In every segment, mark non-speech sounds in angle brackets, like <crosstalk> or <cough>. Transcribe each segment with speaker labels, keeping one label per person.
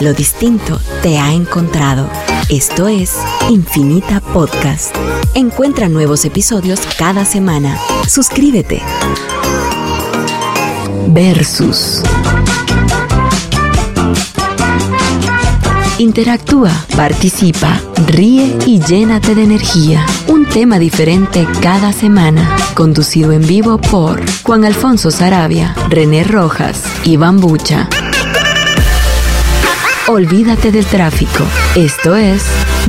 Speaker 1: Lo distinto te ha encontrado. Esto es Infinita Podcast. Encuentra nuevos episodios cada semana. Suscríbete. Versus. Interactúa, participa, ríe y llénate de energía. Un tema diferente cada semana. Conducido en vivo por Juan Alfonso Sarabia, René Rojas, Iván Bucha. Olvídate del tráfico. Esto es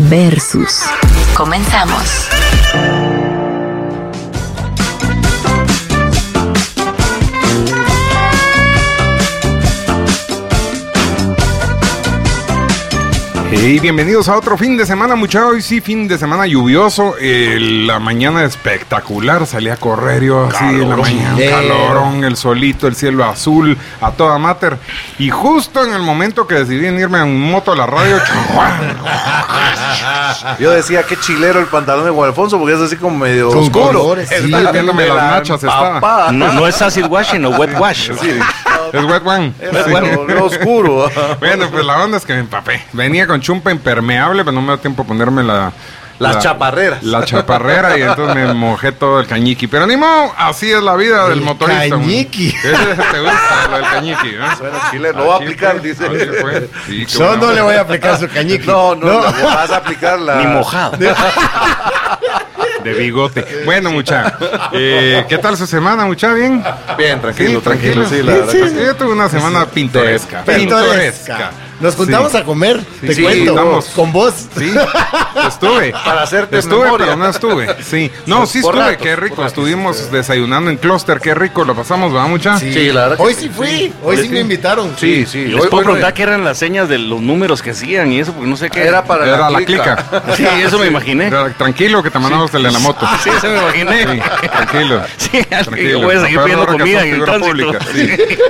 Speaker 1: Versus. Comenzamos.
Speaker 2: Y bienvenidos a otro fin de semana, muchachos. Hoy sí, fin de semana lluvioso. Eh, la mañana espectacular. Salí a correr yo así en la
Speaker 3: Calorón.
Speaker 2: mañana.
Speaker 3: Eh.
Speaker 2: Calorón, el solito, el cielo azul, a toda mater. Y justo en el momento que decidí en irme en moto a la radio, <laughs> ¡chua!
Speaker 4: Yo decía que chilero el pantalón de Juan Alfonso porque es así como medio
Speaker 3: Con
Speaker 4: oscuro.
Speaker 3: colores,
Speaker 4: Está
Speaker 2: sí,
Speaker 4: la-
Speaker 2: viéndome las
Speaker 4: la
Speaker 2: nachas, está.
Speaker 4: empapada.
Speaker 5: No, no es acid wash, sino wet wash.
Speaker 2: Sí, es Wet One.
Speaker 4: Era
Speaker 2: Sí. <laughs>
Speaker 4: lo- lo oscuro.
Speaker 2: Bueno, pues la onda es que me empapé. Venía con chumpa impermeable, pero no me dio tiempo a ponerme la.
Speaker 4: Las chaparreras.
Speaker 2: La chaparrera y entonces me mojé todo el cañiqui. Pero ni modo, así es la vida del
Speaker 3: El
Speaker 2: motorista. güey.
Speaker 3: cañiqui.
Speaker 2: Te gusta lo del cañiqui, ¿eh? ¿no?
Speaker 4: Bueno, chilero, lo voy a
Speaker 2: Así
Speaker 4: aplicar,
Speaker 2: fue,
Speaker 4: dice.
Speaker 2: así fue. Sí, qué
Speaker 3: Yo
Speaker 2: buena
Speaker 3: no le
Speaker 2: onda.
Speaker 3: voy a aplicar su cañique.
Speaker 4: No, no, la vas a aplicar la.
Speaker 5: Ni mojado.
Speaker 2: De bigote. Bueno, mucha.
Speaker 4: <laughs>
Speaker 2: eh, ¿Qué tal su semana, mucha? ¿Bien?
Speaker 4: Bien, tranquilo,
Speaker 2: Sí,
Speaker 4: tranquilo, sí, la verdad
Speaker 2: Sí,
Speaker 4: que
Speaker 2: sí, Yo tuve una semana pintoresca.
Speaker 3: Pintoresca. Nos juntamos
Speaker 6: <laughs>
Speaker 3: a comer, te
Speaker 2: sí,
Speaker 3: cuento,
Speaker 2: vamos.
Speaker 3: con vos.
Speaker 2: Sí, estuve.
Speaker 4: Para hacerte
Speaker 2: Estuve,
Speaker 4: memoria.
Speaker 2: pero no estuve. Sí. No, sí
Speaker 4: Por
Speaker 2: estuve,
Speaker 4: ratos,
Speaker 2: qué
Speaker 4: por
Speaker 2: rico.
Speaker 4: ratos.
Speaker 2: Estuvimos desayunando en Cluster, qué rico. Lo pasamos, ¿va, mucha?
Speaker 4: Sí, la verdad que
Speaker 3: Hoy sí fui, hoy sí me invitaron.
Speaker 4: Sí, sí.
Speaker 5: Les
Speaker 4: hoy-
Speaker 5: puedo
Speaker 4: hoy no-
Speaker 5: preguntar qué eran las señas de los números que hacían y eso, porque no sé qué
Speaker 4: Era para
Speaker 2: Era la clica.
Speaker 4: clica.
Speaker 5: Sí, eso me imaginé.
Speaker 2: Pero Tranquilo, que te mandamos el de la moto.
Speaker 5: Sí, eso me
Speaker 2: Sí,
Speaker 5: imaginé.
Speaker 2: tranquilo.
Speaker 5: <laughs> Sí,
Speaker 2: Tranquilo.
Speaker 5: voy a seguir
Speaker 2: Pero
Speaker 5: pidiendo
Speaker 2: ahora que
Speaker 5: comida
Speaker 2: son
Speaker 5: en el
Speaker 2: figura
Speaker 5: tránsito. <laughs>
Speaker 2: pública, sí.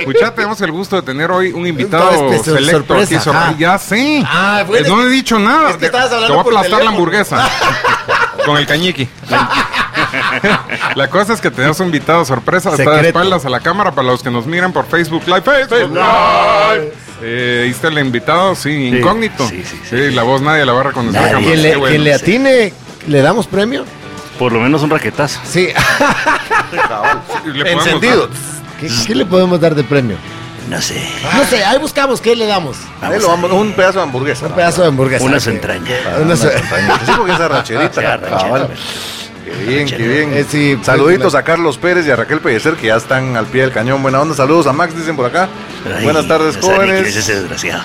Speaker 2: Mucha, tenemos el gusto de tener hoy un invitado
Speaker 3: Estaba espe-
Speaker 2: selecto aquí.
Speaker 3: sorpresa,
Speaker 2: sorpre-
Speaker 3: ajá.
Speaker 2: Ya sé. Eh,
Speaker 3: Ah, bueno,
Speaker 2: no
Speaker 3: es
Speaker 2: he
Speaker 3: que-
Speaker 2: dicho nada.
Speaker 3: es que
Speaker 2: Te-
Speaker 3: estabas hablando
Speaker 2: Te voy a
Speaker 3: por
Speaker 2: aplastar la
Speaker 3: teléfono.
Speaker 2: hamburguesa.
Speaker 3: <laughs>
Speaker 2: Con el cañiqui. La cosa es que tenemos un invitado sorpresa. Está de
Speaker 3: Secreto.
Speaker 2: espaldas a la cámara para los que nos miran por Facebook Live. Facebook Live. Eh, ahí está el invitado, sí, incógnito.
Speaker 5: sí, sí, sí.
Speaker 2: la voz nadie la va a reconocer.
Speaker 3: Ah,
Speaker 2: jamás.
Speaker 3: Quien
Speaker 2: Qué
Speaker 3: le,
Speaker 2: bueno.
Speaker 3: quien le atine, ¿le damos premio?
Speaker 5: Por lo menos un raquetazo.
Speaker 3: <laughs> Sí.
Speaker 2: Le podemos dar-
Speaker 4: Encendido.
Speaker 3: ¿Qué, qué le podemos dar de premio?
Speaker 5: No sé.
Speaker 3: No sé, ahí buscamos, ¿qué le damos?
Speaker 4: Ahí lo vamos- Un pedazo de hamburguesa.
Speaker 3: Un pedazo de hamburguesa.
Speaker 5: Unas
Speaker 3: Sí.
Speaker 5: entrañas.
Speaker 3: Unas-
Speaker 4: Sí, porque esa rancherita.
Speaker 5: Ah, rancherita.
Speaker 4: cabal. Qué bien, qué bien.
Speaker 3: Eh, sí, pues,
Speaker 4: Saluditos
Speaker 3: la-
Speaker 4: a Carlos Pérez y a Raquel Pellecer que ya están al pie del cañón. Buena onda. Saludos a Max, dicen por acá.
Speaker 5: Ay,
Speaker 4: Buenas tardes,
Speaker 5: no sabe ni quién es
Speaker 4: jóvenes.
Speaker 5: ese desgraciado.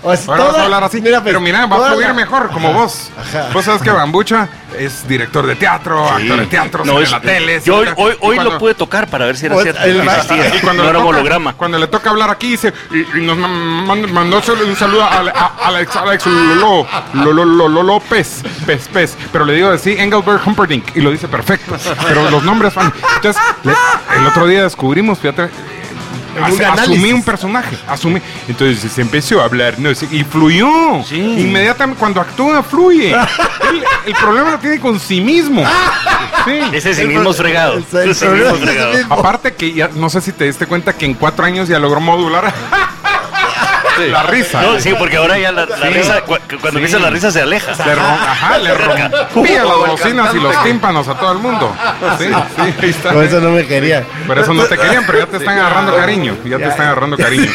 Speaker 3: O sea,
Speaker 2: Ahora vas
Speaker 3: toda-
Speaker 2: a hablar así.
Speaker 3: mira, pues,
Speaker 2: pero mira, va a
Speaker 3: toda
Speaker 2: fluir
Speaker 3: la-
Speaker 2: mejor, como vos. Vos sabes que Bambucha es director de teatro, actor de Ah, teatro,
Speaker 5: No,
Speaker 2: sale
Speaker 5: es-
Speaker 2: en la tele.
Speaker 5: Yo hoy,
Speaker 2: etcétera.
Speaker 5: hoy,
Speaker 2: Y
Speaker 5: hoy
Speaker 2: cuando-
Speaker 5: lo pude tocar para ver si era
Speaker 3: Pues,
Speaker 5: cierto.
Speaker 3: el-
Speaker 5: que existía.
Speaker 2: Y cuando
Speaker 5: no
Speaker 2: le
Speaker 5: era
Speaker 2: toca-
Speaker 5: holograma.
Speaker 2: Cuando le toca hablar aquí, dice, y, y nos man- man- mandó solo un saludo a Ale- a Alex, Alex Lolo, Lolo, Lolo López, Pez, Pez. Pero le digo así, Engelbert Humperdinck, y lo dice perfecto. Pero los nombres van. Entonces, le- el otro día descubrimos, fíjate. as-
Speaker 3: un análisis.
Speaker 2: asumí un personaje, asumí. Entonces se empezó a hablar, ¿no? y fluyó. Inmediatamente, cuando actúa, fluye. Él- el problema lo tiene con sí mismo. Sí.
Speaker 5: Ese sí mismo es fregado.
Speaker 3: el-
Speaker 5: Ese
Speaker 3: el-
Speaker 5: sí mismo es
Speaker 3: el-
Speaker 5: fregado.
Speaker 3: el-
Speaker 2: Aparte que ya, no sé si te diste cuenta que en cuatro años ya logró modular la risa.
Speaker 5: No, <laughs> sí, porque ahora ya la, la risa, cu- cu- cuando empieza la risa se aleja.
Speaker 2: Le rom- ajá,
Speaker 5: <laughs>
Speaker 2: le rompía las bocinas y los tímpanos a todo el mundo. Sí, sí, ahí está.
Speaker 3: Por eso no me quería.
Speaker 2: Por eso no te querían, pero ya te están agarrando
Speaker 5: Ah,
Speaker 2: cariño. Ya te están agarrando cariño.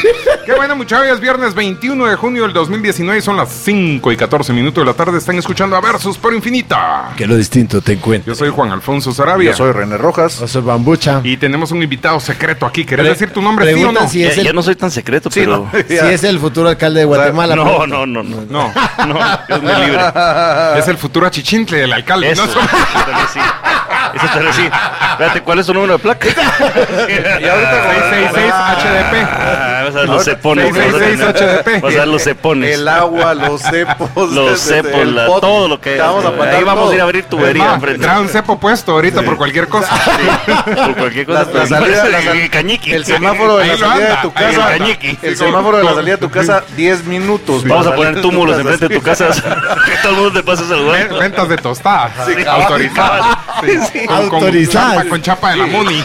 Speaker 2: Qué bueno, muchachos. Es viernes 21 de junio del 2019. Son las 5 y 14 minutos de la tarde. Están escuchando a Versus por Infinita.
Speaker 3: Que lo distinto te encuentro.
Speaker 2: Yo soy Juan Alfonso Sarabia.
Speaker 4: Yo soy René Rojas.
Speaker 3: O sea, bambucha.
Speaker 2: Y tenemos un invitado secreto aquí. ¿Querés decir tu nombre, sí o
Speaker 3: Preguntan
Speaker 2: no?
Speaker 3: si
Speaker 5: Ya,
Speaker 3: es, el,
Speaker 5: ya no soy tan secreto, pero...
Speaker 2: <laughs>
Speaker 3: si es el futuro alcalde de Guatemala.
Speaker 5: No, no, no, no.
Speaker 2: No.
Speaker 5: No, es muy libre.
Speaker 4: <laughs> Ah.
Speaker 2: Es el futuro achichintle del alcalde.
Speaker 5: Eso,
Speaker 2: ¿no?
Speaker 5: eso también sí. Eso también sí. Espérate, ¿cuál es su número de placa?
Speaker 2: Y ahorita 666 HDP.
Speaker 5: Ah, vas a ver los cepones. vas a ver-
Speaker 2: 666
Speaker 5: Vas a ver los cepones.
Speaker 4: <laughs> El agua,
Speaker 5: <laughs>
Speaker 4: los cepos.
Speaker 5: Los
Speaker 4: este,
Speaker 5: cepos,
Speaker 4: el
Speaker 5: la-
Speaker 4: pot.
Speaker 5: todo lo que... eh,
Speaker 4: Ya vamos a mandar
Speaker 5: Ahí vamos
Speaker 4: todo.
Speaker 5: a ir a abrir
Speaker 2: Es <laughs>
Speaker 5: tubería
Speaker 2: más,
Speaker 5: enfrente.
Speaker 2: trae un cepo puesto ahorita por cualquier cosa.
Speaker 5: <laughs> Por cualquier cosa.
Speaker 4: La- la salida- la sal-
Speaker 5: el cañique.
Speaker 4: El semáforo de
Speaker 2: Ahí
Speaker 4: la
Speaker 2: lo
Speaker 4: salida
Speaker 2: anda,
Speaker 4: de tu
Speaker 2: ahí lo
Speaker 4: casa.
Speaker 5: anda. Cañique.
Speaker 4: El
Speaker 2: Sí, como-
Speaker 4: semáforo de la
Speaker 2: como-
Speaker 4: salida de tu
Speaker 5: <laughs>
Speaker 4: casa, 10 minutos.
Speaker 5: Vamos
Speaker 4: para
Speaker 5: a
Speaker 4: salir
Speaker 5: poner
Speaker 4: de tu
Speaker 5: túmulos
Speaker 4: casa. <laughs>
Speaker 5: <laughs> enfrente de tu casa. Que todo el mundo te pase saludando.
Speaker 2: Ventas de tostadas.
Speaker 5: Sí, Ah, cabal,
Speaker 2: Autorizadas.
Speaker 5: cabal.
Speaker 2: Sí, con- con
Speaker 3: Autorizadas.
Speaker 2: chapa- Con chapa de la
Speaker 5: <laughs>
Speaker 2: Muni.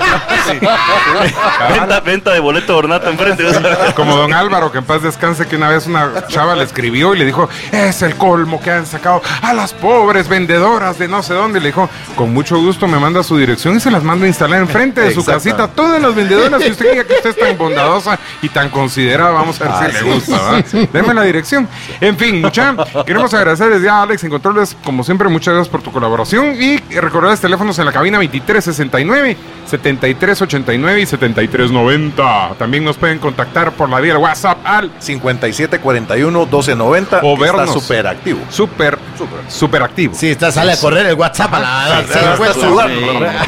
Speaker 5: Venta, venta de boleto de hornata enfrente. vas a ver.
Speaker 2: Como don Álvaro, que en paz descanse, que una vez una chava le escribió y le dijo, es el colmo que han sacado a las pobres vendedoras de no sé dónde. Y le dijo, con mucho gusto me manda su dirección y se las mando a instalar enfrente de su
Speaker 4: Exacto.
Speaker 2: casita. a Todas las vendedoras que usted diga que usted es tan bondadosa y tan considerada, vamos a ver si le gusta, ¿verdad? Deme la dirección. En fin, mucha, queremos agradecerles ya a Alex en Controles, como siempre, muchas gracias por tu colaboración y recordarles teléfonos en la cabina 2369, 7389 y 7390. También nos pueden contactar por la vía del WhatsApp al
Speaker 4: 5741 1290
Speaker 2: O
Speaker 4: que
Speaker 2: vernos.
Speaker 4: está súper activo.
Speaker 2: super,
Speaker 4: Súper.
Speaker 2: super activo.
Speaker 3: Sí, está, sale a correr el WhatsApp a la...
Speaker 5: Sí, hasta
Speaker 3: encuesta.
Speaker 5: sudar,
Speaker 2: Sí.
Speaker 5: ¿verdad?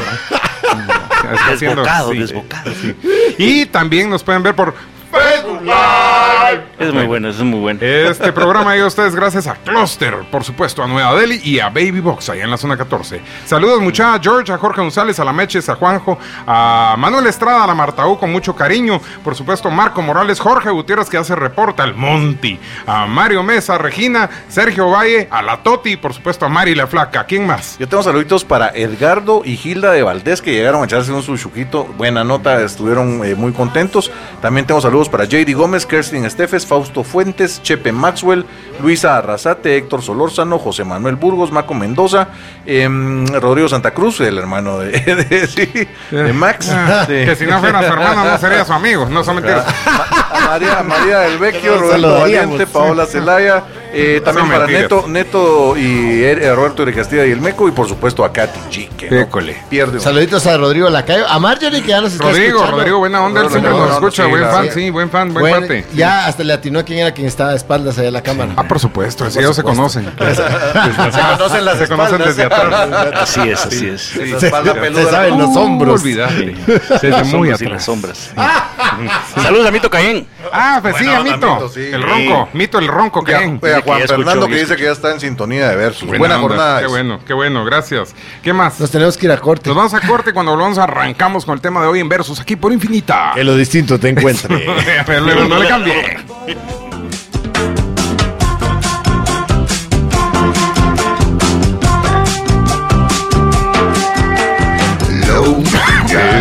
Speaker 2: Está haciendo-
Speaker 5: Desbocado,
Speaker 2: sí.
Speaker 5: desbocado.
Speaker 2: Y también nos pueden ver por
Speaker 5: Es muy bueno, eso es muy bueno.
Speaker 2: Este programa llega a ustedes gracias a Cluster, por supuesto, a Nueva Delhi y a Baby Box, allá en la zona 14. Saludos muchachos, a George, a Jorge González, a la Meches, a Juanjo, a Manuel Estrada, a la Martaú, con mucho cariño. Por supuesto, Marco Morales, Jorge Gutiérrez, que hace reporta, al Monty, a Mario Mesa, a Regina, Sergio Valle, a la Toti, y, por supuesto, a Mari la Flaca. ¿Quién más?
Speaker 4: Yo tengo saluditos para Edgardo y Gilda de Valdés que llegaron a echarse un suchuquito. Buena nota, estuvieron eh, muy contentos. También tengo saludos para JD Gómez, Kerstin Estefes, Fausto Fuentes, Chepe Maxwell, Luisa Arrasate, Héctor Solórzano, José Manuel Burgos, Maco Mendoza, em, Rodrigo Santa Cruz, el hermano de, <laughs> de- sí, de Max.
Speaker 2: Ah,
Speaker 4: Sí.
Speaker 2: Que si no fuera su hermana no sería su amigo, no son mentiras.
Speaker 4: a María, María del Vecchio,
Speaker 3: Nos
Speaker 4: Roberto
Speaker 3: saludaríamos.
Speaker 4: Valiente, Paola Celaya, eh, también
Speaker 2: Son
Speaker 4: para
Speaker 2: mentiras.
Speaker 4: Neto, Neto y Er- eh, Roberto de Castilla y el Meco, y por supuesto a Katy G, que no
Speaker 2: École.
Speaker 4: pierde. un-
Speaker 3: Saluditos a Rodrigo Lacayo, a Marjorie que ya nos está
Speaker 2: Rodrigo,
Speaker 3: escuchando.
Speaker 2: Rodrigo, buena onda, él
Speaker 4: Rodrigo,
Speaker 2: siempre
Speaker 4: buena
Speaker 2: nos
Speaker 4: onda,
Speaker 2: escucha,
Speaker 4: sí,
Speaker 2: buen
Speaker 4: la-
Speaker 2: fan, sí, buen fan, buen
Speaker 3: Bueno,
Speaker 2: cuate.
Speaker 3: Ya hasta le atinó a quién era quien estaba de espaldas allá en la cámara.
Speaker 2: Ah, por supuesto, sí, ellos se
Speaker 4: <laughs>
Speaker 2: conocen.
Speaker 4: Se conocen las
Speaker 2: se conocen
Speaker 4: espaldas.
Speaker 2: desde
Speaker 5: <laughs>
Speaker 2: atrás.
Speaker 5: Así es, así es.
Speaker 4: Esa espalda peluda.
Speaker 3: Se saben los
Speaker 2: Uh,
Speaker 3: hombros.
Speaker 2: olvidate.
Speaker 5: Sí,
Speaker 2: Desde
Speaker 5: las
Speaker 2: muy
Speaker 5: sombras y las
Speaker 2: atrás.
Speaker 5: sombras. sí. Saludos a Mito Cayén.
Speaker 2: Ah, pues sí,
Speaker 4: Buena
Speaker 2: a
Speaker 4: onda,
Speaker 2: Mito.
Speaker 4: Mito, sí.
Speaker 2: El ronco, Mito, el ronco,
Speaker 4: Ya,
Speaker 2: ¿qué?
Speaker 4: oiga,
Speaker 5: que
Speaker 4: Juan
Speaker 5: ya escuchó,
Speaker 4: Fernando que
Speaker 5: ya
Speaker 4: dice que ya está en sintonía de versus. Buena,
Speaker 2: onda,
Speaker 4: jornada.
Speaker 2: Qué bueno, qué bueno, gracias. ¿Qué más?
Speaker 3: Nos
Speaker 2: Nos
Speaker 3: tenemos que ir a corte.
Speaker 2: vamos a corte y cuando volvamos arrancamos con el tema de hoy en Versus aquí por Infinita.
Speaker 3: lo distinto te
Speaker 2: <laughs>
Speaker 3: encuentre.
Speaker 2: Pero luego no le cambie.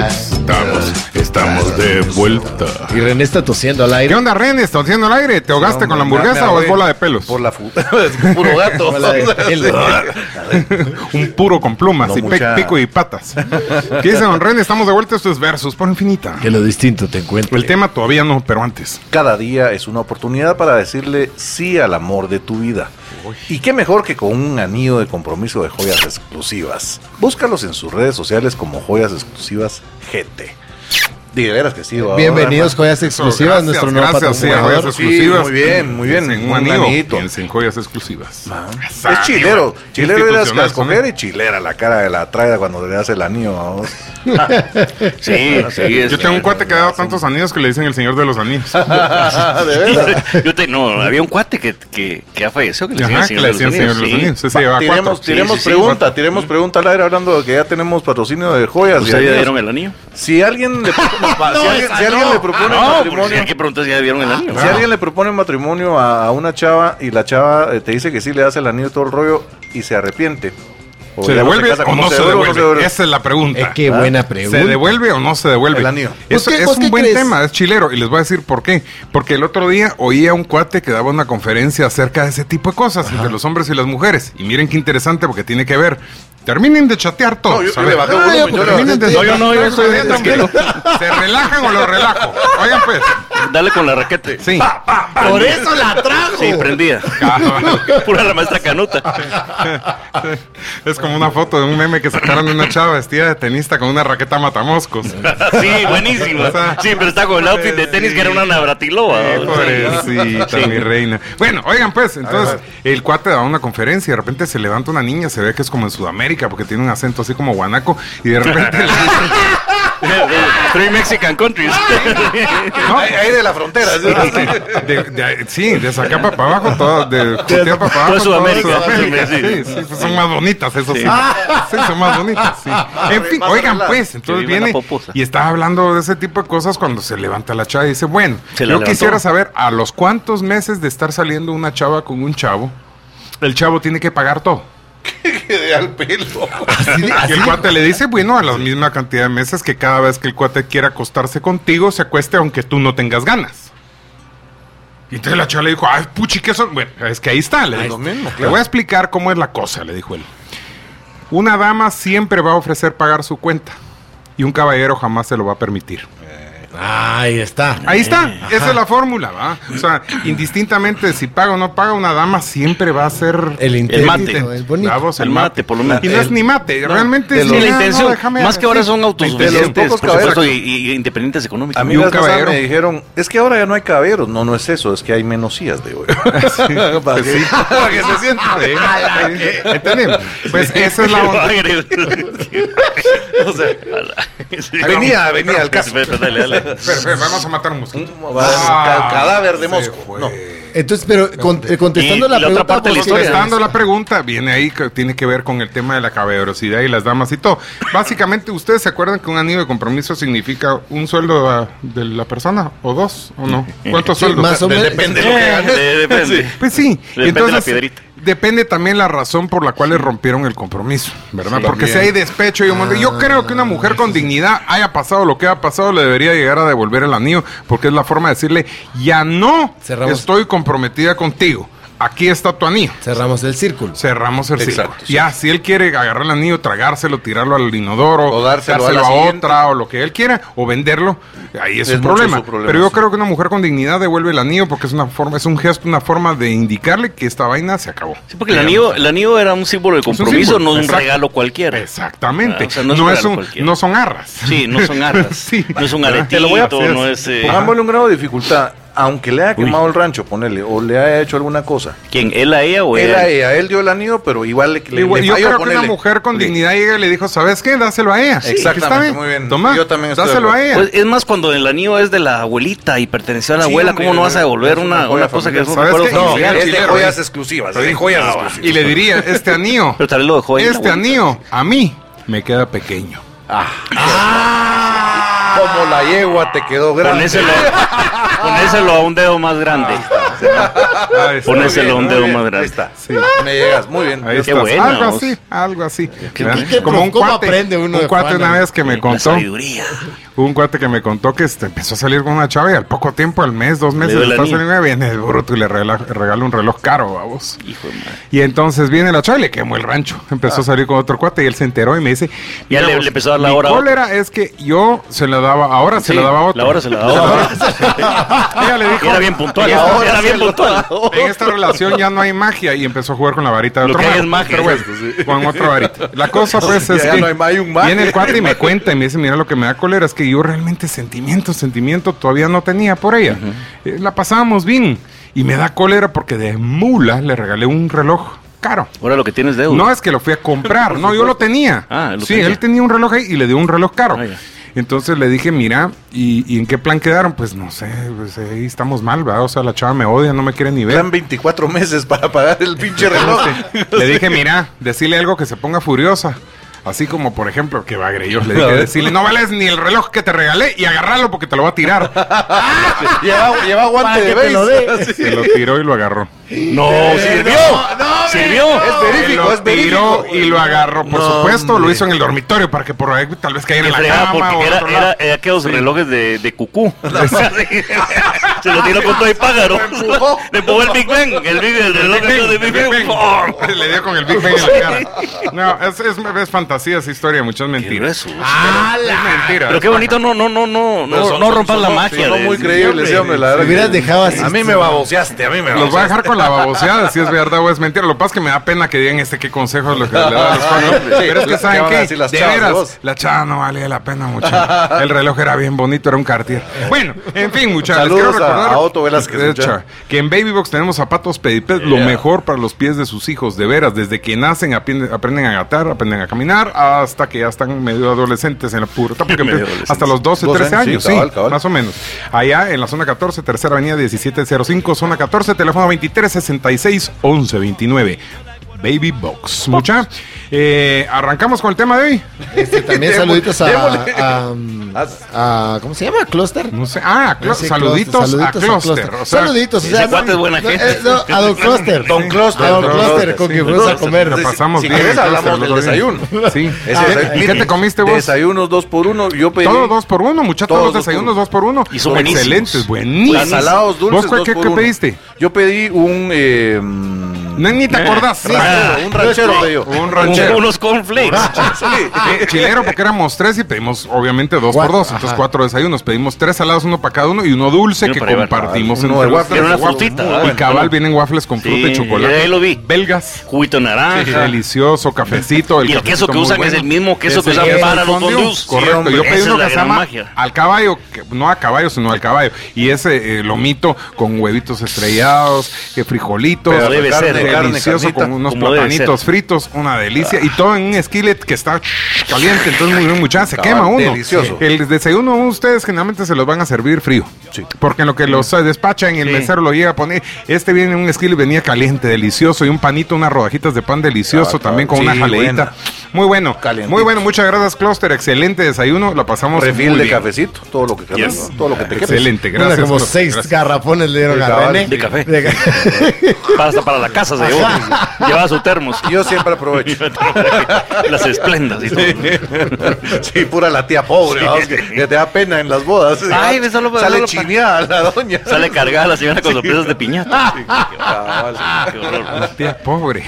Speaker 7: Estamos, estamos de vuelta.
Speaker 3: y René está tosiendo al
Speaker 2: ¿Qué
Speaker 3: aire.
Speaker 2: onda, Ren? ¿Estás haciendo el aire? ¿Te ahogaste con la
Speaker 4: Me- me
Speaker 2: hamburguesa o
Speaker 4: ahogué
Speaker 2: es bola de pelos?
Speaker 4: Por la fu- <laughs> es puro gato.
Speaker 3: Hola,
Speaker 4: <laughs>
Speaker 3: el-
Speaker 2: Un puro con plumas
Speaker 4: No,
Speaker 2: y pe-
Speaker 4: mucha-
Speaker 2: pico y
Speaker 4: <laughs>
Speaker 2: patas. ¿Qué dice Don Ren? Estamos de vuelta. Esto es Versus por Infinita.
Speaker 3: que lo distinto te encuentre.
Speaker 2: El tema todavía no, pero antes.
Speaker 4: Cada día es una oportunidad para decirle sí al amor de tu vida. Y qué mejor que con un anillo de compromiso de joyas exclusivas. Búscalos en sus redes sociales como joyas exclusivas GT. De veras que sí. ¿verdad?
Speaker 3: Bienvenidos, joyas exclusivas,
Speaker 2: Gracias,
Speaker 3: nuestro nuevo
Speaker 2: gracias, sí, a
Speaker 3: patrocinador.
Speaker 2: joyas
Speaker 4: Sí,
Speaker 2: exclusivas.
Speaker 4: muy bien, muy bien,
Speaker 2: Piensen En
Speaker 4: un
Speaker 2: un anillo,
Speaker 4: anillito.
Speaker 2: piensen en joyas exclusivas.
Speaker 4: Es chilero, chilero era
Speaker 2: Institucional,
Speaker 4: a escoger
Speaker 2: ¿no?
Speaker 4: y chilera la cara de la traida cuando le das el anillo. ¿no?
Speaker 5: Sí, sí. es-
Speaker 2: Yo tengo
Speaker 5: <laughs>
Speaker 2: un cuate que daba tantos anillos que le dicen el señor de los
Speaker 4: <laughs>
Speaker 2: anillos. Ah,
Speaker 4: de veras.
Speaker 5: <laughs> Yo te, no, había un cuate que, que, que ha fallecido que le
Speaker 2: Ajá,
Speaker 5: decían
Speaker 2: que le decían señor de los anillos. Ese
Speaker 4: Va,
Speaker 2: llevaba
Speaker 4: tiremos
Speaker 2: cuatro.
Speaker 4: tiremos
Speaker 5: Sí, sí, sí,
Speaker 4: pregunta, tiremos pregunta al aire hablando de que ya tenemos patrocinio de joyas. y
Speaker 5: ¿Ustedes ya
Speaker 4: anillos.
Speaker 5: dieron el anillo?
Speaker 4: Si alguien le, no, pa- Ah, si alguien, si alguien le propone
Speaker 5: no, porque
Speaker 4: matrimonio,
Speaker 5: hay que preguntar si ya dieron el anillo.
Speaker 2: Ah,
Speaker 4: si alguien le propone matrimonio a, a una chava y la chava eh, te dice que sí le das el anillo y todo el rollo y se arrepiente. O
Speaker 2: ¿Se
Speaker 4: ya no
Speaker 2: devuelve
Speaker 4: casa,
Speaker 2: o
Speaker 4: ¿cómo
Speaker 2: no se
Speaker 4: devuelve o no se
Speaker 2: devuelve?
Speaker 4: devuelve?
Speaker 2: Esa es la pregunta.
Speaker 3: Eh, qué buena pregunta.
Speaker 2: Ah, ¿Se devuelve o no se devuelve?
Speaker 4: El anillo.
Speaker 2: Eso
Speaker 3: ¿Pues qué-
Speaker 2: es
Speaker 3: pues
Speaker 2: un
Speaker 3: qué
Speaker 2: buen
Speaker 3: crees?
Speaker 2: tema, es chilero. Y les voy a decir por qué. Porque el otro día oía a un cuate que daba una conferencia acerca de ese tipo de cosas entre los hombres y las mujeres. Y miren qué interesante porque tiene que ver. Terminen de chatear todos.
Speaker 4: No, yo- yo
Speaker 2: a ver.
Speaker 4: le bajé volumen, yo le
Speaker 2: Terminen
Speaker 4: bajé.
Speaker 2: de-
Speaker 5: No, yo no, yo estoy-
Speaker 2: Ustedes
Speaker 5: es que-
Speaker 2: tranquilos. <laughs> ¿Se relajan o lo relajo? Oigan pues.
Speaker 5: Dale con la raqueta.
Speaker 2: Sí.
Speaker 3: Por eso la trajo.
Speaker 5: Sí, prendida. <laughs> Pura la maestra canuta.
Speaker 2: Es como una foto de un meme que sacaron de una chava vestida de tenista con una raqueta matamoscos.
Speaker 5: Sí,
Speaker 2: <laughs>
Speaker 5: buenísimo.
Speaker 2: O sea,
Speaker 5: Sí, pero está con el outfit de tenis que era una nabratiloba.
Speaker 2: Eh,
Speaker 5: ¿no? Sí.
Speaker 2: Pobrecita, mi reina. Bueno, oigan, pues, entonces, el cuate da una conferencia y de repente se levanta una niña, se ve que es como en Sudamérica, porque tiene un acento así como guanaco, y de repente. le
Speaker 4: <laughs>
Speaker 2: dice,
Speaker 5: <laughs> Three Mexican countries.
Speaker 2: ¿no?
Speaker 4: Ahí, ahí de la frontera. ¿sí?
Speaker 2: De- de- sí, de Zacapa para abajo, todo, de Jutiapa para abajo.
Speaker 5: Toda Sudamérica,
Speaker 2: toda Sudamérica.
Speaker 5: sí, sí.
Speaker 2: Sí, sí, pues son más bonitas, eso sí. Sí, son más bonitas,
Speaker 4: <laughs>
Speaker 2: sí. En fin,
Speaker 4: más
Speaker 2: oigan,
Speaker 4: arregladas.
Speaker 2: pues, entonces
Speaker 5: Que viva la
Speaker 2: viene
Speaker 5: popusa.
Speaker 2: y está hablando de ese tipo de cosas cuando se levanta la chava y dice, bueno,
Speaker 5: Se
Speaker 2: yo
Speaker 5: la levantó.
Speaker 2: quisiera saber a los cuántos meses de estar saliendo una chava con un chavo, el chavo tiene que pagar todo.
Speaker 4: <laughs> que quedé al pelo.
Speaker 2: Y el cuate le dice, bueno, a la misma cantidad de meses que cada vez que el cuate quiera acostarse contigo, se acueste aunque tú no tengas ganas. Y entonces la chava le dijo, ay, puchi, ¿qué son? Bueno, es que ahí está. Le,
Speaker 4: Ahí
Speaker 2: dijo.
Speaker 4: lo mismo,
Speaker 2: le
Speaker 4: claro.
Speaker 2: voy a explicar cómo es la cosa, le dijo él. Una dama siempre va a ofrecer pagar su cuenta. Y un caballero jamás se lo va a permitir.
Speaker 3: Ahí está.
Speaker 2: Ahí está,
Speaker 5: Eh,
Speaker 2: esa es la fórmula, ¿va? O sea, indistintamente de si paga o no paga, una dama siempre va a ser
Speaker 3: El
Speaker 5: El mate.
Speaker 3: intento. El bonito.
Speaker 2: Clavos,
Speaker 5: El mate, por lo menos.
Speaker 2: Y no es
Speaker 5: El-
Speaker 2: ni mate, <laughs> realmente
Speaker 4: de
Speaker 2: es
Speaker 5: Sí,
Speaker 4: los-
Speaker 2: ni
Speaker 5: la
Speaker 2: nada, no,
Speaker 5: intención,
Speaker 2: déjame
Speaker 5: más que ahora son autosuficientes,
Speaker 4: pocos
Speaker 2: <laughs>
Speaker 5: por supuesto,
Speaker 4: caballeros.
Speaker 5: y, y- y independientes económicos.
Speaker 4: A
Speaker 5: <laughs>
Speaker 4: mí
Speaker 2: Y un
Speaker 4: las casas
Speaker 2: caballero.
Speaker 4: me dijeron, es que ahora ya no hay caballeros. No, no es eso, es que hay menos
Speaker 2: <laughs>
Speaker 4: sillas de hoy.
Speaker 2: Pues
Speaker 4: Para que- para que se sienta.
Speaker 2: Sí, sí, ¿entendés? Eh, Pues esa es la
Speaker 5: <laughs>
Speaker 2: onda. <laughs>
Speaker 5: O sea, sí.
Speaker 4: Venía, venía al caso.
Speaker 5: Espera, dale, dale.
Speaker 2: Espera, espera, vamos a matar un mosquito.
Speaker 4: Va-
Speaker 2: Ah,
Speaker 4: ca- cadáver de
Speaker 2: se
Speaker 4: mosco.
Speaker 2: fue.
Speaker 4: No.
Speaker 3: Entonces, pero con- eh, contestando
Speaker 5: Y
Speaker 3: la,
Speaker 5: la otra
Speaker 3: pregunta.
Speaker 5: parte de la
Speaker 3: porque-
Speaker 5: historia.
Speaker 2: Contestando la pregunta, viene ahí que tiene que ver con el tema de la caballerosidad y las damas y todo. Básicamente, ¿ustedes se acuerdan que un anillo de compromiso significa un sueldo ah, de la persona? ¿O dos? ¿O no? ¿Cuántos
Speaker 3: Sí,
Speaker 2: sueldos?
Speaker 3: más o menos.
Speaker 4: Depende de lo que ganes.
Speaker 5: Eh, Depende.
Speaker 2: Pues sí.
Speaker 5: Depende de la piedrita.
Speaker 2: Depende también la razón por la cual le rompieron el compromiso, ¿verdad? Porque si hay despecho y un montón- Yo creo que una mujer con dignidad haya pasado lo que ha pasado, le debería llegar a devolver el anillo, porque es la forma de decirle, ya no
Speaker 3: Cerramos.
Speaker 2: estoy comprometida contigo. Aquí está tu anillo.
Speaker 3: Cerramos el círculo.
Speaker 2: Cerramos el
Speaker 4: Exacto,
Speaker 2: círculo.
Speaker 4: sí.
Speaker 2: Ya, si él quiere agarrar el anillo, tragárselo, tirarlo al inodoro,
Speaker 4: O dárselo a la siguiente.
Speaker 2: otra o lo que él quiera, o venderlo, ahí es, su,
Speaker 4: Es mucho
Speaker 2: problema.
Speaker 4: su problema,
Speaker 2: Pero yo
Speaker 4: sí.
Speaker 2: creo que una mujer con dignidad devuelve el anillo porque es una forma, es un gesto, una forma de indicarle que esta vaina se acabó.
Speaker 5: Sí, porque el anillo, el anillo era un símbolo de
Speaker 2: un
Speaker 5: compromiso,
Speaker 2: símbolo,
Speaker 5: no un
Speaker 2: exacto.
Speaker 5: regalo cualquiera.
Speaker 2: Exactamente.
Speaker 5: Ah, o sea,
Speaker 2: no,
Speaker 5: no es
Speaker 2: es
Speaker 5: regalo
Speaker 2: un-
Speaker 5: cualquiera.
Speaker 2: no son arras.
Speaker 5: Sí, no
Speaker 2: <laughs>
Speaker 5: son arras.
Speaker 2: Sí.
Speaker 5: No es un
Speaker 2: ¿Verdad?
Speaker 5: aretito,
Speaker 2: Te lo voy a hacer.
Speaker 5: no es. eh,
Speaker 4: Pongámosle un grado de dificultad, aunque le haya quemado el rancho, ponele, o le haya hecho alguna cosa.
Speaker 5: ¿Quién? ¿Él a ella o
Speaker 4: Él
Speaker 5: ella?
Speaker 4: a ella, él dio el anillo, pero igual le, le,
Speaker 2: Igual,
Speaker 4: le
Speaker 2: yo
Speaker 4: falló,
Speaker 2: creo que
Speaker 4: ponele.
Speaker 2: una mujer con
Speaker 4: Le-
Speaker 2: dignidad llega y le dijo, ¿sabes qué? Dáselo a ella. Sí, aquí está
Speaker 4: Exactamente, muy bien.
Speaker 2: Toma,
Speaker 4: Yo también estoy de
Speaker 2: dáselo a
Speaker 4: acuerdo.
Speaker 2: ella.
Speaker 5: Pues, es más, cuando el anillo es de la abuelita y perteneció a la
Speaker 4: Sí,
Speaker 5: abuela,
Speaker 4: hombre,
Speaker 5: ¿cómo no vas a devolver
Speaker 4: es
Speaker 5: una,
Speaker 4: una joya
Speaker 5: una cosa que es un
Speaker 2: familiar.
Speaker 5: recuerdo
Speaker 2: ¿Sabes qué?
Speaker 4: No,
Speaker 5: familiar?
Speaker 2: Sí,
Speaker 4: es de
Speaker 2: sí,
Speaker 4: joyas
Speaker 2: sí.
Speaker 4: exclusivas. ¿eh?
Speaker 2: Lo
Speaker 4: de
Speaker 2: dijo.
Speaker 4: joyas
Speaker 5: Ah, va.
Speaker 4: exclusivas.
Speaker 2: y le diría, este anillo,
Speaker 5: Pero tal vez lo dejó ahí.
Speaker 2: este
Speaker 5: la abuelita.
Speaker 2: anillo, a mí, me queda pequeño.
Speaker 4: Como la yegua te quedó grande.
Speaker 5: Ponéselo, ponéselo a un dedo más grande. Ah,
Speaker 2: Ahí está.
Speaker 5: Ponéselo a un
Speaker 4: Muy
Speaker 5: dedo
Speaker 4: bien,
Speaker 5: más
Speaker 4: Ahí
Speaker 5: grande.
Speaker 4: está. Me llegas, muy bien.
Speaker 2: Ahí
Speaker 5: Qué
Speaker 2: estás.
Speaker 5: buena
Speaker 2: algo
Speaker 5: voz.
Speaker 2: así, algo así.
Speaker 5: qué-
Speaker 2: ¿Verdad?
Speaker 5: qué-
Speaker 2: Como un
Speaker 3: ¿cómo
Speaker 2: cuate,
Speaker 3: aprende uno
Speaker 2: un
Speaker 3: de
Speaker 2: cuate
Speaker 3: Juana?
Speaker 2: una vez que me
Speaker 5: La
Speaker 2: contó,
Speaker 5: sabiduría.
Speaker 2: un cuate que me contó que este, empezó a salir con una chava y al poco tiempo, al mes, dos meses,
Speaker 5: dio el
Speaker 2: está
Speaker 5: anillo.
Speaker 2: saliendo, viene el bruto y le regala, regala un reloj caro a vos.
Speaker 5: Hijo de madre. Ah.
Speaker 2: Y entonces viene la chava y le quemó el rancho. Empezó a salir con otro cuate y él se enteró y me dice,
Speaker 5: Ya
Speaker 2: "Mira
Speaker 5: le-
Speaker 2: vos,
Speaker 5: le empezó a dar la
Speaker 2: mi
Speaker 5: hora a otro".
Speaker 2: cólera es que yo se la daba, ahora se
Speaker 5: Sí,
Speaker 2: la daba a otro.
Speaker 5: La
Speaker 2: <laughs>
Speaker 5: hora se la daba.
Speaker 2: Ella le dijo,
Speaker 5: Era bien puntual.
Speaker 2: "Esta-
Speaker 5: Era bien puntual.
Speaker 2: <laughs> en esta relación ya no hay magia y empezó a jugar con la varita de
Speaker 5: Lo
Speaker 2: otro
Speaker 5: que hay
Speaker 2: mago.
Speaker 5: es magia,
Speaker 2: Pero bueno,
Speaker 5: exacto,
Speaker 2: con otra varita. La
Speaker 5: <laughs>
Speaker 2: cosa pues
Speaker 4: Ya,
Speaker 2: es
Speaker 4: ya
Speaker 2: que
Speaker 4: no hay ma- hay un mago.
Speaker 2: viene el cuate y me cuenta y me dice, mira lo que me da cólera es que yo realmente sentimiento, sentimiento todavía no tenía por ella. Eh, La pasábamos bien y me da cólera porque de mula le regalé un reloj caro.
Speaker 5: Ahora lo que tienes deuda.
Speaker 2: No es que lo fui a
Speaker 5: <laughs>
Speaker 2: comprar, no, yo lo tenía.
Speaker 5: Ah, lo
Speaker 2: sí,
Speaker 5: tenía.
Speaker 2: él tenía un reloj ahí y le dio un reloj caro.
Speaker 5: Ah, ya.
Speaker 2: Entonces le dije, mira, ¿y, y en qué plan quedaron? Pues no sé, pues ahí estamos mal, ¿verdad? O sea, la chava me odia, no me quiere ni ver.
Speaker 4: Eran 24 meses para pagar el pinche reloj.
Speaker 2: Le dije, mira, decirle algo que se ponga furiosa. Así como, por ejemplo, que va a Greyos. Le dije, decirle, no vales ni el reloj que te regalé y agarrarlo porque te lo va a tirar.
Speaker 4: <laughs> lleva, lleva guante de béis.
Speaker 2: Se lo tiró y lo agarró.
Speaker 5: No, sirvió. Sirvió.
Speaker 4: Es
Speaker 2: Se
Speaker 4: verífico,
Speaker 2: lo
Speaker 4: es verífico.
Speaker 2: tiró y lo agarró. Por supuesto, lo hizo en el dormitorio para que por ahí tal vez cayera
Speaker 5: Que
Speaker 2: en la
Speaker 5: fregaba
Speaker 2: cama o
Speaker 5: porque
Speaker 2: en
Speaker 5: era,
Speaker 2: otro lado.
Speaker 5: era, era aquellos relojes de,
Speaker 2: <laughs>
Speaker 5: de cucú. Se lo tiró con todo el pájaro.
Speaker 4: empujó.
Speaker 5: Le empujó el Big Ben. El, Big, el reloj de Big Ben. ¡Oh!
Speaker 2: Le dio con el Big Bang <laughs> en la cara. No, es, es, es fantasía esa historia, muchas
Speaker 5: Qué
Speaker 2: mentiras.
Speaker 5: grueso.
Speaker 2: Es mentira.
Speaker 5: Ah, Pero qué bonito, no, no, no, no, no, no rompas la magia.
Speaker 4: No
Speaker 5: de-
Speaker 4: muy creíble, sí, hombre, la
Speaker 3: Lo
Speaker 4: verdad.
Speaker 3: hubieras
Speaker 4: que-
Speaker 3: dejado así.
Speaker 4: A mí me baboseaste, a mí me
Speaker 2: Los voy a
Speaker 4: baboseaste.
Speaker 2: dejar con la baboseada si es verdad o es mentira. Lo que pasa es que me da pena que digan este qué consejos lo que le da a los cuatro.
Speaker 4: <laughs> Sí,
Speaker 2: Pero es que
Speaker 4: ¿qué
Speaker 2: saben
Speaker 4: van a
Speaker 2: qué,
Speaker 4: decir las
Speaker 2: de
Speaker 4: chavas de
Speaker 2: veras,
Speaker 4: vos?
Speaker 2: la chava no valía la pena muchacho. El reloj era bien bonito, era un Cartier. Bueno, en fin, muchachos, les quiero
Speaker 4: Saludos a-
Speaker 2: recordar
Speaker 4: a Otto Velázquez,
Speaker 2: de
Speaker 4: muchacho.
Speaker 2: hecho, que en Babybox tenemos zapatos pediped, lo mejor para los pies de sus hijos, de veras, desde que nacen aprenden, aprenden a gatar, aprenden a caminar hasta que ya están medio adolescentes en la pubertad, porque
Speaker 5: Medio
Speaker 2: <laughs> empiezan-
Speaker 5: adolescentes.
Speaker 2: hasta los 12, 13
Speaker 4: 12
Speaker 2: años,
Speaker 4: años, sí,
Speaker 2: sí,
Speaker 4: cabal, cabal.
Speaker 2: más o menos. Allá en la zona 14, tercera avenida 1705, zona 14, teléfono 23 66 11 29. Baby Box. Mucha. Eh, arrancamos con el tema de hoy.
Speaker 3: Este, también
Speaker 4: Démosle-
Speaker 3: saluditos
Speaker 4: démosle.
Speaker 3: a, a, a- ¿Cómo se llama? ¿Cluster?
Speaker 2: No sé. Ah, Clo-
Speaker 3: Ese
Speaker 2: saluditos,
Speaker 3: Cluster,
Speaker 2: a Cluster. o sea,
Speaker 3: saluditos, o
Speaker 5: ese
Speaker 3: sea,
Speaker 5: cuate es buena gente.
Speaker 3: eh, no, a Don Cluster.
Speaker 4: Don Cluster.
Speaker 3: A Don
Speaker 2: Don
Speaker 3: Cluster,
Speaker 2: Cluster,
Speaker 3: con
Speaker 2: sí.
Speaker 3: quien fuimos a
Speaker 4: Entonces,
Speaker 3: comer.
Speaker 2: la
Speaker 4: sí,
Speaker 2: pasamos
Speaker 4: si
Speaker 2: bien.
Speaker 4: quieres,
Speaker 2: el Cluster,
Speaker 4: hablamos del
Speaker 2: lo bien.
Speaker 4: desayuno.
Speaker 2: Sí. Ah,
Speaker 4: Ese desayuno-
Speaker 2: ¿Y qué te comiste vos?
Speaker 4: Desayunos dos por uno. Yo pedí.
Speaker 2: Todos dos por uno, muchachos.
Speaker 4: Todos
Speaker 2: Los
Speaker 4: dos por
Speaker 2: desayunos
Speaker 4: uno.
Speaker 2: dos por uno.
Speaker 5: Y son buenísimos.
Speaker 2: Excelentes,
Speaker 4: Las
Speaker 2: buenísimos.
Speaker 4: salados dulces.
Speaker 2: ¿Vos cuál-
Speaker 4: dos
Speaker 2: qué,
Speaker 4: por
Speaker 2: qué
Speaker 4: uno.
Speaker 2: pediste?
Speaker 4: Yo pedí un. eh, mm,
Speaker 2: No, ni te acordás. <laughs>
Speaker 5: Ah,
Speaker 4: ranchero, un ranchero pedí yo.
Speaker 2: Un
Speaker 5: Un-
Speaker 2: ranchero.
Speaker 5: Unos
Speaker 4: Ah.
Speaker 5: cornflakes.
Speaker 2: Eh, chilero, porque éramos tres y pedimos, obviamente, dos
Speaker 3: Cuatro,
Speaker 2: por dos. Entonces,
Speaker 3: ajá.
Speaker 2: cuatro desayunos. Pedimos tres salados, uno para cada uno y uno dulce
Speaker 5: Uno
Speaker 2: que
Speaker 5: para llevar.
Speaker 2: compartimos
Speaker 4: Uno de
Speaker 2: entre los
Speaker 4: waffles,
Speaker 2: tres.
Speaker 5: una
Speaker 2: Waffles.
Speaker 5: frutita.
Speaker 2: Y
Speaker 5: Ah, bueno,
Speaker 2: cabal,
Speaker 5: bueno.
Speaker 2: vienen waffles con fruta y
Speaker 5: Sí,
Speaker 2: chocolate.
Speaker 5: ahí lo vi.
Speaker 2: Belgas.
Speaker 5: Juguito de naranja.
Speaker 2: Sí, Delicioso, cafecito.
Speaker 5: Y el queso que usan es el mismo queso que
Speaker 2: se
Speaker 5: usan para los
Speaker 2: fondus
Speaker 5: fondus.
Speaker 2: Correcto,
Speaker 5: Sí,
Speaker 2: yo
Speaker 5: hombre,
Speaker 2: pedí
Speaker 5: esa
Speaker 2: uno
Speaker 5: es la
Speaker 2: que se
Speaker 5: gran
Speaker 2: llama
Speaker 5: magia.
Speaker 2: al caballo, que- no a caballo, sino al caballo. Y ese eh, lomito con huevitos estrellados, que frijolitos,
Speaker 5: Pero debe
Speaker 2: carne,
Speaker 5: ser, ¿no?
Speaker 2: delicioso
Speaker 4: Carne, carnita,
Speaker 2: con unos
Speaker 5: como debe
Speaker 2: platanitos fritos, una delicia. Y todo en un skillet que está caliente, entonces muy bien, muchachos, se
Speaker 4: Cabal,
Speaker 2: quema uno.
Speaker 4: delicioso.
Speaker 2: El desayuno ustedes generalmente se los van a servir frío.
Speaker 4: Sí.
Speaker 2: Porque en lo que los eh, despachan, el
Speaker 5: Sí.
Speaker 2: mesero lo llega a poner. Este viene en un skillet, venía caliente, delicioso, y un panito, unas rodajitas de pan delicioso,
Speaker 5: Ah,
Speaker 4: Cabal,
Speaker 2: también con
Speaker 4: cabal.
Speaker 2: una
Speaker 4: Sí,
Speaker 2: jaleita.
Speaker 4: buena.
Speaker 2: Muy bueno,
Speaker 4: Calentito.
Speaker 2: muy bueno, muchas gracias Cluster, excelente desayuno, la pasamos
Speaker 4: Refil
Speaker 2: muy
Speaker 4: de
Speaker 2: bien.
Speaker 4: cafecito. Todo lo que quieras.
Speaker 5: Yes.
Speaker 4: ¿no? Todo lo que te quieras.
Speaker 2: Excelente,
Speaker 3: Mira,
Speaker 2: gracias.
Speaker 3: pues? como
Speaker 2: Cluster,
Speaker 3: seis
Speaker 2: gracias.
Speaker 3: garrafones le dieron
Speaker 4: De
Speaker 3: a
Speaker 4: cabal,
Speaker 3: René.
Speaker 5: de
Speaker 4: <laughs>
Speaker 5: café.
Speaker 3: De-
Speaker 5: Para- Hasta para la casa se llevó. Llevaba sus termos.
Speaker 4: Yo siempre
Speaker 5: <laughs>
Speaker 4: aprovecho.
Speaker 5: Las esplendas y todo.
Speaker 4: <laughs> Sí, pura la tía pobre, ¿no? que, que te da pena en las bodas. Ah,
Speaker 5: Ay, ve, solo para-
Speaker 4: Sale
Speaker 5: solo para-
Speaker 4: chineada la doña.
Speaker 5: Sale
Speaker 4: <laughs>
Speaker 5: cargada la señora con sorpresas de piñata. Ah, qué horror.
Speaker 2: Tía <laughs> pobre.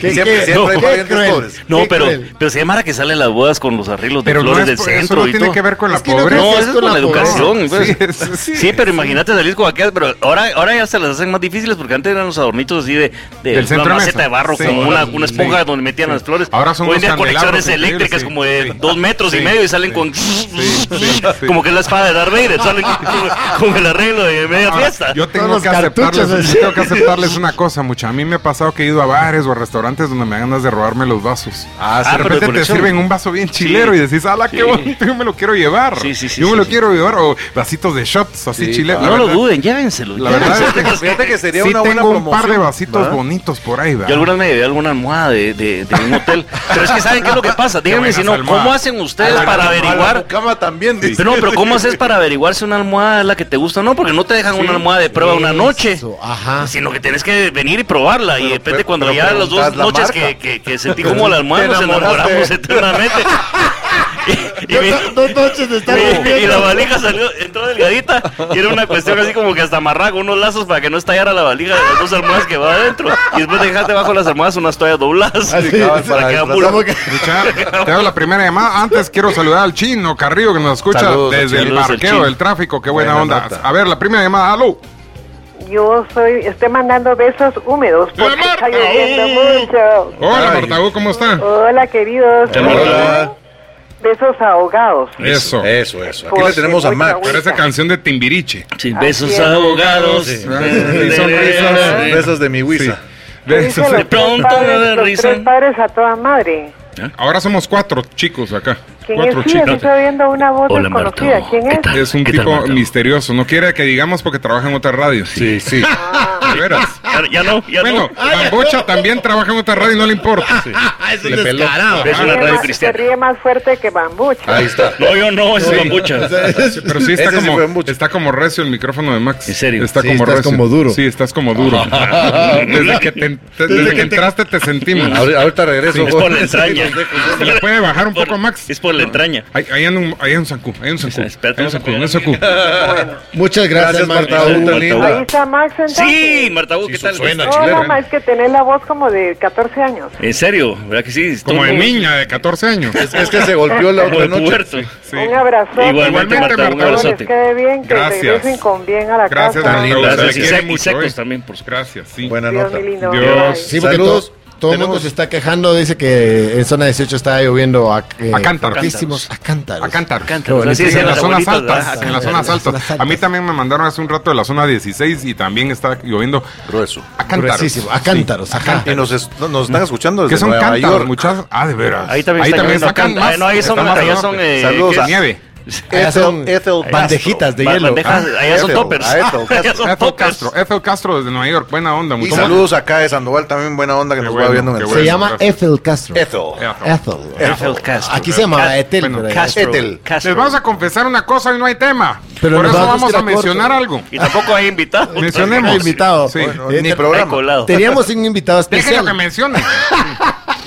Speaker 3: ¿Qué-
Speaker 4: Siempre-
Speaker 3: qué-
Speaker 4: siempre hay
Speaker 3: qué
Speaker 4: parientes
Speaker 3: cruel,
Speaker 4: pobres.
Speaker 5: No,
Speaker 3: qué
Speaker 5: pero,
Speaker 3: cruel.
Speaker 5: pero se llama que salen las bodas con los arreglos de
Speaker 2: Pero no
Speaker 5: flores
Speaker 2: es,
Speaker 5: del
Speaker 2: por- eso no
Speaker 5: centro y
Speaker 2: tiene
Speaker 5: todo.
Speaker 2: que ver con la
Speaker 3: Es que no
Speaker 2: pobreza.
Speaker 5: No,
Speaker 3: Sí,
Speaker 5: eso
Speaker 3: es
Speaker 5: es
Speaker 3: con
Speaker 5: con
Speaker 3: la
Speaker 5: la educación.
Speaker 2: pobreza.
Speaker 5: pues.
Speaker 2: Sí, es-
Speaker 5: Sí, pero imagínate salir con aquellas, pero ahora, ahora ya se las hacen más difíciles porque antes eran los adornitos así de, de
Speaker 2: Del centro
Speaker 5: una
Speaker 2: de
Speaker 5: maceta
Speaker 2: mesa.
Speaker 5: de barro
Speaker 2: Sí.
Speaker 5: con una, una
Speaker 2: Sí.
Speaker 5: esponja donde metían las flores.
Speaker 2: Ahora son
Speaker 5: Hoy en
Speaker 2: unos
Speaker 5: día conexiones
Speaker 2: candelabros increíbles,
Speaker 5: eléctricas
Speaker 2: sí.
Speaker 5: como de
Speaker 2: Sí.
Speaker 5: dos metros y
Speaker 2: Sí.
Speaker 5: medio y salen con...
Speaker 2: sí, sí.
Speaker 5: Como que es la espada de Darth Vader, salen
Speaker 2: <laughs>
Speaker 5: con- con el arreglo de media
Speaker 2: Ahora,
Speaker 5: fiesta.
Speaker 2: yo tengo
Speaker 3: Todos
Speaker 2: que,
Speaker 3: los cartuchos,
Speaker 2: aceptarles,
Speaker 3: así.
Speaker 2: yo tengo que aceptarles una cosa, mucha. A mí me ha pasado que he ido a bares o a restaurantes donde me dan ganas de robarme los vasos.
Speaker 4: Ah, sí.
Speaker 2: de
Speaker 5: Ah, pero de
Speaker 2: repente te
Speaker 5: colección.
Speaker 2: sirven un vaso bien chilero
Speaker 5: Sí.
Speaker 2: y decís, ala, qué
Speaker 5: Sí.
Speaker 2: bonito, yo me lo quiero llevar.
Speaker 5: Sí, sí, sí,
Speaker 2: yo me
Speaker 5: sí,
Speaker 2: lo
Speaker 5: sí.
Speaker 2: quiero llevar. O vasitos de shots así
Speaker 4: Sí,
Speaker 2: chileros.
Speaker 4: claro.
Speaker 2: La
Speaker 5: No lo
Speaker 2: verdad-
Speaker 5: duden, llévenselo.
Speaker 2: La verdad es
Speaker 5: llévenselo.
Speaker 2: que
Speaker 4: Fíjate que sería
Speaker 2: sí
Speaker 4: una buena
Speaker 2: tengo un par de
Speaker 4: promoción,
Speaker 2: vasitos
Speaker 5: ¿Ah?
Speaker 4: ¿verdad?
Speaker 2: bonitos por ahí, ¿verdad?
Speaker 5: Yo alguna vez me llevé alguna almohada de, de- de un hotel. Pero es que ¿saben qué es lo que
Speaker 2: <laughs>
Speaker 5: pasa? Díganme
Speaker 2: buenas
Speaker 5: si no,
Speaker 2: almohadas.
Speaker 5: ¿cómo hacen ustedes
Speaker 2: Ah,
Speaker 4: A la
Speaker 5: para
Speaker 4: cama, a la
Speaker 5: averiguar?
Speaker 4: cama también. dice.
Speaker 5: Pero no, pero ¿cómo haces para averiguar si una almohada es la que te gusta o no? Porque no te dejan una almohada de prueba una noche.
Speaker 3: Eso, ajá.
Speaker 5: Sino que tienes que venir y probarla. y de
Speaker 4: Pero,
Speaker 5: repente
Speaker 4: pero,
Speaker 5: cuando
Speaker 4: pero
Speaker 5: ya las dos
Speaker 4: preguntas la
Speaker 5: noches
Speaker 4: marca.
Speaker 5: que, que, que
Speaker 4: <laughs>
Speaker 5: sentí como la almohada
Speaker 4: Te
Speaker 5: nos
Speaker 4: enamoraste. <laughs>
Speaker 5: enamoramos eternamente. Y- y
Speaker 3: Dos-
Speaker 5: mi-
Speaker 3: Dos noches de estar
Speaker 5: y- y la
Speaker 3: durmiendo.
Speaker 5: valija salió, entró delgadita y era una cuestión así como que hasta amarrar con unos lazos para que no estallara la valija de las dos almohadas que va adentro. Y después dejaste bajo las almohadas unas toallas dobladas
Speaker 4: Ah,
Speaker 3: Así,
Speaker 5: para,
Speaker 4: para
Speaker 5: que haga
Speaker 4: disfrazar.
Speaker 5: pulpo.
Speaker 3: Como que-
Speaker 2: Lucha, te hago la primera llamada. Antes quiero saludar al chino Carrillo que nos escucha
Speaker 4: Saludos,
Speaker 2: desde el
Speaker 5: Chino. Saludos al
Speaker 2: parqueo
Speaker 5: Chino.
Speaker 2: del tráfico. Qué buena,
Speaker 4: Buena
Speaker 2: onda.
Speaker 4: nota.
Speaker 2: A ver, la primera llamada. ¡Aló!
Speaker 8: Yo soy, estoy mandando besos húmedos porque
Speaker 2: ¡Hola, Marta!
Speaker 8: está lloviendo mucho.
Speaker 2: Hola,
Speaker 4: Ay.
Speaker 2: Martabú, ¿cómo está?
Speaker 8: Hola, queridos.
Speaker 4: Hola.
Speaker 8: Besos ahogados.
Speaker 2: Eso.
Speaker 5: Eh.
Speaker 4: Eso, eso. Aquí
Speaker 8: Porque
Speaker 4: le tenemos a
Speaker 8: voy
Speaker 4: Mac.
Speaker 8: para
Speaker 2: Pero esa canción de Timbiriche.
Speaker 5: Sin
Speaker 8: besos
Speaker 5: besos
Speaker 8: Así es.
Speaker 5: ahogados.
Speaker 2: Sí, sonrisas.
Speaker 4: Besos de mi Wisa.
Speaker 2: De
Speaker 8: Dicen
Speaker 2: esas-
Speaker 8: los tres
Speaker 5: pronto
Speaker 8: padres-
Speaker 5: me
Speaker 8: los
Speaker 5: rizan.
Speaker 8: tres padres a toda madre.
Speaker 2: Ahora somos cuatro chicos acá.
Speaker 8: ¿Quién
Speaker 2: Cuatro
Speaker 8: es? Sí, así
Speaker 2: chicos.
Speaker 8: estoy viendo una voz
Speaker 5: Hola,
Speaker 8: desconocida.
Speaker 5: Marta.
Speaker 8: ¿Quién
Speaker 5: ¿Qué
Speaker 8: es?
Speaker 5: tal?
Speaker 2: Es un
Speaker 5: ¿Qué tal,
Speaker 2: tipo
Speaker 5: Marta?
Speaker 2: misterioso. No quiere que digamos porque trabaja en otra radio. Sí, sí.
Speaker 8: Ah.
Speaker 2: De veras.
Speaker 5: Ya, ya no, ya
Speaker 2: Bueno,
Speaker 5: no. ah,
Speaker 2: Bambocha también trabaja en otra radio y no le importa.
Speaker 3: Ah, es un
Speaker 2: Le peló.
Speaker 3: descarado.
Speaker 5: Es una
Speaker 8: Se ríe
Speaker 5: radio
Speaker 8: más-
Speaker 5: cristiana.
Speaker 8: Se ríe más fuerte que bambucha.
Speaker 4: Ahí está.
Speaker 5: No, yo no, eso es
Speaker 3: O
Speaker 5: bambucha.
Speaker 3: sea, es-
Speaker 2: Pero sí está
Speaker 4: Ese sí
Speaker 2: como,
Speaker 4: fue mucho.
Speaker 2: está como recio el micrófono de Max.
Speaker 5: ¿En serio?
Speaker 2: Está
Speaker 3: Sí,
Speaker 2: como
Speaker 3: estás
Speaker 2: recio.
Speaker 3: como duro.
Speaker 2: Sí, estás como duro. desde que, te- te- desde que entraste te sentimos.
Speaker 4: Ahorita ahorita regreso.
Speaker 5: Es por la entraña.
Speaker 2: ¿Le puede bajar un
Speaker 5: Por-
Speaker 2: poco Max?
Speaker 5: Es por la entraña.
Speaker 2: Ahí, ahí anda un, ahí anda un zancú, ahí anda un zancú.
Speaker 5: Espérate,
Speaker 2: Ahí
Speaker 5: vamos a
Speaker 2: anda un zancú,
Speaker 5: cuidar.
Speaker 2: anda un zancú.
Speaker 3: Muchas gracias,
Speaker 4: Gracias,
Speaker 3: Marta.
Speaker 4: Marta.
Speaker 5: Marta.
Speaker 4: Tan
Speaker 8: Ahí
Speaker 4: linda.
Speaker 8: está Max entonces.
Speaker 5: Sí, Marta, Hugo, ¿qué tal?
Speaker 4: suena.
Speaker 8: Hola,
Speaker 4: chilena.
Speaker 8: Max, que tenés la voz como de 14 años.
Speaker 5: En serio, ¿verdad que sí?
Speaker 2: Como de
Speaker 5: Estuvo-
Speaker 2: niña de 14 años.
Speaker 4: Es, es que se golpeó la
Speaker 5: Como
Speaker 4: otra
Speaker 5: de
Speaker 4: noche.
Speaker 5: puerto.
Speaker 2: Sí.
Speaker 8: Un abrazo.
Speaker 5: Igualmente,
Speaker 2: Igualmente,
Speaker 5: Marta, un
Speaker 2: Marta,
Speaker 8: Que les
Speaker 5: abrazote.
Speaker 8: quede bien, que
Speaker 2: Gracias.
Speaker 8: regresen con bien a la
Speaker 2: Gracias,
Speaker 8: casa.
Speaker 2: Tan linda.
Speaker 5: Gracias,
Speaker 2: Se le
Speaker 5: y
Speaker 2: quiere
Speaker 5: sec- y
Speaker 2: mucho,
Speaker 5: secos
Speaker 2: eh.
Speaker 5: también, por supuesto.
Speaker 2: Gracias, sí.
Speaker 4: Buena
Speaker 8: Dios
Speaker 4: nota.
Speaker 8: mi lindo.
Speaker 2: Dios.
Speaker 8: Bye.
Speaker 3: Sí, porque
Speaker 4: Saludos.
Speaker 3: to- todo el
Speaker 4: Tenemos-
Speaker 3: mundo se está quejando. Dice que en zona 18 está lloviendo a, eh,
Speaker 2: A cántaros.
Speaker 3: fortísimos- A cántaros.
Speaker 2: pues, A cantar.
Speaker 5: Cántaros,
Speaker 2: Sí,
Speaker 5: así decían
Speaker 2: en las
Speaker 5: las
Speaker 2: zonas
Speaker 5: abuelitas,
Speaker 2: altas.
Speaker 5: ¿verdad?
Speaker 2: En las
Speaker 3: Sí, en
Speaker 2: zonas
Speaker 3: las
Speaker 2: altas.
Speaker 3: zonas
Speaker 2: A mí
Speaker 3: altas.
Speaker 2: también me mandaron hace un rato de la zona 16 y también está lloviendo
Speaker 4: Grueso.
Speaker 2: a cántaros.
Speaker 3: Gruesísimo, A cántaros. ajá.
Speaker 4: Y nos, es- no- nos están escuchando desde
Speaker 2: Que son
Speaker 4: Nueva
Speaker 2: cántaros,
Speaker 4: York.
Speaker 2: muchachos. Ah, de veras.
Speaker 5: Ahí también está cayendo
Speaker 2: sacan
Speaker 5: canta-
Speaker 2: más.
Speaker 5: Ah, no, ahí son-
Speaker 2: Está más
Speaker 5: allá
Speaker 2: al
Speaker 5: son,
Speaker 2: norte.
Speaker 5: eh,
Speaker 2: Saludos
Speaker 4: ¿qué
Speaker 2: a
Speaker 4: es?
Speaker 2: nieve.
Speaker 6: Allá
Speaker 4: Ethel-
Speaker 6: son
Speaker 4: Ethel
Speaker 6: bandejitas de
Speaker 5: Ba-
Speaker 6: hielo.
Speaker 5: bandejas,
Speaker 4: Ah,
Speaker 5: allá son
Speaker 4: Ethel,
Speaker 5: toppers.
Speaker 4: a Ethel
Speaker 5: Allá son
Speaker 2: Ethel
Speaker 5: toppers.
Speaker 2: Castro, Ethel Castro desde Nueva York, buena onda,
Speaker 4: Y
Speaker 2: mucho
Speaker 4: saludos acá de Sandoval, también buena onda que
Speaker 2: Qué
Speaker 4: nos
Speaker 2: bueno,
Speaker 4: va viendo en
Speaker 2: qué
Speaker 4: el
Speaker 6: Se
Speaker 2: bueno.
Speaker 6: llama
Speaker 2: gracias.
Speaker 6: Ethel Castro.
Speaker 4: Ethel.
Speaker 6: Ethel.
Speaker 5: Ethel Castro.
Speaker 6: Aquí se llama
Speaker 5: Cas-
Speaker 6: Ethel.
Speaker 2: bueno,
Speaker 6: pero-
Speaker 5: Castro.
Speaker 4: Ethel.
Speaker 5: Castro.
Speaker 2: Les vamos a confesar una cosa y no hay tema.
Speaker 6: Pero
Speaker 2: Por
Speaker 6: nos
Speaker 2: eso
Speaker 6: vamos a
Speaker 2: vamos a
Speaker 6: tirar
Speaker 2: mencionar
Speaker 6: corto.
Speaker 2: algo.
Speaker 5: Y tampoco hay invitados.
Speaker 2: Mencionemos.
Speaker 6: Hay invitado.
Speaker 2: Sí.
Speaker 4: Bueno,
Speaker 6: Eh,
Speaker 4: ni
Speaker 6: te-
Speaker 5: Hay
Speaker 4: programa.
Speaker 5: colado.
Speaker 6: Teníamos un invitado
Speaker 2: Déjenlo que
Speaker 6: especial.
Speaker 2: mencione.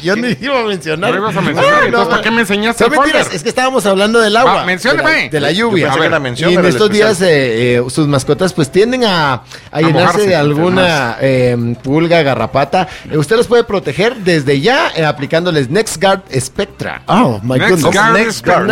Speaker 6: Yo ni iba a mencionar.
Speaker 2: No ibas a mencionar,
Speaker 6: Ay,
Speaker 2: entonces, ¿para qué me enseñaste
Speaker 6: No
Speaker 2: el folder?
Speaker 6: mentiras, es que estábamos hablando del agua.
Speaker 2: Va, mencione,
Speaker 6: de la-
Speaker 2: ve.
Speaker 6: De la
Speaker 4: Yo
Speaker 6: lluvia.
Speaker 4: pensé
Speaker 2: A ver,
Speaker 4: que la mención
Speaker 6: Y en
Speaker 4: era el
Speaker 6: estos
Speaker 4: especial.
Speaker 6: días eh, eh, sus mascotas pues tienden a, a llenarse
Speaker 2: mojarse,
Speaker 6: de alguna eh, pulga, garrapata. Eh, usted los puede proteger desde ya eh, aplicándoles NextGuard Spectra. Oh, my
Speaker 2: Next
Speaker 6: goodness.
Speaker 2: Guard
Speaker 4: NextGuard.
Speaker 6: NextGuard
Speaker 4: Ah,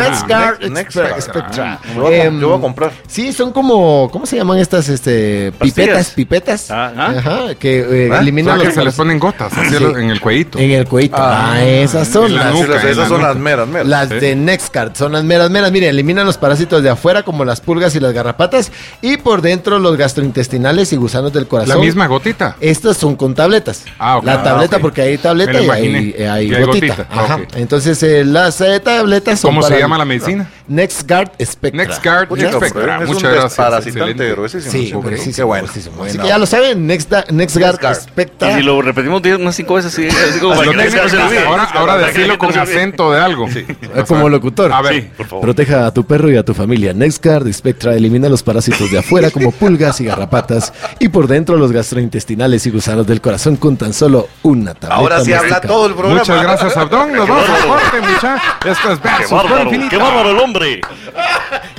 Speaker 4: Next-
Speaker 6: Spectra.
Speaker 4: NextGuard.
Speaker 6: Spectra.
Speaker 4: Ah, yo voy a com-
Speaker 6: Em,
Speaker 4: yo voy a comprar.
Speaker 6: Sí, son como, ¿cómo se llaman estas este, pipetas?
Speaker 5: Pastillas.
Speaker 6: Pipetas.
Speaker 5: Ah, ah.
Speaker 6: Ajá, que eh,
Speaker 4: Ah,
Speaker 2: O
Speaker 6: eliminan
Speaker 2: sea, que
Speaker 6: los
Speaker 2: se les ponen gotas así
Speaker 6: Sí.
Speaker 2: en el cuellito.
Speaker 6: en el cuellito. Ah, esas son
Speaker 2: en la
Speaker 6: las,
Speaker 2: nuca,
Speaker 4: Esas-
Speaker 2: en
Speaker 4: esas
Speaker 2: la
Speaker 4: son
Speaker 2: nuca.
Speaker 4: las meras, meras.
Speaker 6: las de Nextcard. Son las meras, meras. Mire, eliminan los parásitos de afuera como las pulgas y las garrapatas. Y por dentro los gastrointestinales y gusanos del corazón.
Speaker 2: La misma gotita.
Speaker 6: Estas son con tabletas.
Speaker 2: Ah, ok.
Speaker 6: La tableta,
Speaker 2: Ah, ok.
Speaker 6: porque hay tableta
Speaker 2: Me lo
Speaker 6: y hay, eh,
Speaker 2: imaginé.
Speaker 6: hay
Speaker 2: Y hay
Speaker 6: gotita.
Speaker 2: gotita. Ah,
Speaker 6: Ajá.
Speaker 2: ok.
Speaker 6: Entonces, eh, las eh, tabletas son
Speaker 2: ¿Cómo se
Speaker 6: para-
Speaker 2: llama la medicina?
Speaker 6: NextGuard Spectra.
Speaker 2: NextGuard
Speaker 4: Pucha,
Speaker 2: Spectra.
Speaker 4: cabrón, es un
Speaker 2: Muchas gracias.
Speaker 4: desparasitante
Speaker 2: excelente.
Speaker 4: gruesísimo.
Speaker 6: Sí,
Speaker 4: Ok,
Speaker 6: gruesísimo,
Speaker 4: Qué bueno.
Speaker 6: gruesísimo.
Speaker 4: Buena
Speaker 6: Así que ya lo saben, NextGuard
Speaker 4: NextGuard.
Speaker 5: Y
Speaker 6: Spectra.
Speaker 5: si lo repetimos diez- unas cinco veces, así, así como
Speaker 2: Pues Lo
Speaker 5: para Pues que
Speaker 2: tienes-
Speaker 5: la gente no se olvide.
Speaker 2: ahora ahora
Speaker 5: Para que la
Speaker 2: decirlo
Speaker 5: gente no
Speaker 2: con
Speaker 5: se olvide.
Speaker 2: acento de algo.
Speaker 6: Eh, Como locutor.
Speaker 2: A ver,
Speaker 5: Sí, por favor.
Speaker 6: Proteja a tu perro y a tu familia. NextGuard Spectra elimina los parásitos de afuera como pulgas y garrapatas y por dentro los gastrointestinales y gusanos del corazón con tan solo una tableta.
Speaker 4: Ahora sí habla
Speaker 6: masticable.
Speaker 4: todo el programa.
Speaker 2: muchas gracias, Abdón. Nos vamos a corte, muchachos. Esto es
Speaker 5: ¡Qué
Speaker 2: Versus por
Speaker 5: bárbaro! ¡Qué
Speaker 2: Infinita.
Speaker 5: bárbaro el hombre!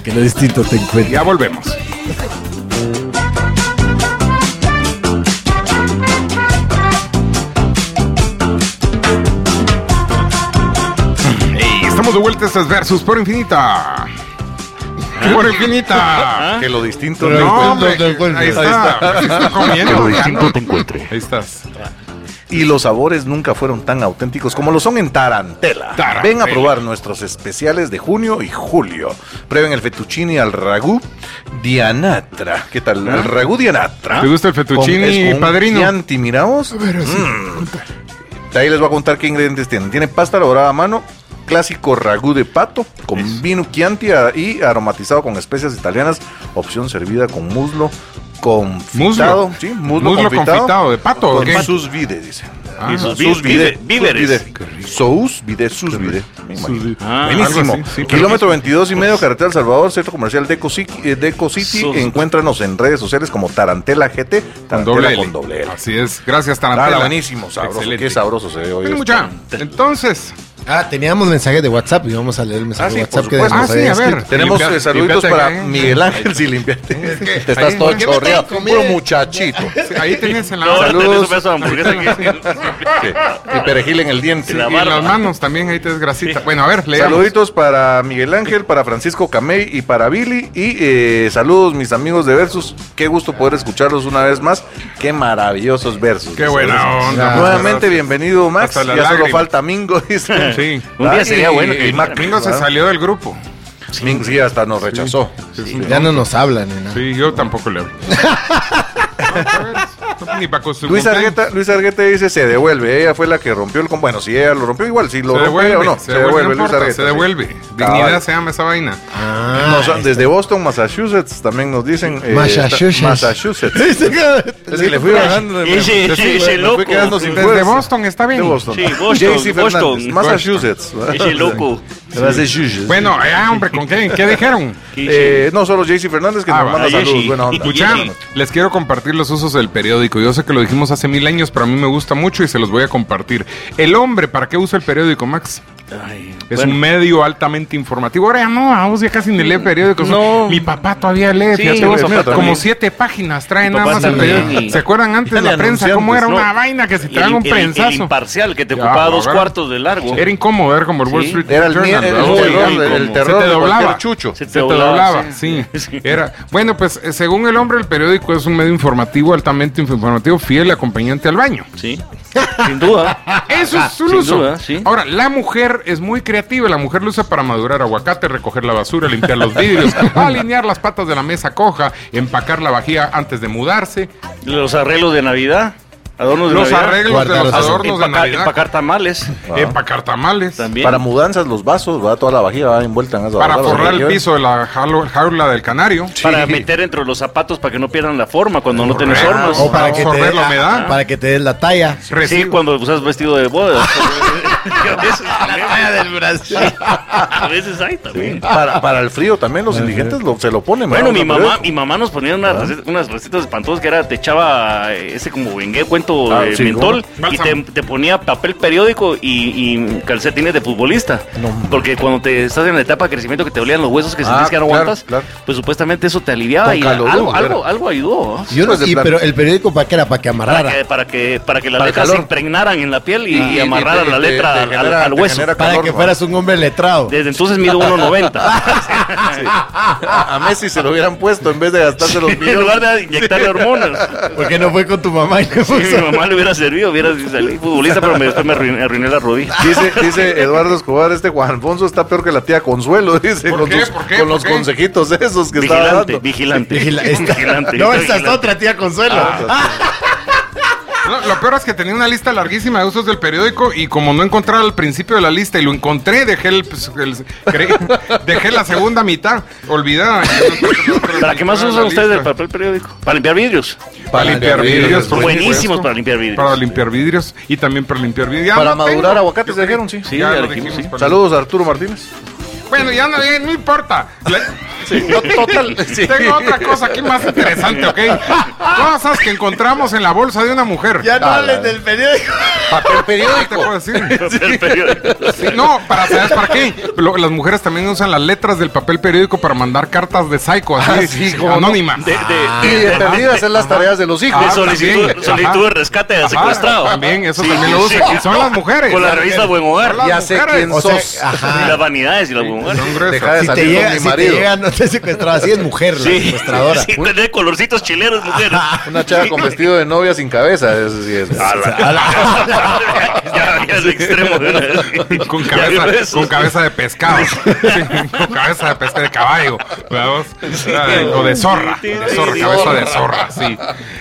Speaker 6: Que lo distinto te encuentre.
Speaker 2: Ya volvemos. Ey, Estamos de vuelta, estas versus por infinita.
Speaker 5: ¿Eh?
Speaker 2: Por infinita.
Speaker 4: Que lo distinto
Speaker 2: No,
Speaker 4: no
Speaker 2: hombre, ahí está. Estoy comiendo. Ahí estás.
Speaker 4: Y los sabores nunca fueron tan auténticos como lo son en Tarantela.
Speaker 2: Tarantela.
Speaker 4: Ven a probar nuestros especiales de junio y julio. Prueben el fettuccine al ragú dianatra. ¿Qué tal? El ragú
Speaker 2: Ah.
Speaker 4: dianatra.
Speaker 2: ¿Te gusta el fettuccine,
Speaker 4: es con
Speaker 2: padrino?
Speaker 4: Chianti, miraos. Mm. De ahí les voy a contar qué ingredientes tienen. Tiene pasta elaborada a mano, clásico ragú de pato, con vino Chianti a- y aromatizado con especias italianas, opción servida con muslo confitado.
Speaker 2: Muslo.
Speaker 4: Sí, muslo,
Speaker 2: Muslo confitado de pato, ¿o
Speaker 4: Con
Speaker 2: qué?
Speaker 4: sus vides, dice.
Speaker 2: Ah.
Speaker 5: Y sus vi- vive- víveres.
Speaker 4: Sous vide, sus vide. Me imagino.
Speaker 5: Ah,
Speaker 4: Buenísimo.
Speaker 2: algo así, sí, Pues-
Speaker 4: Kilómetro 22 y medio, carretera El Salvador, centro comercial Deco City. eh, Deco City.
Speaker 5: Sus-
Speaker 4: Encuéntranos en redes sociales como Tarantela GT,
Speaker 2: Con
Speaker 4: Tarantela
Speaker 2: doble L.
Speaker 4: con doble L.
Speaker 2: Así es. Gracias, Tarantela.
Speaker 4: Tarantela, buenísimo, sabroso.
Speaker 2: Excelente.
Speaker 4: Qué sabroso se ve hoy. este.
Speaker 2: Bueno,
Speaker 4: esto.
Speaker 2: mucha. Entonces,
Speaker 6: Ah, teníamos mensaje de WhatsApp y vamos a leer el mensaje
Speaker 4: Ah,
Speaker 6: de
Speaker 4: sí,
Speaker 6: WhatsApp
Speaker 4: por
Speaker 6: que
Speaker 4: supuesto.
Speaker 6: nos
Speaker 2: Ah, sí,
Speaker 6: habían
Speaker 2: a ver.
Speaker 6: escrito.
Speaker 4: Tenemos
Speaker 2: Limpiate-
Speaker 4: eh, saluditos
Speaker 2: limpiate
Speaker 4: para
Speaker 2: acá, ¿eh?
Speaker 4: Miguel Ángel, si limpiate. Te estás
Speaker 2: ahí-
Speaker 4: todo
Speaker 2: ¿por qué me
Speaker 4: chorreado,
Speaker 6: traen
Speaker 4: puro
Speaker 6: comida?
Speaker 4: muchachito.
Speaker 2: ahí tenías en la
Speaker 5: Ahora
Speaker 2: mano.
Speaker 5: tenés un beso de hamburguesa aquí.
Speaker 4: Sí, Y perejil en el diente.
Speaker 5: Y la
Speaker 2: Y en las manos también ahí te desgrasita. Bueno, a ver, leamos.
Speaker 4: Saluditos para Miguel Ángel, para Francisco Camey y para Billy. Y eh, saludos, mis amigos de Versus. Qué gusto poder escucharlos una vez más. Qué maravillosos Versus.
Speaker 2: Qué buena onda.
Speaker 4: Nuevamente, bienvenido, Max.
Speaker 2: Hasta
Speaker 4: Ya
Speaker 2: la
Speaker 4: solo
Speaker 2: lágrima.
Speaker 4: falta Mingo, <laughs> dice. Ah,
Speaker 2: Sí.
Speaker 5: Un día sería
Speaker 4: Y-
Speaker 5: bueno que
Speaker 4: y Mac
Speaker 5: vinieran.
Speaker 2: Mingo se
Speaker 4: ¿verdad?
Speaker 2: salió del grupo.
Speaker 4: Mingo sí, hasta nos rechazó.
Speaker 2: Es un-
Speaker 6: Ya no nos hablan. ni nada.
Speaker 2: Sí, yo tampoco le hablo. Ni para construir.
Speaker 4: Luis Argueta, Luis Argueta dice se devuelve, ella fue la que rompió el con- bueno, si ella lo rompió igual, si lo
Speaker 2: Se
Speaker 4: rompe
Speaker 2: devuelve,
Speaker 4: o no,
Speaker 2: se, devuelve, no
Speaker 4: Luis
Speaker 2: importa,
Speaker 4: Argueta,
Speaker 2: se
Speaker 4: sí.
Speaker 2: devuelve.
Speaker 4: Cabal.
Speaker 2: Dignidad se llama esa vaina.
Speaker 6: Ah,
Speaker 4: Nos- desde Boston, Massachusetts, también nos dicen eh,
Speaker 6: Massachusetts.
Speaker 4: Massachusetts.
Speaker 6: <laughs>
Speaker 5: <laughs>
Speaker 4: Es que le fui bajando.
Speaker 5: Ese-
Speaker 4: me
Speaker 5: ese-
Speaker 4: fui-
Speaker 5: ese
Speaker 4: me fui
Speaker 5: loco.
Speaker 4: quedando sin
Speaker 2: Desde
Speaker 4: fuerza.
Speaker 2: Boston está bien.
Speaker 4: De Boston.
Speaker 5: Sí, Boston,
Speaker 4: JC Fernández,
Speaker 5: Boston.
Speaker 4: Massachusetts.
Speaker 5: Ese loco.
Speaker 4: Massachusetts.
Speaker 2: Bueno, ah, hombre, ¿con qué? ¿Qué dijeron?
Speaker 4: Eh, no solo JC Fernández que
Speaker 2: Ah,
Speaker 4: nos
Speaker 2: va.
Speaker 4: manda
Speaker 5: Ah,
Speaker 4: saludos.
Speaker 5: Jesse.
Speaker 4: Buena onda.
Speaker 2: Escucha,
Speaker 5: Jenny.
Speaker 2: les quiero compartir los usos del periódico. Yo sé que lo dijimos hace mil años, pero a mí me gusta mucho y se los voy a compartir. El hombre, ¿para qué usa el periódico, Max?
Speaker 5: Ay,
Speaker 2: Es
Speaker 5: bueno.
Speaker 2: un medio altamente informativo. Ahora ya no, a vos ya casi ni lee periódicos.
Speaker 5: No.
Speaker 2: Mi papá todavía lee,
Speaker 5: Sí,
Speaker 2: fíjate
Speaker 5: mi
Speaker 2: vos,
Speaker 5: papá
Speaker 2: como
Speaker 5: también.
Speaker 2: siete páginas trae
Speaker 5: Mi
Speaker 2: nada
Speaker 5: papá
Speaker 2: más el
Speaker 5: también,
Speaker 2: periódico.
Speaker 5: y-
Speaker 2: ¿Se acuerdan antes
Speaker 4: Ya ni
Speaker 2: la prensa?
Speaker 4: anunciantes,
Speaker 2: ¿Cómo era
Speaker 5: pues, No,
Speaker 2: una vaina que se
Speaker 5: el-
Speaker 2: traían un
Speaker 5: el- El
Speaker 2: prensazo?
Speaker 5: imparcial que te
Speaker 2: Ya,
Speaker 5: ocupaba dos
Speaker 2: ¿verdad?
Speaker 5: cuartos de largo.
Speaker 2: Era incómodo, era como el Wall
Speaker 5: Sí.
Speaker 2: Street
Speaker 4: Era el miedo,
Speaker 2: Journal,
Speaker 4: el,
Speaker 2: ¿verdad?
Speaker 5: terror,
Speaker 2: Sí,
Speaker 5: el
Speaker 2: como-
Speaker 4: terror
Speaker 2: se te
Speaker 4: de cualquier
Speaker 2: doblaba.
Speaker 4: chucho.
Speaker 2: Se te doblaba, sí.
Speaker 5: <laughs> Sí.
Speaker 2: Era, bueno, pues eh, según el hombre, el periódico es un medio informativo, altamente informativo, fiel y acompañante al baño.
Speaker 5: Sí, sin duda.
Speaker 2: Eso es un
Speaker 5: Sin
Speaker 2: uso.
Speaker 5: duda, sí.
Speaker 2: Ahora, la mujer es muy creativa. La mujer lo usa para madurar aguacate, recoger la basura, limpiar los
Speaker 5: <laughs>
Speaker 2: vidrios, alinear las patas de la mesa coja, empacar la vajilla antes de mudarse.
Speaker 5: Los arreglos de Navidad. Adornos de
Speaker 2: Los
Speaker 5: Navidad.
Speaker 2: arreglos de los
Speaker 3: Guardaros.
Speaker 2: adornos de
Speaker 5: Empaca-
Speaker 2: Navidad.
Speaker 5: Empacar tamales.
Speaker 2: Empacar tamales.
Speaker 5: También.
Speaker 4: Para mudanzas, los vasos, va toda la vajilla va envuelta en eso.
Speaker 2: Para
Speaker 4: ¿verdad?
Speaker 2: forrar el
Speaker 4: Los
Speaker 2: piso de la jalo- jaula del canario.
Speaker 5: Para meter entre los zapatos para que no pierdan la forma cuando no tenés
Speaker 2: Correcto.
Speaker 5: hornos.
Speaker 2: O para absorber
Speaker 3: des-
Speaker 2: la humedad.
Speaker 3: para que te des la talla.
Speaker 5: Sí,
Speaker 2: Recibo.
Speaker 5: cuando usas vestido
Speaker 2: <laughs>
Speaker 5: de boda. <laughs> a veces,
Speaker 3: del brazo.
Speaker 5: a veces hay también.
Speaker 4: Para, para el frío también, los indigentes lo- se lo ponen.
Speaker 5: Bueno,
Speaker 4: ¿verdad?
Speaker 5: mi
Speaker 4: Una
Speaker 5: mamá,
Speaker 4: pared.
Speaker 5: mi mamá nos ponía unas recetas, unas recetas espantosas que era, te echaba eh, ese como vengué cuento
Speaker 4: Ah,
Speaker 5: de
Speaker 4: sí,
Speaker 5: mentol
Speaker 2: ¿cómo?
Speaker 5: y te, te ponía papel periódico y, y calcetines de futbolista. Porque cuando te estás en la etapa de crecimiento que te dolían los huesos que
Speaker 4: Ah,
Speaker 5: sentís que no
Speaker 4: claro,
Speaker 5: aguantas,
Speaker 4: claro.
Speaker 5: pues supuestamente eso te aliviaba
Speaker 4: Con
Speaker 5: y
Speaker 4: calorú,
Speaker 5: algo,
Speaker 4: era.
Speaker 5: algo, algo ayudó. ¿no?
Speaker 3: Yo no-
Speaker 4: Pues de
Speaker 3: y,
Speaker 4: plan-
Speaker 3: pero el periódico para qué era, para que amarrara.
Speaker 5: Para que, para que, para que las
Speaker 4: Para el
Speaker 5: letras se
Speaker 4: calor.
Speaker 5: impregnaran en la piel
Speaker 4: Ah,
Speaker 5: y, y
Speaker 4: y- y
Speaker 5: amarraran
Speaker 4: te-
Speaker 5: la
Speaker 4: te-
Speaker 5: letra
Speaker 4: te
Speaker 5: al- al,
Speaker 4: genera-
Speaker 5: al
Speaker 4: te
Speaker 5: hueso.
Speaker 4: genera
Speaker 3: Para
Speaker 4: calor,
Speaker 3: que
Speaker 4: ¿no?
Speaker 3: fueras un hombre letrado.
Speaker 5: Desde
Speaker 4: <laughs>
Speaker 5: entonces mido 1.90. <laughs>
Speaker 4: A a Messi se lo hubieran puesto en vez de gastarse los
Speaker 5: en
Speaker 4: millones. <laughs>
Speaker 5: lugar de inyectarle hormonas.
Speaker 3: ¿Por qué no fue con tu mamá y le
Speaker 5: Sí,
Speaker 4: Pues,
Speaker 5: mi
Speaker 3: puso?
Speaker 5: mamá le hubiera servido, hubiera salido futbolista, pero me, después me arruiné, arruiné la rodilla.
Speaker 4: Dice, dice Eduardo Escobar, este Juan Alfonso está peor que la tía Consuelo, <laughs> dice,
Speaker 2: ¿Por
Speaker 4: con,
Speaker 2: qué?
Speaker 4: sus-
Speaker 2: ¿Por qué?
Speaker 4: con
Speaker 2: ¿Por
Speaker 4: los
Speaker 2: qué?
Speaker 4: consejitos esos <laughs> que estaba
Speaker 5: Vigilante,
Speaker 4: dando.
Speaker 5: vigilante,
Speaker 3: Vigila- esta-
Speaker 5: vigilante.
Speaker 3: no,
Speaker 5: estoy
Speaker 3: esa es
Speaker 5: vigilante.
Speaker 3: otra tía Consuelo.
Speaker 4: Ah,
Speaker 2: No, lo peor es que tenía una lista larguísima de usos del periódico y como no encontraba el principio de la lista y lo encontré, dejé el, pues, el-
Speaker 5: <laughs>
Speaker 2: cre- dejé la segunda mitad olvidada.
Speaker 5: ¿Para qué más usan ustedes el papel periódico? Para limpiar vidrios.
Speaker 2: Para limpiar vidrios. Pues, por
Speaker 5: Buenísimos
Speaker 2: supuesto.
Speaker 5: para limpiar vidrios.
Speaker 2: Para limpiar vidrios y también para limpiar vidrios. Ya
Speaker 4: Para
Speaker 2: no
Speaker 4: madurar
Speaker 2: tengo.
Speaker 4: aguacates,
Speaker 2: Yo
Speaker 4: dijeron,
Speaker 2: creo-
Speaker 4: sí.
Speaker 5: Sí,
Speaker 2: ya
Speaker 5: ya
Speaker 2: lo
Speaker 5: dijimos,
Speaker 2: dijimos,
Speaker 5: sí.
Speaker 2: perdón.
Speaker 4: Saludos a Arturo Martínez.
Speaker 2: Bueno, ya no, ya no importa. Le-
Speaker 4: Total, sí.
Speaker 2: Tengo otra cosa aquí más interesante,
Speaker 5: <laughs>
Speaker 2: ¿ok? Cosas que encontramos en la bolsa de una mujer.
Speaker 3: Ya no hables del periódico.
Speaker 2: <laughs> papel periódico. te puedo decir?
Speaker 5: <laughs>
Speaker 2: <laughs>
Speaker 5: El periódico.
Speaker 2: Sí, no, para saber para qué. Lo- las mujeres también usan las letras del papel periódico para mandar cartas de psycho, así, Ah, sí, anónimas.
Speaker 5: De, de,
Speaker 4: Y
Speaker 5: de-
Speaker 4: de perdida hacer las tareas de los hijos.
Speaker 5: de
Speaker 2: Ah,
Speaker 5: solicitud,
Speaker 2: también.
Speaker 5: solicitud de
Speaker 2: Ajá.
Speaker 5: rescate de
Speaker 2: Ajá,
Speaker 5: secuestrado.
Speaker 2: también, eso también lo usan. Y son las mujeres.
Speaker 5: Con la revista Buen Hogar.
Speaker 2: Son las
Speaker 4: Ya sé
Speaker 2: mujeres.
Speaker 4: quién
Speaker 2: O sea,
Speaker 4: sos.
Speaker 5: <laughs> Y las
Speaker 3: Ajá.
Speaker 5: vanidades y las Buen Hogar.
Speaker 2: son gruesas.
Speaker 4: Deja de
Speaker 3: Si te,
Speaker 4: salir
Speaker 3: llega,
Speaker 4: con mi
Speaker 3: si te
Speaker 4: marido.
Speaker 3: llega, no te secuestrada. Así es mujer, la
Speaker 5: Sí,
Speaker 3: secuestradora.
Speaker 5: <laughs> sí, tener colorcitos chileros, mujer.
Speaker 4: Una chava con vestido de novia sin cabeza. Eso sí es. <laughs>
Speaker 5: ya, ya es el extremo de una
Speaker 4: <laughs>
Speaker 5: vez.
Speaker 2: <laughs> Con
Speaker 5: Ya vio
Speaker 2: cabeza,
Speaker 5: eso.
Speaker 2: con cabeza de <laughs> pescado. Sí, con cabeza de pescado de caballo. ¿verdad? Eh, O de zorra. De zorra, cabeza de zorra, sí.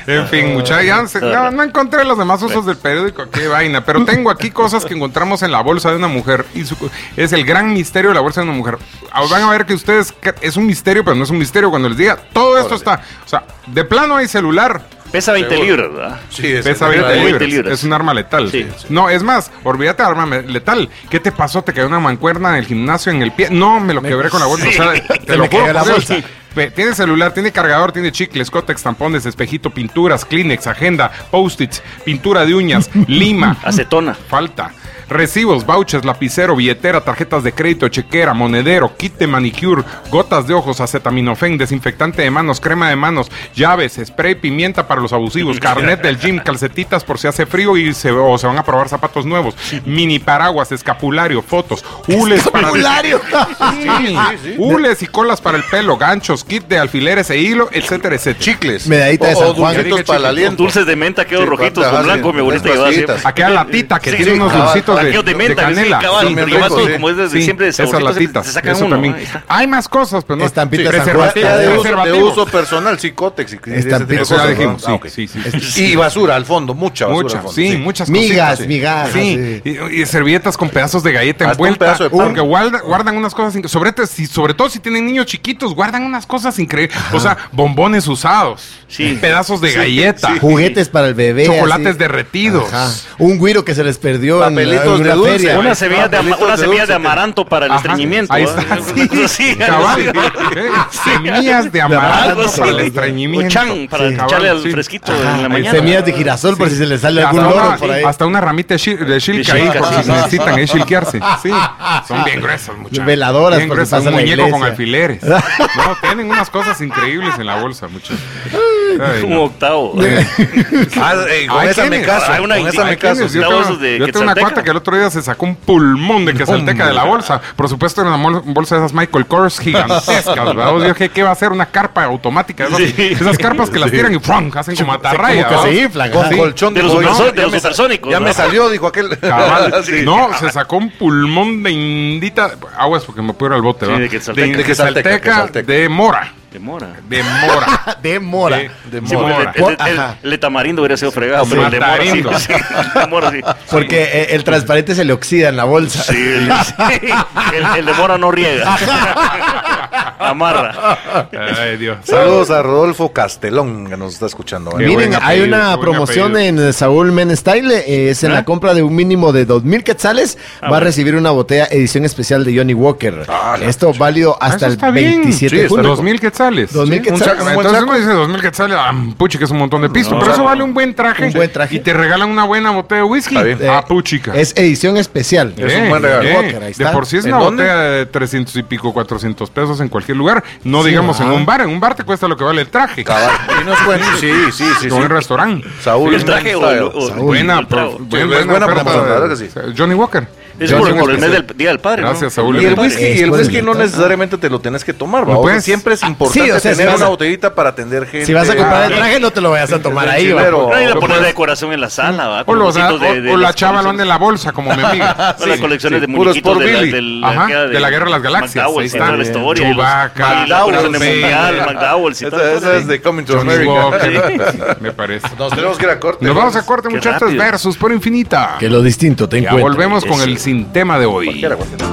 Speaker 2: En fin, muchachos. No, no encontré los demás usos del periódico. Qué vaina. Pero tengo aquí cosas que encontramos en la bolsa de una mujer. Y su- es el gran misterio de la bolsa de una mujer. Ah, Van a ver que ustedes. cre- Es un misterio, pero no es un misterio cuando les diga. Todo esto está. O sea, de plano hay celular.
Speaker 5: Pesa 20 libras, ¿verdad?
Speaker 4: Sí, es-
Speaker 2: Pesa
Speaker 5: Pesa
Speaker 2: 20
Speaker 5: 20
Speaker 2: libras.
Speaker 5: libras.
Speaker 2: Es un arma letal.
Speaker 5: Sí.
Speaker 2: No, es más, olvídate de arma me- letal. ¿Qué te pasó? ¿Te cayó una mancuerna en el gimnasio en el pie? No, me lo quebré con la bolsa. O sea, te
Speaker 3: Se
Speaker 2: lo
Speaker 3: me cayó
Speaker 2: juro,
Speaker 3: la
Speaker 2: por Dios.
Speaker 3: bolsa.
Speaker 2: Ve, Tiene celular, tiene cargador, tiene chicles, cótex, tampones, espejito, pinturas, Kleenex, agenda, post-its, pintura de uñas, <laughs> lima,
Speaker 5: Acetona.
Speaker 2: falta. Recibos, vouchers, lapicero, billetera, tarjetas de crédito, chequera, monedero, kit de manicure, gotas de ojos, acetaminofén, desinfectante de manos, crema de manos, llaves, spray, pimienta para los
Speaker 5: <laughs>
Speaker 2: abusivos, carnet del gym, calcetitas por si hace frío y se, o se van a probar zapatos nuevos, mini paraguas, escapulario,
Speaker 5: <laughs>
Speaker 2: fotos, hules para...
Speaker 3: Vocabulario.
Speaker 2: Sí, Hules y colas para el pelo, ganchos, kit de alfileres e hilo, etcétera, etcétera.
Speaker 4: Chicles.
Speaker 3: Medallita de
Speaker 4: O-
Speaker 3: San
Speaker 4: o
Speaker 3: Juan.
Speaker 4: dulcitos para el aliento.
Speaker 5: Dulces de menta, quedo
Speaker 4: Sí,
Speaker 5: rojitos
Speaker 4: cuántas
Speaker 5: con
Speaker 4: hacen,
Speaker 5: blanco, mi abuelita
Speaker 4: las
Speaker 5: llevaba siempre.
Speaker 4: pastillitas.
Speaker 2: Aquella latita que
Speaker 5: Sí,
Speaker 2: tiene
Speaker 5: sí,
Speaker 2: unos
Speaker 4: cabal,
Speaker 2: dulcitos de,
Speaker 5: Taquillos de
Speaker 2: de
Speaker 5: menta, que sí,
Speaker 2: canela.
Speaker 5: cabal,
Speaker 4: Son bien
Speaker 5: pero ya más
Speaker 4: ricos,
Speaker 5: todo
Speaker 4: sí.
Speaker 5: como es desde
Speaker 2: Sí,
Speaker 5: siempre de
Speaker 2: esas
Speaker 5: saborcitos,
Speaker 2: latitas.
Speaker 5: se sacan
Speaker 2: eso
Speaker 5: uno.
Speaker 2: también.
Speaker 5: ¿no? Ahí está.
Speaker 2: Hay más cosas, pero no.
Speaker 3: Estampitas San Juan.
Speaker 2: preservativo,
Speaker 4: Ya de uso, de
Speaker 2: preservativo.
Speaker 4: uso personal, sí, cótex y ese
Speaker 3: Estampitas.
Speaker 4: tipo de
Speaker 2: Eso ya
Speaker 4: cosas,
Speaker 2: dijimos,
Speaker 4: ¿no? Ah, ok.
Speaker 2: sí, sí, sí.
Speaker 4: Y basura al fondo, mucha basura. al
Speaker 2: Muchas,
Speaker 4: fondo,
Speaker 2: sí, muchas
Speaker 3: Migas,
Speaker 2: cositas, sí.
Speaker 3: migajas,
Speaker 2: Sí, Y, y servilletas con pedazos de galleta
Speaker 4: Hasta un
Speaker 2: envuelta.
Speaker 4: pedazo de pan.
Speaker 2: Porque guarda- guardan unas cosas increíbles. Sobre, te- si- sobre todo si tienen niños chiquitos, guardan unas cosas increíbles. O sea, bombones usados,
Speaker 5: Sí.
Speaker 2: pedazos de galleta,
Speaker 3: <laughs> Juguetes para el bebé.
Speaker 2: chocolates
Speaker 3: así.
Speaker 2: derretidos.
Speaker 3: Ajá. Un güiro que se les perdió en, la- en
Speaker 4: Papelitos de
Speaker 3: una
Speaker 4: dulce.
Speaker 3: feria.
Speaker 5: Una semilla de, ama-
Speaker 4: Papelitos
Speaker 5: una
Speaker 4: de
Speaker 5: semilla
Speaker 4: dulce
Speaker 5: de
Speaker 4: que-
Speaker 5: amaranto para el
Speaker 2: Ajá,
Speaker 5: estreñimiento.
Speaker 2: Ahí
Speaker 5: ¿verdad?
Speaker 2: está.
Speaker 5: Una cosa
Speaker 2: ¿eh? sí,
Speaker 5: así, <laughs>
Speaker 2: cabal,
Speaker 5: algo así.
Speaker 2: ¿eh? Semillas de
Speaker 5: Algo
Speaker 2: amaranto
Speaker 5: así.
Speaker 2: para el estreñimiento.
Speaker 5: O chan, para
Speaker 2: Sí,
Speaker 5: echarle
Speaker 2: cabal,
Speaker 5: al
Speaker 2: sí.
Speaker 5: fresquito
Speaker 2: Ajá,
Speaker 5: en la
Speaker 2: ahí
Speaker 5: mañana.
Speaker 3: Semillas de girasol por si se les sale
Speaker 2: Hasta
Speaker 3: algún loro
Speaker 2: una,
Speaker 3: por ahí.
Speaker 2: hasta una ramita de, shil- de shilca ahí,
Speaker 5: shilca,
Speaker 2: por
Speaker 5: sí.
Speaker 2: si necesitan enshilquearse. Sí, son bien gruesos, muchachos.
Speaker 3: Veladoras
Speaker 2: bien
Speaker 3: por si
Speaker 2: gruesos.
Speaker 3: pasa
Speaker 2: Un
Speaker 3: la
Speaker 2: muñeco con
Speaker 3: iglesia.
Speaker 2: alfileres. No, tienen unas cosas increíbles en la bolsa, muchachos. Ay,
Speaker 5: Un
Speaker 2: no.
Speaker 5: octavo.
Speaker 4: sí. Ah, eh, con
Speaker 2: Hay
Speaker 4: esa me
Speaker 2: quienes-
Speaker 4: caso.
Speaker 5: hay una
Speaker 4: Con esa
Speaker 5: indica-
Speaker 4: me
Speaker 2: Hay
Speaker 4: caso.
Speaker 2: quienes, Yo
Speaker 5: Está
Speaker 2: tengo,
Speaker 5: bolsos de
Speaker 2: yo tengo una
Speaker 5: Quetzalteca.
Speaker 2: cuarta que el otro día se sacó un pulmón de quesalteca de la bolsa. Por supuesto, en la mol- bolsa de esas Michael Kors gigantescas, ¿verdad? Yo dije, ¿qué va a ser? Una carpa automática. Esas,
Speaker 5: Sí.
Speaker 2: esas carpas que las tiran y ¡fum! hacen como atarraya.
Speaker 3: como que
Speaker 2: ¿verdad?
Speaker 3: se inflan.
Speaker 4: Con
Speaker 3: ajá.
Speaker 4: colchón
Speaker 5: De los
Speaker 4: dijo,
Speaker 5: supersó-
Speaker 4: ya
Speaker 5: de los
Speaker 4: me sa-
Speaker 5: supersónicos,
Speaker 4: Ya
Speaker 5: ¿no?
Speaker 4: me salió, dijo aquel.
Speaker 2: Cabal.
Speaker 4: <laughs> Sí.
Speaker 2: No, se sacó un pulmón de indita. Aguas porque me puedo ir al bote,
Speaker 5: Sí,
Speaker 2: ¿verdad?
Speaker 5: de Quetzalteca.
Speaker 2: De,
Speaker 4: De Quetzalteca,
Speaker 2: Quetzalteca,
Speaker 4: Quetzalteca.
Speaker 2: de Mora.
Speaker 5: De mora.
Speaker 2: De mora.
Speaker 6: De <laughs> mora.
Speaker 2: De- de
Speaker 5: Sí,
Speaker 2: mora.
Speaker 5: porque el- el, el-
Speaker 6: Ajá.
Speaker 5: el de tamarindo hubiera sido fregado,
Speaker 2: Sí,
Speaker 5: pero el de mora sí.
Speaker 2: tamarindo.
Speaker 5: sí, el de mora sí.
Speaker 6: Porque eh, el transparente se le oxida en la bolsa.
Speaker 5: Sí,
Speaker 2: <laughs>
Speaker 5: el, sí, el- el de mora no riega. <laughs> Amarra.
Speaker 2: Ay, Dios.
Speaker 4: Saludos a Rodolfo Castelón, que nos está escuchando. ¿vale?
Speaker 2: Qué
Speaker 6: Miren,
Speaker 2: buen
Speaker 6: hay
Speaker 2: apellido,
Speaker 6: una
Speaker 2: buen
Speaker 6: promoción
Speaker 2: apellido.
Speaker 6: en eh, Saúl Men Style, eh, es en la compra de un mínimo de 2.000 quetzales, va a Ah,
Speaker 5: bueno.
Speaker 6: recibir una botella edición especial de Johnny Walker. Esto válido hasta
Speaker 2: Ah, Eso
Speaker 6: el
Speaker 2: está bien.
Speaker 6: 27
Speaker 2: Sí,
Speaker 6: de
Speaker 2: está
Speaker 6: junio.
Speaker 2: ¿Dos mil quetzales?
Speaker 6: 2,000
Speaker 2: Sí, un
Speaker 6: quetzales,
Speaker 2: saco.
Speaker 6: un buen
Speaker 2: Entonces
Speaker 6: saco.
Speaker 2: uno dice dos mil quetzales, ah, puchi, que es un montón de pisto.
Speaker 5: No,
Speaker 2: pero eso
Speaker 5: saco.
Speaker 2: vale un buen traje.
Speaker 6: Un buen traje.
Speaker 2: Y te regalan una buena botella de whisky.
Speaker 4: Está bien.
Speaker 6: Eh,
Speaker 2: Ah, puchica.
Speaker 6: Es edición especial.
Speaker 4: Es un buen regalo.
Speaker 6: Walker, ahí
Speaker 2: de
Speaker 6: está.
Speaker 2: por sí es
Speaker 4: ¿En
Speaker 2: una
Speaker 4: dónde?
Speaker 2: botella de 300 y pico, 400 pesos en cualquier lugar. No
Speaker 6: Sí,
Speaker 2: digamos en
Speaker 6: ajá.
Speaker 2: un bar. En un bar te cuesta lo que vale el traje.
Speaker 4: Cabal. Y nos cuenta- Sí, sí, sí.
Speaker 2: O en
Speaker 4: sí.
Speaker 2: un restaurante.
Speaker 4: Saúl.
Speaker 5: El traje o, el- o-
Speaker 6: Saúl.
Speaker 2: Buena,
Speaker 5: el
Speaker 2: pro-
Speaker 5: trago.
Speaker 4: Sí, es buena
Speaker 2: oferta
Speaker 4: promoción,
Speaker 2: de-
Speaker 4: la verdad que sí.
Speaker 2: Johnny Walker.
Speaker 5: Es
Speaker 2: Ya
Speaker 5: por,
Speaker 2: son
Speaker 5: por el mes
Speaker 2: especiales.
Speaker 5: del Día del Padre. ¿no?
Speaker 2: Gracias, Saúl.
Speaker 5: Día
Speaker 4: Y
Speaker 5: del
Speaker 4: el
Speaker 5: Padre.
Speaker 4: whisky, y el
Speaker 6: Después
Speaker 4: whisky
Speaker 6: de-
Speaker 4: no necesariamente te lo tienes que tomar, ¿va?
Speaker 2: No,
Speaker 4: O sea,
Speaker 2: pues.
Speaker 4: siempre es importante
Speaker 6: Sí, o sea, si
Speaker 4: tener
Speaker 6: vas
Speaker 4: una
Speaker 6: a-
Speaker 4: botellita para atender gente.
Speaker 6: Si vas a comprar el
Speaker 4: Ah,
Speaker 6: traje, no te lo vayas a tomar
Speaker 4: el
Speaker 6: ahí. ¿va?
Speaker 4: chilero.
Speaker 5: No, y
Speaker 4: <laughs>
Speaker 5: la
Speaker 4: Lo
Speaker 5: poner
Speaker 4: puedes-
Speaker 5: de decoración en la sala, ¿va?
Speaker 2: O,
Speaker 5: Con
Speaker 2: los- o-
Speaker 5: cositos de- de
Speaker 2: o la
Speaker 5: las
Speaker 2: chava lo
Speaker 5: colecciones.
Speaker 2: anda en la bolsa, como mi
Speaker 5: <laughs>
Speaker 2: amiga.
Speaker 5: Son las colecciones de
Speaker 4: puros por
Speaker 5: muñequitos de la,
Speaker 4: Billy.
Speaker 5: del-
Speaker 2: Ajá,
Speaker 5: aquella
Speaker 2: de la Guerra de las Galaxias,
Speaker 5: McDowell,
Speaker 2: ahí
Speaker 5: y
Speaker 2: está.
Speaker 5: toda la
Speaker 2: Bien.
Speaker 5: historia, y los-
Speaker 2: Chewbacca,
Speaker 5: y la Orden
Speaker 4: Chewbacca.
Speaker 5: Mundial, McDowell's y todo
Speaker 4: Esa,
Speaker 5: eso.
Speaker 4: esa es de Coming to
Speaker 2: Johnny
Speaker 4: America.
Speaker 2: Walker. Me parece.
Speaker 4: <laughs> Nos tenemos que ir a corte.
Speaker 2: Nos vamos a corte,
Speaker 5: pues, Qué
Speaker 2: muchachos.
Speaker 5: rápido.
Speaker 2: Versus por infinita.
Speaker 3: Que lo distinto te
Speaker 2: Ya
Speaker 3: encuentre.
Speaker 2: volvemos con
Speaker 5: Ese.
Speaker 2: el sin tema de hoy.
Speaker 4: Cualquiera, cualquiera.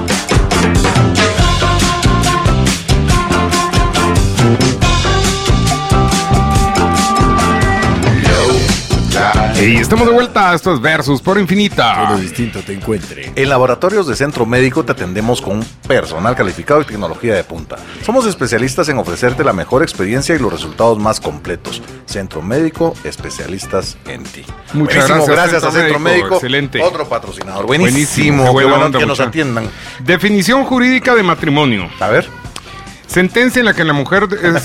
Speaker 2: Y estamos de vuelta. Esto es Versus por
Speaker 3: Que lo
Speaker 2: infinita.
Speaker 3: distinto te encuentre.
Speaker 4: En Laboratorios de Centro Médico te atendemos con personal calificado y tecnología de punta. Somos especialistas en ofrecerte la mejor experiencia y los resultados más completos. Centro Médico, especialistas en ti.
Speaker 2: Muchas
Speaker 4: Buenísimo,
Speaker 2: gracias,
Speaker 4: a Centro Médico.
Speaker 2: Excelente.
Speaker 4: Otro patrocinador.
Speaker 2: Buenísimo,
Speaker 4: Buenísimo.
Speaker 2: qué
Speaker 4: Qué
Speaker 2: buena
Speaker 4: bueno
Speaker 2: onda,
Speaker 4: que nos
Speaker 2: muchacho.
Speaker 4: atiendan.
Speaker 2: Definición jurídica de matrimonio.
Speaker 4: A
Speaker 2: <laughs>
Speaker 4: ver.
Speaker 2: Sentencia en la que la mujer es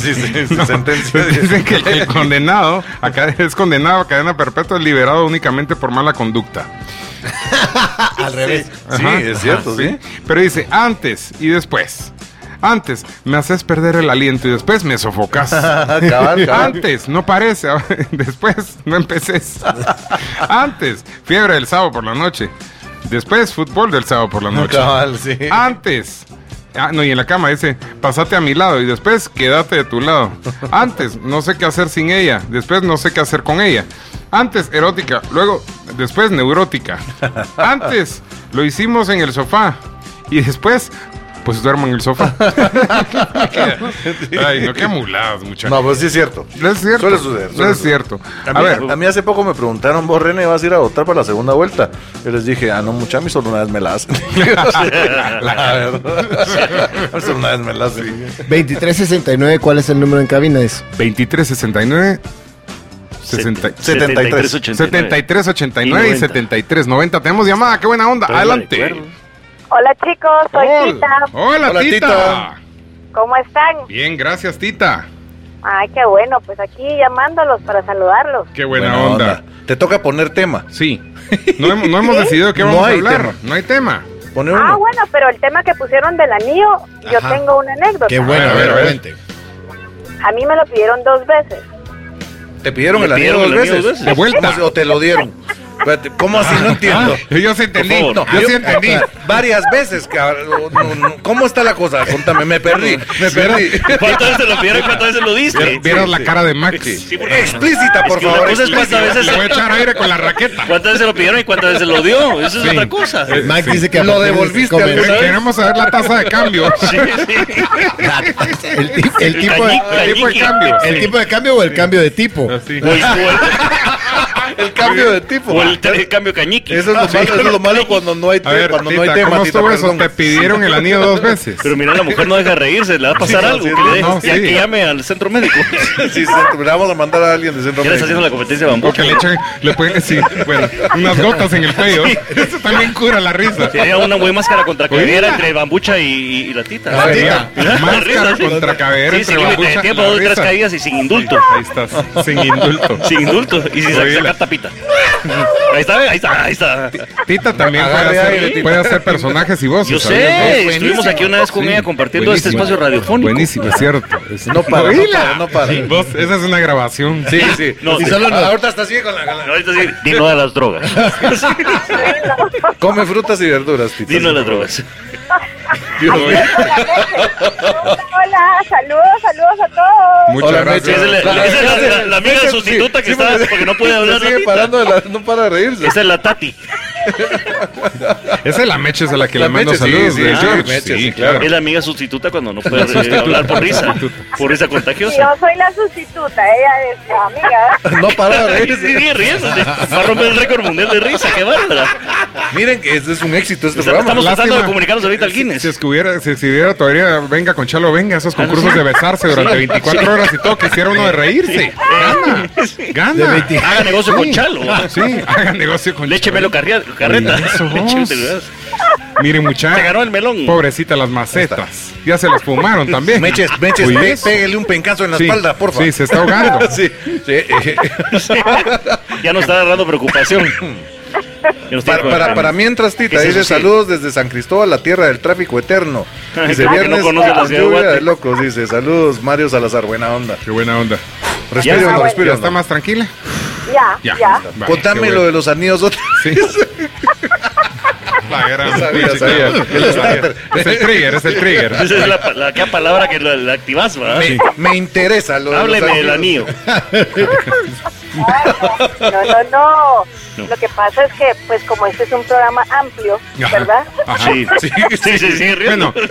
Speaker 4: Sí, sí,
Speaker 2: <laughs> No,
Speaker 4: sentencia.
Speaker 2: Dicen que el condenado a
Speaker 4: <laughs>
Speaker 2: cade- es condenado a cadena perpetua es liberado únicamente por mala conducta.
Speaker 6: Al revés.
Speaker 4: Sí,
Speaker 2: Ajá, Ah,
Speaker 4: es cierto,
Speaker 2: ajá,
Speaker 4: sí.
Speaker 2: Pero dice antes y después. Antes me haces perder el aliento y después me
Speaker 4: <laughs>
Speaker 2: sofocas.
Speaker 4: <laughs> Ah, Cabal, cabal.
Speaker 2: Antes no parece, <laughs> después no
Speaker 4: <laughs>
Speaker 2: empeces. Antes fiebre del sábado por la noche, después fútbol del sábado por la
Speaker 4: Ah,
Speaker 2: noche.
Speaker 4: Cabal, sí.
Speaker 2: Antes. Ah, no, y en la cama dice, pasate a mi lado y después quédate de tu lado.
Speaker 4: <laughs>
Speaker 2: Antes, no sé qué hacer sin ella. Después, no sé qué hacer con ella. Antes, erótica. Luego, después,
Speaker 4: <laughs>
Speaker 2: neurótica. Antes, lo hicimos en el sofá. Y después, pues duermo en el
Speaker 4: <laughs>
Speaker 2: sofá. Ay, no, qué amuladas, muchachos.
Speaker 4: No, pues sí es cierto.
Speaker 2: No es cierto.
Speaker 4: Suele suceder.
Speaker 2: no
Speaker 4: suele
Speaker 2: es
Speaker 4: suceder.
Speaker 2: cierto.
Speaker 4: A,
Speaker 2: A
Speaker 4: mí,
Speaker 2: ver,
Speaker 4: a mí hace poco me preguntaron, vos René, ¿vas a ir a votar para la segunda vuelta? Yo les dije, ah, no, mucha, a mí solo una vez me la hacen. <laughs> la verdad. solo una vez me la hacen.
Speaker 6: 2369, ¿cuál es el número en cabina? Es
Speaker 2: 2369 60
Speaker 4: 73.
Speaker 2: 73, 89 y
Speaker 5: 90.
Speaker 2: 73, 90. Tenemos llamada, qué buena onda.
Speaker 5: Todo de
Speaker 2: Adelante.
Speaker 5: acuerdo.
Speaker 8: Hola chicos, soy
Speaker 2: Hola,
Speaker 8: Tita.
Speaker 2: Hola,
Speaker 4: Hola,
Speaker 2: tita.
Speaker 4: Tita.
Speaker 8: ¿Cómo están?
Speaker 2: Bien, gracias, Tita.
Speaker 8: Ay, qué bueno, pues aquí llamándolos para saludarlos.
Speaker 2: Qué buena, onda.
Speaker 4: Te toca poner tema.
Speaker 2: <laughs> Sí. No hemos, no hemos decidido de qué
Speaker 4: No
Speaker 2: vamos a
Speaker 4: hay
Speaker 2: hablar.
Speaker 4: tema.
Speaker 2: No hay tema.
Speaker 4: Poner
Speaker 8: Ah,
Speaker 4: uno.
Speaker 8: bueno, pero el tema que pusieron del anillo, yo
Speaker 6: Ajá.
Speaker 8: tengo una anécdota.
Speaker 6: Qué bueno, a ver, cuente.
Speaker 8: A mí me lo pidieron dos veces.
Speaker 4: ¿Te pidieron
Speaker 5: Me
Speaker 4: el anillo
Speaker 5: pidieron
Speaker 4: dos
Speaker 5: el anillo
Speaker 4: veces?
Speaker 5: dos veces.
Speaker 2: De vuelta.
Speaker 4: ¿Cómo se- ¿O te lo dieron? Espérate, ¿Cómo así? No entiendo.
Speaker 2: Ah, yo sí entendí.
Speaker 5: Por
Speaker 2: Yo
Speaker 5: favor.
Speaker 2: sí entendí.
Speaker 4: Varias veces, cabrón. No, no, ¿Cómo está la cosa? Contame, me perdí. Me perdí.
Speaker 5: <laughs> ¿Cuántas veces lo pidieron y cuántas veces lo diste?
Speaker 2: Vieras la cara de Max.
Speaker 5: Sí, porque-
Speaker 4: Explícita, por
Speaker 5: que una
Speaker 4: favor.
Speaker 5: cosa es cuántas
Speaker 4: explícita.
Speaker 5: veces-
Speaker 2: Le voy a echar aire con la raqueta.
Speaker 5: ¿Cuántas veces lo pidieron y cuántas veces lo dio? Eso es otra cosa.
Speaker 2: Eh,
Speaker 6: Mike
Speaker 2: sí.
Speaker 6: dice que a
Speaker 4: Lo
Speaker 6: partir de este
Speaker 4: devolviste
Speaker 6: <laughs> comen-
Speaker 4: al-
Speaker 2: Eh, Queremos saber la tasa de cambio.
Speaker 5: Sí, sí.
Speaker 6: el, tip- el
Speaker 5: El
Speaker 6: tipo de,
Speaker 5: cañique,
Speaker 2: el tipo de
Speaker 5: cañique.
Speaker 2: cambio.
Speaker 6: el tipo de cambio o el cambio de tipo.
Speaker 2: Así.
Speaker 5: O <laughs> el, o
Speaker 4: El cambio de tipo.
Speaker 5: el- o
Speaker 2: <laughs>
Speaker 5: el tre- el cambio cañique.
Speaker 4: Eso es lo, malo, eso es lo malo cuando no hay,
Speaker 2: A
Speaker 4: tema,
Speaker 2: ver,
Speaker 4: cuando no
Speaker 2: Tita,
Speaker 4: hay tema.
Speaker 2: ¿cómo
Speaker 4: Tita,
Speaker 2: estuvo eso?
Speaker 4: perdón.
Speaker 2: ¿Te pidieron el anillo dos
Speaker 4: <laughs>
Speaker 2: veces?
Speaker 5: Pero mira, la mujer no deja reírse, le va a pasar
Speaker 4: Sí,
Speaker 5: algo.
Speaker 4: sí,
Speaker 5: que le
Speaker 2: no,
Speaker 5: deje- ya
Speaker 2: sí.
Speaker 5: que llame al centro médico.
Speaker 4: Sí, sí, le vamos a mandar a alguien de centro
Speaker 5: Ya le está haciendo
Speaker 4: médico.
Speaker 5: la competencia de
Speaker 2: O
Speaker 5: bambú.
Speaker 2: que le echen, le pueden decir, bueno, unas gotas en el cuello. Eso también cura la risa.
Speaker 5: Sería una buena máscara contra
Speaker 2: Oye.
Speaker 5: cabellera entre bambucha y, y, y la tita.
Speaker 2: La Sería
Speaker 5: Mira, la
Speaker 2: máscara
Speaker 5: risa, sí.
Speaker 2: contra cabellera
Speaker 5: Sí,
Speaker 2: entre
Speaker 5: sin límite de
Speaker 2: bambucha,
Speaker 5: tiempo,
Speaker 2: la
Speaker 5: dos, tres
Speaker 2: risa.
Speaker 5: caídas y sin indulto.
Speaker 2: Ahí estás, sin indulto.
Speaker 5: <laughs> Sin indulto. Y
Speaker 2: Oye,
Speaker 5: sin sac-
Speaker 2: la-
Speaker 5: sacar tapita. Ahí está, ahí está, ahí está.
Speaker 2: Tita también puede
Speaker 4: Agarre aire,
Speaker 2: hacer,
Speaker 4: Tita.
Speaker 2: puede hacer personajes y voces.
Speaker 5: Yo
Speaker 2: ¿sabías?
Speaker 5: sé, estuvimos aquí una vez con
Speaker 2: Sí,
Speaker 5: ella compartiendo este
Speaker 2: buenísimo.
Speaker 5: espacio radiofónico.
Speaker 2: Buenísimo, es cierto. Es-
Speaker 4: No para, no
Speaker 2: Oíla.
Speaker 4: para, no para.
Speaker 2: <laughs> Sí, vos, esa es una grabación.
Speaker 4: Sí, sí.
Speaker 5: No,
Speaker 4: y
Speaker 5: sí.
Speaker 4: solo nos- Ahorita está así con la... con la-
Speaker 5: Ahorita sí, dino de las drogas. <laughs>
Speaker 4: Come frutas y verduras, Tita.
Speaker 5: Dino de las drogas.
Speaker 2: rápido. ¿eh?
Speaker 8: Hola, saludos, samelos a todos.
Speaker 2: Muchas
Speaker 4: Hola,
Speaker 2: gracias.
Speaker 4: Meche.
Speaker 5: Esa es la- esa es la- la- la amiga
Speaker 4: Meche,
Speaker 5: sustituta que está,
Speaker 4: porque-
Speaker 5: porque no puede
Speaker 4: se
Speaker 5: hablar
Speaker 4: Sigue
Speaker 5: ratita.
Speaker 4: parando, de la- no para de reírse.
Speaker 5: Esa es la Tati.
Speaker 2: Esa es la mecha, es a la que
Speaker 4: La
Speaker 2: le mando
Speaker 4: Meche, sí,
Speaker 2: saludos.
Speaker 4: sí,
Speaker 2: de
Speaker 4: sí,
Speaker 2: George.
Speaker 4: Meche,
Speaker 2: sí,
Speaker 4: sí,
Speaker 2: claro.
Speaker 4: claro.
Speaker 5: Es la amiga sustituta cuando no puede eh, hablar por risa. Por risa <laughs>
Speaker 8: Sí, yo
Speaker 5: contagiosa.
Speaker 8: soy la sustituta, ella es mi amiga.
Speaker 4: No para de
Speaker 5: Sí, sí,
Speaker 4: reírse.
Speaker 5: sí, riéndose. Va a romper el récord mundial de risa, qué bárbara.
Speaker 4: Miren que este es un éxito este
Speaker 5: O sea,
Speaker 4: programa.
Speaker 5: estamos tratando de
Speaker 2: Lástima.
Speaker 5: comunicarnos ahorita al
Speaker 2: Si
Speaker 5: Guinness. Ah,
Speaker 2: es que hubiera, si, si hubiera todavía, venga con Chalo, venga, esos concursos
Speaker 5: sí.
Speaker 2: de besarse durante 24 horas y todo, que hiciera uno de reírse. Gana, gana.
Speaker 5: Haga negocio con Chalo.
Speaker 2: Sí, hagan negocio con
Speaker 5: Leche
Speaker 2: Chalo.
Speaker 5: melo carria- carreta.
Speaker 2: Oye, eso
Speaker 5: Leche
Speaker 2: vos.
Speaker 5: melo-
Speaker 2: Miren,
Speaker 5: Se ganó
Speaker 2: muchachos.
Speaker 5: el melón.
Speaker 2: Pobrecita las macetas. Ya se las fumaron también.
Speaker 4: Meches, Meches,
Speaker 2: Oye,
Speaker 4: pe-
Speaker 2: eso.
Speaker 4: pégale un pencazo en la
Speaker 2: Sí,
Speaker 4: espalda, por favor.
Speaker 2: Sí, se está ahogando.
Speaker 4: <laughs> Sí, sí, eh,
Speaker 5: Ya nos está agarrando preocupación. Ya nos tiene
Speaker 4: para, para, para mientras, Tita,
Speaker 5: ¿Qué es
Speaker 4: dice
Speaker 5: eso, sí?
Speaker 4: saludos desde San Cristóbal, la tierra del tráfico eterno. Dice
Speaker 5: Porque no
Speaker 4: viernes,
Speaker 5: conoce la ciudad
Speaker 4: <laughs>
Speaker 5: de
Speaker 4: lluvia
Speaker 5: Guate.
Speaker 4: de locos, dice. Saludos, Mario Salazar, buena onda.
Speaker 2: Qué buena onda.
Speaker 4: Respira,
Speaker 5: Ya está,
Speaker 4: hombre,
Speaker 2: ¿Ya
Speaker 4: respira,
Speaker 2: está
Speaker 4: hombre.
Speaker 2: más tranquila?
Speaker 8: Ya,
Speaker 2: Ya.
Speaker 8: ya.
Speaker 2: Vale,
Speaker 4: Contame
Speaker 2: qué
Speaker 4: lo de los anillos <laughs> otra
Speaker 2: Sí. La gran
Speaker 4: Sabía,
Speaker 2: pinche
Speaker 4: sabía.
Speaker 2: tía.
Speaker 4: El starter.
Speaker 2: Es el trigger, es el trigger.
Speaker 5: Esa es la, pa- la, aquella palabra que la, la activas, ¿verdad?
Speaker 4: Me, me interesa lo de los
Speaker 5: Ah, Hábleme del anillo.
Speaker 4: anillos.
Speaker 8: No, no, no, Lo que pasa es que, pues, como este es un programa amplio,
Speaker 2: Ajá.
Speaker 8: ¿verdad?
Speaker 2: Ajá.
Speaker 5: Sí, sí, sí, sí, sí, riendo.
Speaker 2: Bueno,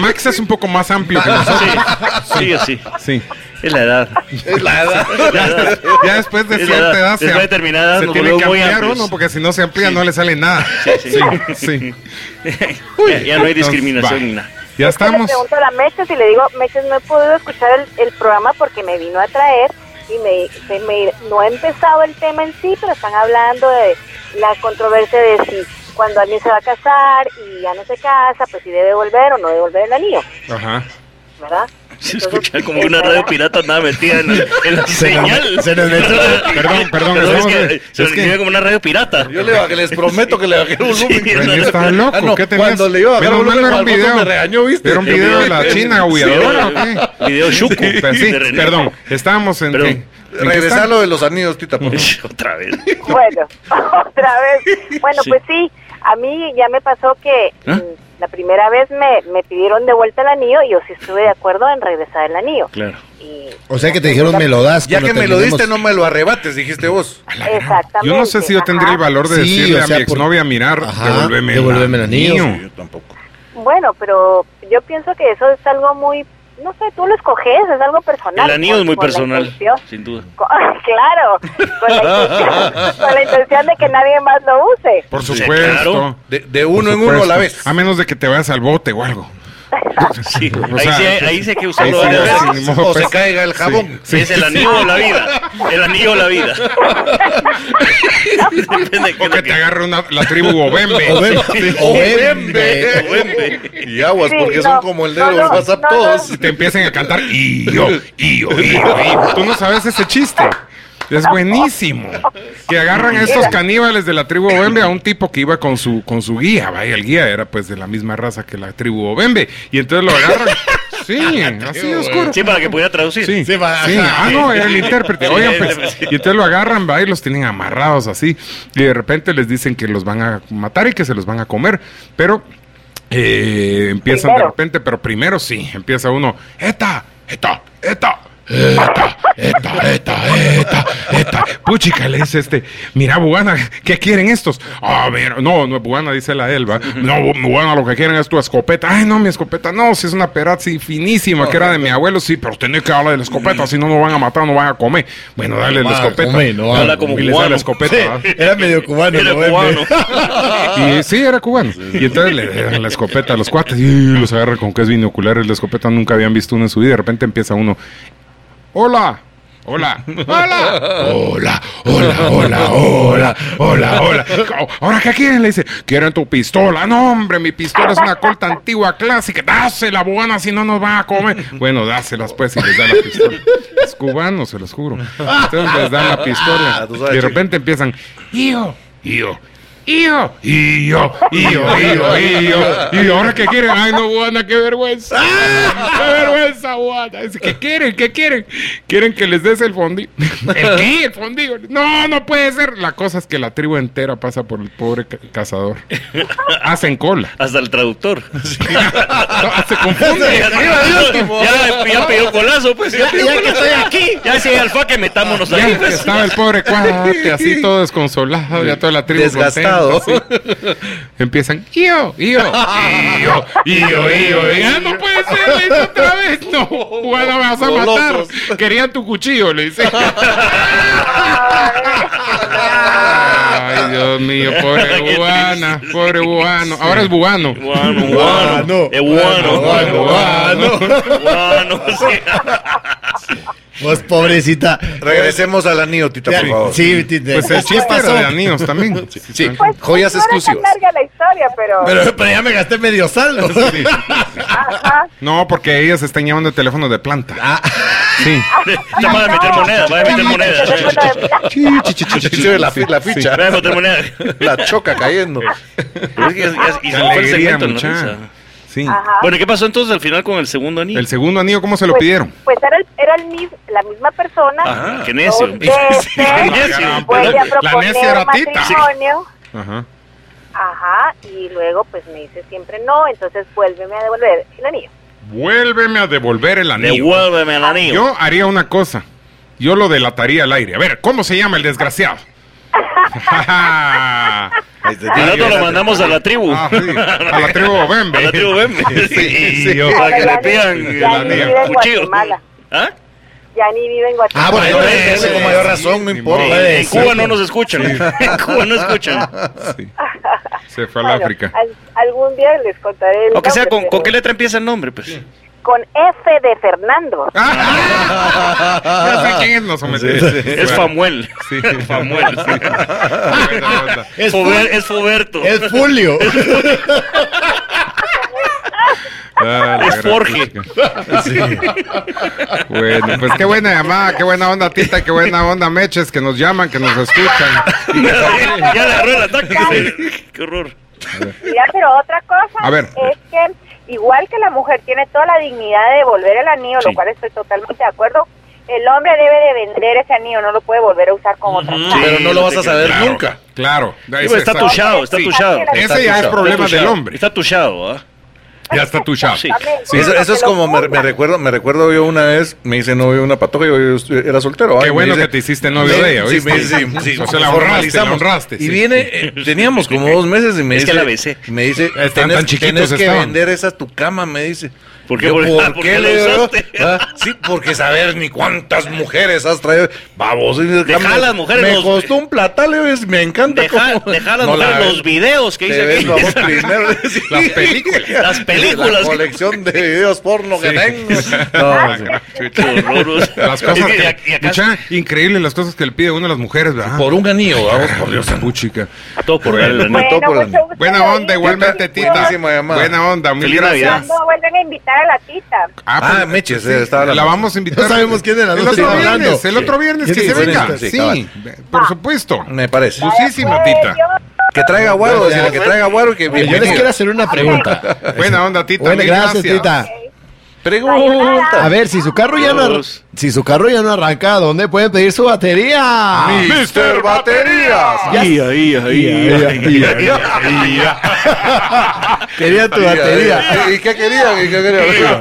Speaker 2: Max es un poco más amplio que nosotros.
Speaker 5: Sí, Ah, sí, sí.
Speaker 2: Sí.
Speaker 5: Es la edad.
Speaker 4: Es la edad.
Speaker 5: Es la edad.
Speaker 2: Ya después de
Speaker 5: Es la
Speaker 2: cierta
Speaker 5: edad.
Speaker 2: edad se,
Speaker 5: Después de determinada edad
Speaker 2: se
Speaker 5: nos
Speaker 2: tiene que
Speaker 5: volvemos muy
Speaker 2: ampliar
Speaker 5: amplios.
Speaker 2: uno porque si no se amplía
Speaker 5: Sí.
Speaker 2: no le sale nada.
Speaker 5: sí.
Speaker 2: sí. sí.
Speaker 5: Ya, ya no hay discriminación ni
Speaker 2: Va.
Speaker 5: nada.
Speaker 2: Ya
Speaker 8: Yo le
Speaker 2: estamos.
Speaker 8: pregunto a la Meches y le digo, Meches, no he podido escuchar el, el programa porque me vino a traer y me, se me- no he empezado el tema en sí, pero están hablando de la controversia de si cuando alguien se va a casar y ya no se casa, pues si debe volver o no debe volver el anillo,
Speaker 2: Ajá.
Speaker 8: ¿verdad?
Speaker 5: <laughs> Se
Speaker 8: Entonces, este,
Speaker 5: escucha como una
Speaker 8: esa
Speaker 5: radio
Speaker 8: era-
Speaker 5: pirata nada metida en, la- en
Speaker 2: <laughs>
Speaker 5: la señal.
Speaker 6: se
Speaker 5: <laughs>
Speaker 6: nos metió-
Speaker 2: Perdón, perdón,
Speaker 5: es
Speaker 2: estamos-
Speaker 5: que, se
Speaker 2: es
Speaker 5: nos
Speaker 2: que-
Speaker 5: escribe como una radio pirata.
Speaker 4: Yo le, ba- les prometo que le bajé el volumen.
Speaker 5: <laughs> Sí,
Speaker 2: René está loco.
Speaker 4: Ah, no,
Speaker 2: ¿Qué tenías?
Speaker 4: cuando le iba a bajar el
Speaker 2: Menos mal no
Speaker 4: volumen,
Speaker 2: era un
Speaker 4: Juan José
Speaker 2: video.
Speaker 4: me regañó, ¿viste?
Speaker 2: Era un video de la China aulladora, ¿o qué?
Speaker 5: Video- <laughs> Video Shuku.
Speaker 2: Pero sí,
Speaker 5: de René.
Speaker 2: perdón. Estábamos en.
Speaker 5: Perdón.
Speaker 2: ¿en- en qué
Speaker 4: Regresar
Speaker 2: estamos?
Speaker 4: lo de los anillos, Tita, por
Speaker 5: <laughs>
Speaker 4: favor.
Speaker 5: <laughs> Otra vez.
Speaker 8: Bueno, <laughs> otra vez. Bueno,
Speaker 5: Sí.
Speaker 8: pues sí, a mí ya me pasó que
Speaker 5: ¿Ah?
Speaker 8: mm, la primera vez me, me pidieron de vuelta el anillo y yo sí estuve de acuerdo en regresar el anillo.
Speaker 5: Claro.
Speaker 8: Y
Speaker 6: O sea que te dijeron, me lo das.
Speaker 4: Ya que
Speaker 6: cuando
Speaker 4: me lo
Speaker 6: terminemos".
Speaker 4: diste, no me lo arrebates, dijiste vos.
Speaker 8: exactamente.
Speaker 2: Yo no sé si yo tendría el
Speaker 8: ajá.
Speaker 2: valor de
Speaker 6: Sí,
Speaker 2: decirle
Speaker 6: o sea,
Speaker 2: a mi
Speaker 6: por-
Speaker 2: exnovia, mirar,
Speaker 6: Ajá,
Speaker 2: devuélveme,
Speaker 6: devuélveme el anillo".
Speaker 4: Yo tampoco.
Speaker 8: Bueno, pero yo pienso que eso es algo muy, no sé, tú lo escoges, es algo personal.
Speaker 5: El anillo
Speaker 8: con-
Speaker 5: es muy
Speaker 8: con la
Speaker 5: personal,
Speaker 8: intención-
Speaker 5: sin duda.
Speaker 8: con- <laughs> claro, con la, intención, con la intención de que nadie más lo use.
Speaker 2: Por
Speaker 5: Sí,
Speaker 2: supuesto.
Speaker 5: claro.
Speaker 4: De, de
Speaker 2: Por
Speaker 4: uno en uno a
Speaker 2: supuesto.
Speaker 4: la
Speaker 2: Ah,
Speaker 4: vez.
Speaker 2: A menos de que te vayas al bote o algo.
Speaker 5: Sí,
Speaker 2: O
Speaker 5: ahí,
Speaker 2: sea,
Speaker 5: sí, hay- ahí sí hay que
Speaker 2: Ahí
Speaker 5: usarlo
Speaker 2: sí,
Speaker 5: varias
Speaker 2: ya,
Speaker 5: veces.
Speaker 2: sí, ni modo,
Speaker 4: o se
Speaker 2: pues.
Speaker 4: caiga el
Speaker 2: Sí,
Speaker 4: jabón.
Speaker 2: sí.
Speaker 5: es el anillo de la vida. El anillo de la
Speaker 2: <laughs>
Speaker 5: vida. <laughs> Depende de qué
Speaker 2: O que te
Speaker 5: haga.
Speaker 2: agarre una, la
Speaker 4: <laughs>
Speaker 2: tribu Bobembe. <laughs>
Speaker 4: Ovembe.
Speaker 5: Ovembe.
Speaker 4: <laughs> Y aguas,
Speaker 8: Sí,
Speaker 4: porque
Speaker 8: no,
Speaker 4: son como el dedo
Speaker 8: no,
Speaker 4: del
Speaker 8: no,
Speaker 4: WhatsApp
Speaker 8: no,
Speaker 4: todos.
Speaker 2: Y te empiecen a cantar. Y yo, y yo, y yo, y yo. Tú no sabes ese chiste. Es buenísimo. Que agarran a estos caníbales de la tribu Obembe a un tipo que iba con su con su guía, vaya, el guía era pues de la misma raza que la tribu Obembe. Y entonces lo agarran. Sí, así de oscuro.
Speaker 5: Sí, para que pudiera traducir.
Speaker 2: Sí,
Speaker 6: Sí, va,
Speaker 2: sí.
Speaker 6: ajá.
Speaker 2: Ah, no, era el intérprete.
Speaker 5: Sí,
Speaker 2: Oigan,
Speaker 5: sí,
Speaker 2: pues,
Speaker 5: sí.
Speaker 2: y entonces lo agarran, va, y los tienen amarrados así. Y de repente les dicen que los van a matar y que se los van a comer. Pero eh, empiezan de
Speaker 8: Primero.
Speaker 2: repente, pero primero sí, empieza uno, ¡Eta! ¡Eta! ¡Eta! Eta, eta, eta, eta, eta. Puchica, le dice este, mira, Bugana, ¿qué quieren estos? Ah, mira, no, no, Bugana, dice la Elba. No, Bugana, lo que quieren es tu escopeta. Ay, no, mi escopeta, no, si es una perazzi finísima que era de mi abuelo, sí, pero tenés que hablar de la escopeta, si no, no van a matar, no van a comer. Bueno, dale la
Speaker 6: Ah,
Speaker 2: escopeta.
Speaker 6: hombre, no,
Speaker 5: Habla como
Speaker 2: y les da
Speaker 5: cubano.
Speaker 2: la escopeta. ¿va?
Speaker 6: Era medio cubano.
Speaker 5: Era
Speaker 6: ¿no, Ovembe?
Speaker 2: <laughs>
Speaker 5: cubano.
Speaker 2: Y sí, era cubano. Y entonces le dan la escopeta a los cuates y los agarra con que es binoculares. La escopeta nunca habían visto uno en su vida. De repente empieza uno. ¡Hola! Hola, hola, hola, hola, hola, hola, hola, hola. Ahora, ¿qué quieren? Le dice, quieren tu pistola. No, hombre, mi pistola es una colta antigua clásica. Dásela, buena, si no nos van a comer. Bueno, dáselas, pues, y les da la pistola. Es cubano, se los juro. Entonces les dan la pistola.
Speaker 4: Ah, tú sabes,
Speaker 2: Y de
Speaker 4: chico.
Speaker 2: repente empiezan, yo, yo, Hijo, hijo, hijo, hijo, hijo. Y ahora qué quieren, ay no, Guana, qué vergüenza. Qué vergüenza, Guana. Dice, ¿Qué quieren? ¿Qué quieren? Quieren que les des el fondillo. ¿El qué? El fondillo. No, no puede ser. La cosa es que la tribu entera pasa por el pobre ca- cazador. Hacen cola.
Speaker 5: Hasta el
Speaker 2: <laughs>
Speaker 5: traductor.
Speaker 2: No, se
Speaker 5: Ya,
Speaker 2: confunde.
Speaker 5: ya, ya pidió colazo, pues. Ya, pidió
Speaker 6: que
Speaker 5: colazo.
Speaker 6: estoy aquí.
Speaker 5: Ya si al fa que metámonos
Speaker 2: Ya
Speaker 5: ahí,
Speaker 2: que
Speaker 5: pues.
Speaker 2: estaba el pobre cuate así
Speaker 5: <laughs>
Speaker 2: todo desconsolado, ya toda la tribu contenta, así.
Speaker 4: Desgastado.
Speaker 2: Empiezan, yo, yo, yo, yo, yo, ya "Ah, no puede ser, le dice otra vez,
Speaker 5: <laughs>
Speaker 2: no, bueno, me vas a matar,
Speaker 4: Golosos.
Speaker 2: querían tu cuchillo, le dice. Ay, Dios mío,
Speaker 5: <laughs> Qué
Speaker 2: pobre
Speaker 5: triste.
Speaker 2: buana, pobre buano, ahora es buano.
Speaker 5: Guano, guano. Eh, guano,
Speaker 2: Guano, guano.
Speaker 5: guano, <laughs> sí.
Speaker 6: Pues pobrecita.
Speaker 4: Regresemos al anillo, tita, por favor.
Speaker 6: Sí, ti- de-
Speaker 2: Pues el
Speaker 6: ¿qué
Speaker 2: chiste era
Speaker 6: pasó?
Speaker 2: de anillos
Speaker 5: <laughs>
Speaker 2: también.
Speaker 4: Sí,
Speaker 9: Pues,
Speaker 4: joyas
Speaker 9: no era tan
Speaker 4: exclusivas.
Speaker 9: larga la historia, pero...
Speaker 6: Pero, pero ya me gasté medio saldo.
Speaker 4: ah,
Speaker 9: Ajá.
Speaker 2: No, porque ellas están llamando el teléfono de planta.
Speaker 5: Ah.
Speaker 2: Sí.
Speaker 5: Ya van a meter moneda, van a meter moneda. <laughs>
Speaker 4: Sí, la, fi- la ficha,
Speaker 5: Van a meter moneda.
Speaker 4: la choca cayendo.
Speaker 5: Es que ya- ya- y se fue el
Speaker 2: Alegría,
Speaker 5: segmento, ¿no?
Speaker 2: mucha.
Speaker 5: O sea,
Speaker 2: Sí.
Speaker 9: Ajá.
Speaker 5: Bueno, ¿y qué pasó entonces al final con el segundo anillo?
Speaker 2: El segundo anillo, ¿cómo se lo
Speaker 9: Pues-
Speaker 2: pidieron?
Speaker 9: Pues era, el- era el mis- la misma persona.
Speaker 5: Ajá, qué
Speaker 2: <laughs>
Speaker 5: necio.
Speaker 9: Dos veces
Speaker 5: Qué
Speaker 8: pues,
Speaker 5: necio.
Speaker 9: vuelve
Speaker 2: La
Speaker 9: a
Speaker 2: necia
Speaker 9: proponer
Speaker 2: era Tita.
Speaker 9: matrimonio.
Speaker 2: Ajá.
Speaker 9: Ajá, y luego pues me dice siempre no, entonces vuélveme a devolver el anillo.
Speaker 2: Vuélveme a devolver el anillo.
Speaker 5: Devuélveme el anillo.
Speaker 2: Yo haría una cosa. Yo lo delataría al aire. A ver, ¿cómo se llama el
Speaker 5: <laughs>
Speaker 2: desgraciado? Ah,
Speaker 4: Ahí te
Speaker 5: Y
Speaker 4: digo,
Speaker 5: nosotros lo
Speaker 4: gracias.
Speaker 5: mandamos a la tribu.
Speaker 2: sí.
Speaker 5: <laughs>
Speaker 2: A la tribu Bembe.
Speaker 5: A la tribu Bembe.
Speaker 2: <laughs> Sí,
Speaker 4: sí.
Speaker 2: yo-
Speaker 5: Para que
Speaker 9: Ya
Speaker 5: le
Speaker 9: ni-
Speaker 2: ya
Speaker 5: pidan
Speaker 2: ni
Speaker 5: eh,
Speaker 2: vive
Speaker 9: en
Speaker 5: cuchillo.
Speaker 9: Guatemala.
Speaker 5: ¿Ah?
Speaker 9: Ya ni vive en Guatemala.
Speaker 6: Ah, bueno,
Speaker 5: Bueno,
Speaker 6: entonces,
Speaker 5: ese-
Speaker 6: con mayor razón, no
Speaker 2: sí,
Speaker 6: importa.
Speaker 2: ni modo.
Speaker 6: Eh,
Speaker 5: En Cuba no nos escuchan. <laughs> En Cuba no escuchan.
Speaker 2: Sí. Se fue a la
Speaker 9: Bueno,
Speaker 2: África.
Speaker 9: al- algún día les contaré. el
Speaker 5: O que sea,
Speaker 9: nombre,
Speaker 5: ¿con, con
Speaker 9: pero-
Speaker 5: qué letra empieza el nombre? Pues.
Speaker 9: Con F de Fernando.
Speaker 2: Ah, <laughs> ya sé quién es, nos sometemos.
Speaker 5: Es
Speaker 2: Bueno,
Speaker 5: Famuel.
Speaker 2: Sí.
Speaker 5: <laughs> Famuel. sí.
Speaker 2: buena onda.
Speaker 6: Es,
Speaker 5: Fober-
Speaker 6: Fu-
Speaker 5: es Foberto. <laughs>
Speaker 6: es
Speaker 4: <laughs>
Speaker 6: Fulio.
Speaker 2: Ah, la
Speaker 5: Es
Speaker 2: gran
Speaker 5: Jorge.
Speaker 2: puchica. Sí. Bueno, pues qué buena llamada, qué buena onda, Tita, qué buena onda, Meches, que nos llaman, que nos escuchan.
Speaker 5: ya le agarró el ataque. Qué horror.
Speaker 9: Mira, pero otra cosa
Speaker 2: A ver.
Speaker 9: es que igual que la mujer tiene toda la dignidad de devolver el anillo,
Speaker 5: Sí.
Speaker 9: lo cual estoy totalmente de acuerdo, el hombre debe de vender ese anillo, no lo puede volver a usar con otra
Speaker 5: Ujú.
Speaker 9: chava.
Speaker 4: Pero no lo vas
Speaker 5: Sí,
Speaker 4: a saber
Speaker 5: claro.
Speaker 4: nunca.
Speaker 2: Claro. Ahí
Speaker 5: Digo, está
Speaker 2: se-
Speaker 5: tuchado, está
Speaker 2: Sí.
Speaker 5: tuchado.
Speaker 9: Ese
Speaker 2: Ese ya
Speaker 4: tuchado.
Speaker 2: es problema
Speaker 5: Está
Speaker 2: del
Speaker 5: tuchado.
Speaker 2: hombre.
Speaker 5: Está tuchado, ¿ah?
Speaker 2: Ya está tuchado.
Speaker 5: Sí.
Speaker 9: Exactamente.
Speaker 4: Eso, eso es
Speaker 9: Que lo
Speaker 4: como me,
Speaker 9: ponga.
Speaker 4: me recuerdo, me recuerdo yo una vez, me hice novio una patoja, yo, yo estu- era soltero.
Speaker 2: Qué
Speaker 4: Ay, me
Speaker 2: bueno
Speaker 4: dice-
Speaker 2: que te hiciste novio
Speaker 4: Sí,
Speaker 2: de ella,
Speaker 4: sí,
Speaker 2: ¿oíste?
Speaker 4: me dice, sí,
Speaker 2: o sea, la honraste, la
Speaker 4: formalizamos.
Speaker 2: honraste.
Speaker 4: Y
Speaker 2: sí.
Speaker 4: viene, eh, teníamos como dos meses y me
Speaker 5: Es que
Speaker 4: dice,
Speaker 5: la besé.
Speaker 4: me dice,
Speaker 2: Están tan
Speaker 4: tenés,
Speaker 2: chiquitos
Speaker 4: tenés que
Speaker 2: estaban".
Speaker 4: vender esa tu cama, me dice.
Speaker 5: ¿Por qué?
Speaker 4: Yo,
Speaker 5: ¿Por-
Speaker 4: ¿Por,
Speaker 5: <laughs>
Speaker 4: qué
Speaker 5: por qué la
Speaker 4: le digo yo?
Speaker 5: usaste?
Speaker 4: Ah, Sí, porque saber ni cuántas mujeres has traído. Vamos,
Speaker 5: Dejá a las mujeres,
Speaker 4: Me
Speaker 5: los-
Speaker 4: costó un platal, eh, es- me encanta.
Speaker 5: Deja,
Speaker 4: cómo-
Speaker 5: deja a
Speaker 4: <laughs>
Speaker 5: las
Speaker 4: No, la-
Speaker 5: mujeres los videos que
Speaker 4: te
Speaker 5: hice
Speaker 4: ves,
Speaker 5: aquí.
Speaker 4: vamos, primero.
Speaker 2: Las películas.
Speaker 5: Las películas.
Speaker 4: La colección de videos porno que
Speaker 2: Sí.
Speaker 4: tengo.
Speaker 2: Ah,
Speaker 4: No,
Speaker 5: Qué <laughs> horror.
Speaker 2: Las cosas
Speaker 5: Es que
Speaker 2: que-
Speaker 5: y ac- y acá
Speaker 2: Mucha, increíble las cosas que le pide uno a las mujeres, ¿verdad?
Speaker 4: por un anillo, vamos, por Dios.
Speaker 2: Puchica.
Speaker 5: todo por darle la
Speaker 4: Bueno,
Speaker 5: nota.
Speaker 4: todo por
Speaker 9: mucho
Speaker 4: el-
Speaker 9: gusto,
Speaker 2: Buena
Speaker 9: David.
Speaker 2: onda, igualmente,
Speaker 9: Feliz
Speaker 2: Tita.
Speaker 9: Navidad.
Speaker 4: Buenísima llamada.
Speaker 2: Buena onda, mil
Speaker 5: Feliz
Speaker 2: gracias.
Speaker 5: Navidad.
Speaker 9: No vuelven a invitar a la tita.
Speaker 4: Ah,
Speaker 2: pues,
Speaker 4: Meches,
Speaker 2: sí,
Speaker 4: eh, estaba
Speaker 2: la
Speaker 4: hablando.
Speaker 2: vamos a invitar.
Speaker 6: No sabemos quién de las
Speaker 2: El
Speaker 6: dos
Speaker 2: otro
Speaker 6: estaba
Speaker 2: viernes,
Speaker 6: hablando.
Speaker 2: el otro viernes que
Speaker 6: Sí,
Speaker 2: se
Speaker 6: sí,
Speaker 2: venga.
Speaker 4: sí,
Speaker 2: Sí,
Speaker 4: cabal.
Speaker 2: por
Speaker 4: <laughs>
Speaker 2: supuesto.
Speaker 4: Me parece.
Speaker 2: Muchísima
Speaker 9: Pues,
Speaker 2: Tita.
Speaker 9: yo-
Speaker 4: Que traiga guaro,
Speaker 6: Ya,
Speaker 4: decirle, que traiga guaro, que
Speaker 6: Yo les
Speaker 4: bienvenido.
Speaker 6: quiero hacer una
Speaker 4: <laughs>
Speaker 6: pregunta.
Speaker 2: Buena onda, Tita.
Speaker 6: Bueno,
Speaker 2: mil
Speaker 6: gracias, Tita.
Speaker 4: Pregunta.
Speaker 6: A ver, si su carro ya no,
Speaker 5: Dios.
Speaker 6: si su carro ya no arranca, ¿dónde pueden pedir su batería?
Speaker 4: Mister Baterías.
Speaker 6: Quería tu batería.
Speaker 4: ¿Y qué querían? ¿Y qué querían?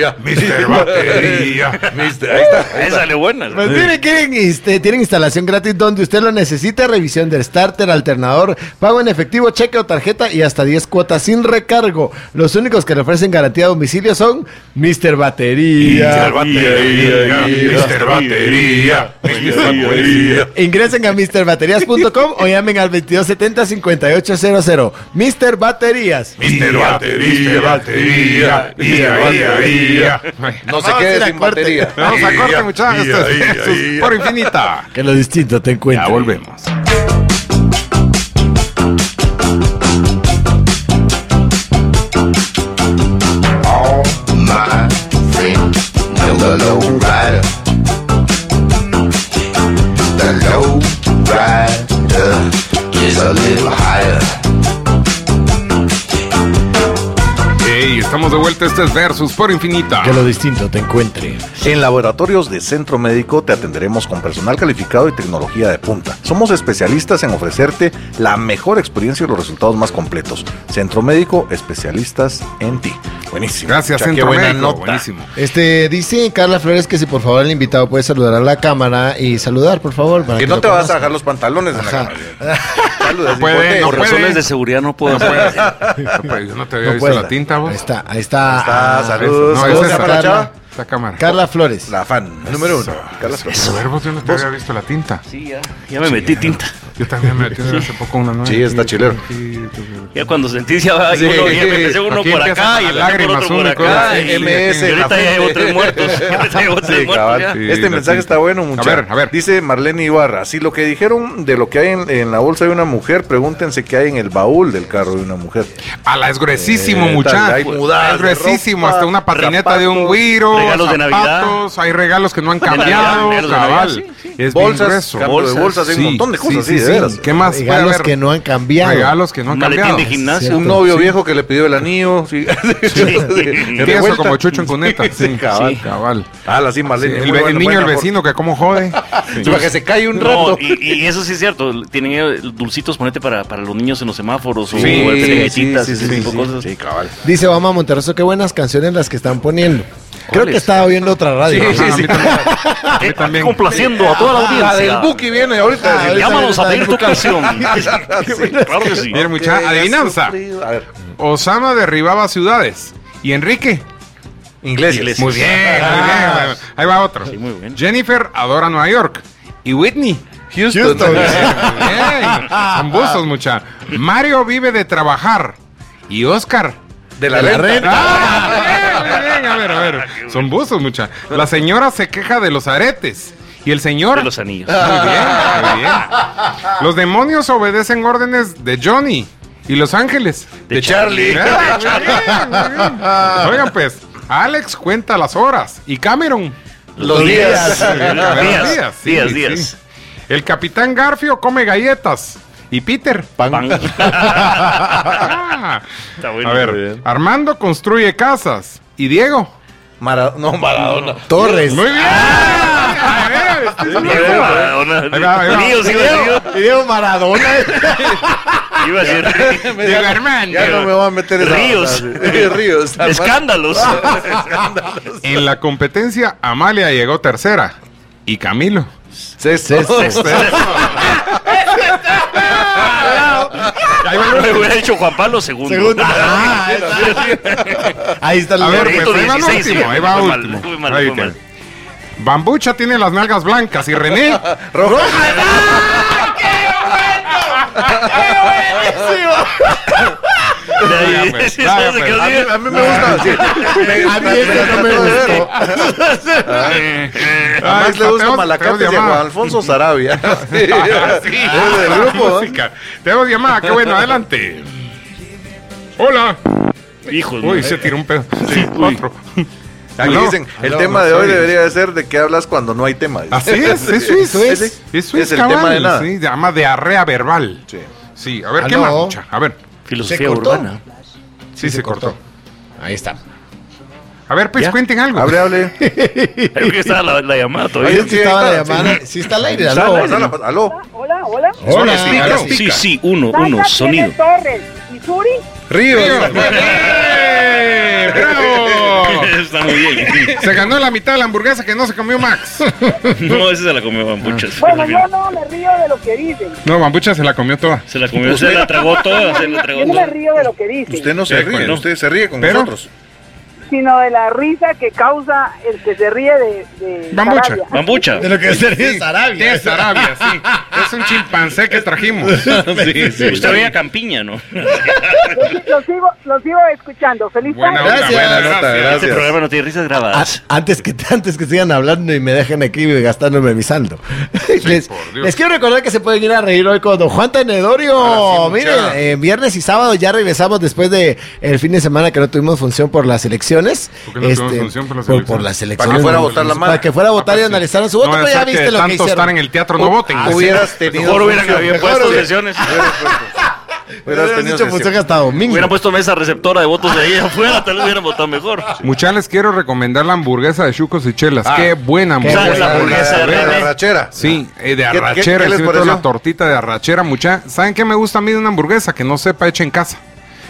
Speaker 4: Batería.
Speaker 2: Mister Batería.
Speaker 4: Mister, ahí está.
Speaker 5: Ahí sale buena.
Speaker 6: Pues miren, quieren, este, tienen instalación gratis donde usted lo necesita, revisión del starter, alternador, pago en efectivo, cheque o tarjeta y hasta 10 cuotas sin recargo. Los únicos que le ofrecen garantía a domicilio son Mr. Batería.
Speaker 7: Batería, Mister Batería, Mister Batería.
Speaker 6: Ingresen a MrBaterías.com o llamen al 2270-5800. Mr. Baterías.
Speaker 7: Mister Batería, Batería, ia, ia, ia.
Speaker 4: No
Speaker 2: Ah,
Speaker 4: se
Speaker 6: Vamos a ir
Speaker 4: quede
Speaker 6: a
Speaker 4: sin
Speaker 6: corte.
Speaker 4: batería.
Speaker 2: Vamos a corte, muchachos. Esto es-
Speaker 7: Ia, ia,
Speaker 2: esto es
Speaker 7: ia.
Speaker 2: por infinita.
Speaker 6: Que lo distinto te encuentre.
Speaker 2: Ya volvemos.
Speaker 7: All my friends know the low rider. The low rider.
Speaker 10: a little higher.
Speaker 2: Ey, estamos de vuelta. Este es Versus por Infinita.
Speaker 3: Que lo distinto te encuentre.
Speaker 4: En laboratorios de Centro Médico te atenderemos con personal calificado y tecnología de punta. Somos especialistas en ofrecerte la mejor experiencia y los resultados más completos. Centro Médico, especialistas en ti. Buenísimo.
Speaker 2: Gracias,
Speaker 4: Mucha, qué
Speaker 2: Centro
Speaker 4: buena
Speaker 2: Médico.
Speaker 4: nota.
Speaker 2: Buenísimo.
Speaker 6: Este, dice Carla Flores que si por favor el invitado puede saludar a la cámara y saludar, por favor. para
Speaker 4: Que no
Speaker 6: lo
Speaker 4: te vas a
Speaker 6: conozcan.
Speaker 4: dejar los pantalones en la
Speaker 6: Ajá.
Speaker 4: cámara. Saludos,
Speaker 2: No puede,
Speaker 4: hipote.
Speaker 2: no
Speaker 5: Por
Speaker 2: puede.
Speaker 5: razones de seguridad no puedo
Speaker 2: No
Speaker 5: hacer.
Speaker 2: puedes. No puedes, yo no te había
Speaker 6: No
Speaker 2: visto
Speaker 6: puede.
Speaker 2: la tinta, vos.
Speaker 6: Ahí está, ahí está.
Speaker 4: está,
Speaker 6: Ah,
Speaker 4: salud.
Speaker 2: Eso,
Speaker 4: Saludos,
Speaker 2: no,
Speaker 4: ¿cómo
Speaker 2: esa
Speaker 4: se
Speaker 2: es
Speaker 4: llama la
Speaker 2: esa.
Speaker 4: chava?
Speaker 2: Esa cámara.
Speaker 6: Carla Flores.
Speaker 4: La fan número uno. Carla Flores.
Speaker 2: Verbos, yo no te había visto la tinta.
Speaker 5: Sí, ya, ya me metí tinta.
Speaker 2: Yo también me metí hace poco una nueva.
Speaker 4: Sí, está chilero.
Speaker 5: Ya cuando sentí ya va,
Speaker 4: Sí.
Speaker 5: uno, ya me empecé uno
Speaker 2: Aquí
Speaker 5: por
Speaker 2: empiezan
Speaker 5: acá y
Speaker 2: las
Speaker 5: me metí por
Speaker 2: lágrimas,
Speaker 5: otro por
Speaker 2: una
Speaker 5: acá.
Speaker 4: Ah,
Speaker 2: cosa así.
Speaker 5: Y,
Speaker 4: MS
Speaker 5: y
Speaker 4: en la
Speaker 5: ahorita ya llevo
Speaker 4: frente. <laughs>
Speaker 5: tres muertos. <laughs> Ahorita llevo tres
Speaker 4: Sí,
Speaker 5: muertos
Speaker 4: cabal.
Speaker 5: ya.
Speaker 2: Sí,
Speaker 4: Este
Speaker 2: la
Speaker 4: mensaje
Speaker 2: tinta.
Speaker 4: está bueno, muchachos.
Speaker 2: A ver, a ver.
Speaker 4: Dice Marlene Ibarra, si lo que dijeron de lo que hay en, en la bolsa de una mujer, pregúntense qué hay en el baúl del carro de una mujer.
Speaker 2: A la es gruesísimo,
Speaker 4: Eh, tal, hay
Speaker 2: muchacho.
Speaker 4: mudas
Speaker 2: Es gruesísimo,
Speaker 4: de
Speaker 2: hasta una
Speaker 4: ropa,
Speaker 2: patineta de un
Speaker 4: zapatos,
Speaker 2: güiro.
Speaker 5: regalos de
Speaker 2: zapatos, Hay regalos que no han
Speaker 5: Navidad,
Speaker 2: cambiado,
Speaker 5: regalos de
Speaker 2: cabal.
Speaker 5: Navidad, sí,
Speaker 2: Es bien
Speaker 4: Bolsas,
Speaker 2: grueso.
Speaker 4: cambio de bolsas, hay un montón de cosas, sí, de veras.
Speaker 2: ¿Qué más? puede
Speaker 6: Regalos
Speaker 2: haber?
Speaker 6: que no han cambiado.
Speaker 2: Regalos que no han
Speaker 5: Un maletín
Speaker 2: cambiado.
Speaker 5: de gimnasio.
Speaker 4: Un novio viejo que le pidió el anillo. Sí. <laughs> De
Speaker 2: Tieso
Speaker 4: vuelta.
Speaker 2: como chucho en
Speaker 4: <laughs>
Speaker 2: cuneta.
Speaker 4: Sí,
Speaker 2: Sí,
Speaker 4: cabal.
Speaker 2: cabal. cabal.
Speaker 4: Ala, sí,
Speaker 2: Sí,
Speaker 4: Marlene.
Speaker 2: el,
Speaker 4: muy
Speaker 2: ve-
Speaker 4: buena,
Speaker 2: el niño,
Speaker 4: buena
Speaker 2: el
Speaker 4: por-
Speaker 2: vecino, que como
Speaker 4: <laughs>
Speaker 2: jode.
Speaker 4: Sí, Para que se cae un
Speaker 5: No,
Speaker 4: rato.
Speaker 5: y, y eso sí es cierto. Tienen eh, dulcitos, ponete para, para los niños en los semáforos o
Speaker 2: Sí, sí,
Speaker 5: galletitas,
Speaker 4: sí, sí,
Speaker 5: ese
Speaker 4: sí,
Speaker 5: tipo de
Speaker 4: sí.
Speaker 5: cosas.
Speaker 4: Sí, cabal.
Speaker 6: Dice Obama Monterroso, qué buenas canciones las que están poniendo. Creo que
Speaker 5: ¿Cuáles?
Speaker 6: estaba viendo otra radio.
Speaker 2: Ajá, a mí <laughs> también.
Speaker 5: Eh,
Speaker 2: Yo también.
Speaker 5: Complaciendo a toda la
Speaker 4: Ah, del
Speaker 5: audiencia.
Speaker 4: Buki viene ahorita.
Speaker 6: Ah,
Speaker 5: Llámanos a pedir tu canción. <laughs>
Speaker 4: Sí.
Speaker 5: Claro que sí.
Speaker 2: Mira, mucha
Speaker 4: Ok,
Speaker 2: Ah, adivinanza.
Speaker 4: ha sufrido. A ver,
Speaker 2: Osama derribaba ciudades. ¿Y Enrique?
Speaker 4: Iglesias.
Speaker 2: Muy bien, muy bien. bueno. Ahí va otro.
Speaker 5: Ah. Sí, muy bien.
Speaker 2: Jennifer adora Nueva York. ¿Y Whitney?
Speaker 4: Houston.
Speaker 2: Muy bien. Son buzos, mucha. Mario vive de trabajar. ¿Y Oscar?
Speaker 4: De la, renta.
Speaker 2: Ah, muy bien, muy bien. A ver, a ver. Son buzos, mucha. La señora se queja de los aretes. ¿Y el señor?
Speaker 5: De los anillos.
Speaker 2: Muy
Speaker 5: <laughs>
Speaker 2: bien, muy bien. Los demonios obedecen órdenes de Johnny. ¿Y Los Ángeles?
Speaker 4: De
Speaker 5: <laughs>
Speaker 4: Charlie.
Speaker 2: Ah, muy bien, muy bien. Oigan, pues, Alex cuenta las horas. ¿Y Cameron?
Speaker 4: Los días.
Speaker 5: <laughs>
Speaker 2: A ver,
Speaker 5: Días,
Speaker 2: sí,
Speaker 5: días,
Speaker 2: sí.
Speaker 5: días.
Speaker 2: El capitán Garfio come galletas. ¿Y Peter?
Speaker 5: Pan. <laughs>
Speaker 2: <laughs> Ah.
Speaker 5: Está bueno.
Speaker 2: A ver, Armando construye casas. ¿Y Diego?
Speaker 4: Mara- no, Maradona.
Speaker 6: <laughs> Torres.
Speaker 2: Muy bien.
Speaker 5: Ah.
Speaker 2: A ver, este es un
Speaker 5: Diego
Speaker 2: buen.
Speaker 5: Maradona.
Speaker 2: Ahí va, ahí va.
Speaker 5: Mío, sí, mío.
Speaker 6: Video Maradona.
Speaker 4: <laughs>
Speaker 5: Iba a decir
Speaker 4: Me-
Speaker 2: Diego Armando.
Speaker 4: Ya no me voy a meter esa-
Speaker 5: Ríos.
Speaker 4: Ríos.
Speaker 5: escándalos. <laughs>
Speaker 2: En la competencia, Amalia llegó tercera. ¿Y Camilo?
Speaker 5: Este. Me hubiera dicho Juan Pablo II. <laughs>
Speaker 6: Segundo. Ah, Ahí está el
Speaker 2: A ver,
Speaker 5: Lorenzo
Speaker 2: pues ahí va el
Speaker 5: 16,
Speaker 2: último.
Speaker 5: sí,
Speaker 2: Ahí va
Speaker 5: fue mal,
Speaker 2: último.
Speaker 5: fue mal,
Speaker 2: Ahí
Speaker 5: fue mal.
Speaker 2: tiene. Bambucha tiene las nalgas blancas y
Speaker 5: <laughs>
Speaker 2: René.
Speaker 5: Ahí,
Speaker 2: pues,
Speaker 5: sí,
Speaker 2: vaya,
Speaker 5: se
Speaker 2: pues.
Speaker 5: quedó
Speaker 4: A mí,
Speaker 5: así.
Speaker 4: a mí me gusta así.
Speaker 6: A mí este no me gustó.
Speaker 2: eh, Ah,
Speaker 4: A Max Ah, le gusta Malacates y a Juan
Speaker 2: llamada.
Speaker 4: Alfonso Sarabia. Sí. <laughs>
Speaker 2: <laughs> Ah, <laughs> sí.
Speaker 4: Es del grupo. ¿eh?
Speaker 2: Música. Tenemos llamada, qué bueno, adelante. Hola.
Speaker 5: Hijos,
Speaker 2: Uy,
Speaker 5: madre.
Speaker 2: se tiró un pedo. otro.
Speaker 4: Aquí
Speaker 2: Aló,
Speaker 4: dicen, el
Speaker 2: aló,
Speaker 4: tema
Speaker 2: no
Speaker 4: de hoy
Speaker 2: soy.
Speaker 4: debería de ser de qué hablas cuando no hay tema.
Speaker 2: Así es, eso es. Eso es, eso es,
Speaker 4: el
Speaker 2: cabal,
Speaker 4: tema de nada.
Speaker 2: Sí, llama diarrea verbal.
Speaker 4: Sí.
Speaker 2: Sí, a ver, ¿qué
Speaker 6: Aló.
Speaker 2: más? mucha? A ver,
Speaker 6: Se
Speaker 5: Filosofía
Speaker 6: cortó.
Speaker 5: urbana.
Speaker 2: sí, se, cortó.
Speaker 6: Ahí está.
Speaker 2: A ver, pues
Speaker 5: ¿Ya?
Speaker 2: cuenten algo.
Speaker 4: Hable,
Speaker 2: <laughs>
Speaker 4: hable.
Speaker 5: Creo que estaba la, la llamada
Speaker 4: Ahí
Speaker 6: Ahí
Speaker 5: todavía.
Speaker 4: sí,
Speaker 6: estaba la
Speaker 4: ahí está,
Speaker 6: llamada. Sí está al aire.
Speaker 4: Aló,
Speaker 6: aló.
Speaker 4: aló, aló.
Speaker 9: Hola, hola.
Speaker 2: Hola,
Speaker 4: sí,
Speaker 2: claro.
Speaker 4: claro.
Speaker 5: Sí, sí, uno, uno,
Speaker 9: Sandra
Speaker 5: sonido.
Speaker 9: tiene Torres y Suri
Speaker 4: Ríos.
Speaker 2: ¡Eh! ¡Bravo!
Speaker 5: <laughs> Está muy bien.
Speaker 2: Se ganó la mitad de la hamburguesa que no se comió Max.
Speaker 5: No, esa se la comió Bambuchas.
Speaker 9: Bueno, yo no me río de lo que dicen.
Speaker 2: No, Bambucha se la comió toda.
Speaker 5: Se la comió, se la tragó toda, se la tragó
Speaker 9: Yo no me
Speaker 5: toda.
Speaker 9: río de lo que dicen,
Speaker 4: Usted no se
Speaker 5: Eh,
Speaker 4: ríe,
Speaker 5: no.
Speaker 4: usted se ríe con
Speaker 2: Pero-
Speaker 4: nosotros.
Speaker 9: sino de la risa que causa el que se ríe de. de
Speaker 2: Bambucha.
Speaker 9: Sarabia.
Speaker 5: Bambucha.
Speaker 6: De lo que se ríe es Arabia.
Speaker 2: Es Arabia, sí. Es un chimpancé que trajimos.
Speaker 5: Sí, sí, Usted veía campiña, ¿no?
Speaker 9: Yo sí- <laughs> Lo sigo, lo sigo escuchando. Feliz
Speaker 2: Buena
Speaker 9: tarde.
Speaker 2: onda,
Speaker 6: Gracias.
Speaker 2: buena,
Speaker 4: Nota,
Speaker 2: gracias.
Speaker 5: Este programa no tiene risas
Speaker 6: Ah,
Speaker 5: grabadas.
Speaker 6: Antes que, <laughs> antes que sigan hablando y me dejen aquí gastándome mi saldo. <laughs> les,
Speaker 2: por Dios.
Speaker 6: les quiero recordar que se pueden ir a reír hoy con Don Juan Tenedorio.
Speaker 2: Ahora sí,
Speaker 6: Miren,
Speaker 2: mucha.
Speaker 6: eh, viernes y sábado ya regresamos después de el fin de semana que no tuvimos función por las elecciones. Este,
Speaker 2: ¿Por qué no tuvimos sanción por las
Speaker 6: por-
Speaker 2: elecciones?
Speaker 6: por las elecciones.
Speaker 4: fuera a votar la madre.
Speaker 6: Para que fuera a votar y analizaran su voto,
Speaker 2: No,
Speaker 6: pero ya
Speaker 2: exacto,
Speaker 6: viste
Speaker 2: de
Speaker 6: lo que
Speaker 2: tanto
Speaker 6: hicieron.
Speaker 2: estar en
Speaker 6: <laughs>
Speaker 2: el teatro no voten.
Speaker 4: Ah, hubieras tenido.
Speaker 5: Mejor hubieran
Speaker 4: función,
Speaker 5: habido
Speaker 4: mejor
Speaker 5: puesto
Speaker 4: hubiera-
Speaker 5: sesiones.
Speaker 4: hubieras puesto- Hubieras
Speaker 6: Hubieran
Speaker 4: tenido
Speaker 6: hecho
Speaker 2: pues,
Speaker 6: función
Speaker 4: sesión.
Speaker 6: hasta domingo.
Speaker 5: Hubieran puesto mesa receptora de votos de ahí <laughs> afuera, tal vez hubieran votado mejor.
Speaker 2: Muchachos, les quiero recomendar la hamburguesa de chucos y chelas.
Speaker 4: Ah.
Speaker 2: qué buena
Speaker 5: Qué
Speaker 2: hamburguesa.
Speaker 5: buena la hamburguesa
Speaker 4: La
Speaker 5: de René.
Speaker 4: arrachera.
Speaker 2: Sí, eh, de
Speaker 4: ¿Qué- qué-
Speaker 2: arrachera,
Speaker 4: qué
Speaker 2: encima de
Speaker 4: les
Speaker 2: toda
Speaker 4: pareció?
Speaker 2: la tortita de arrachera, mucha. ¿Saben qué me gusta a mí de una hamburguesa? Que no sepa hecha en casa.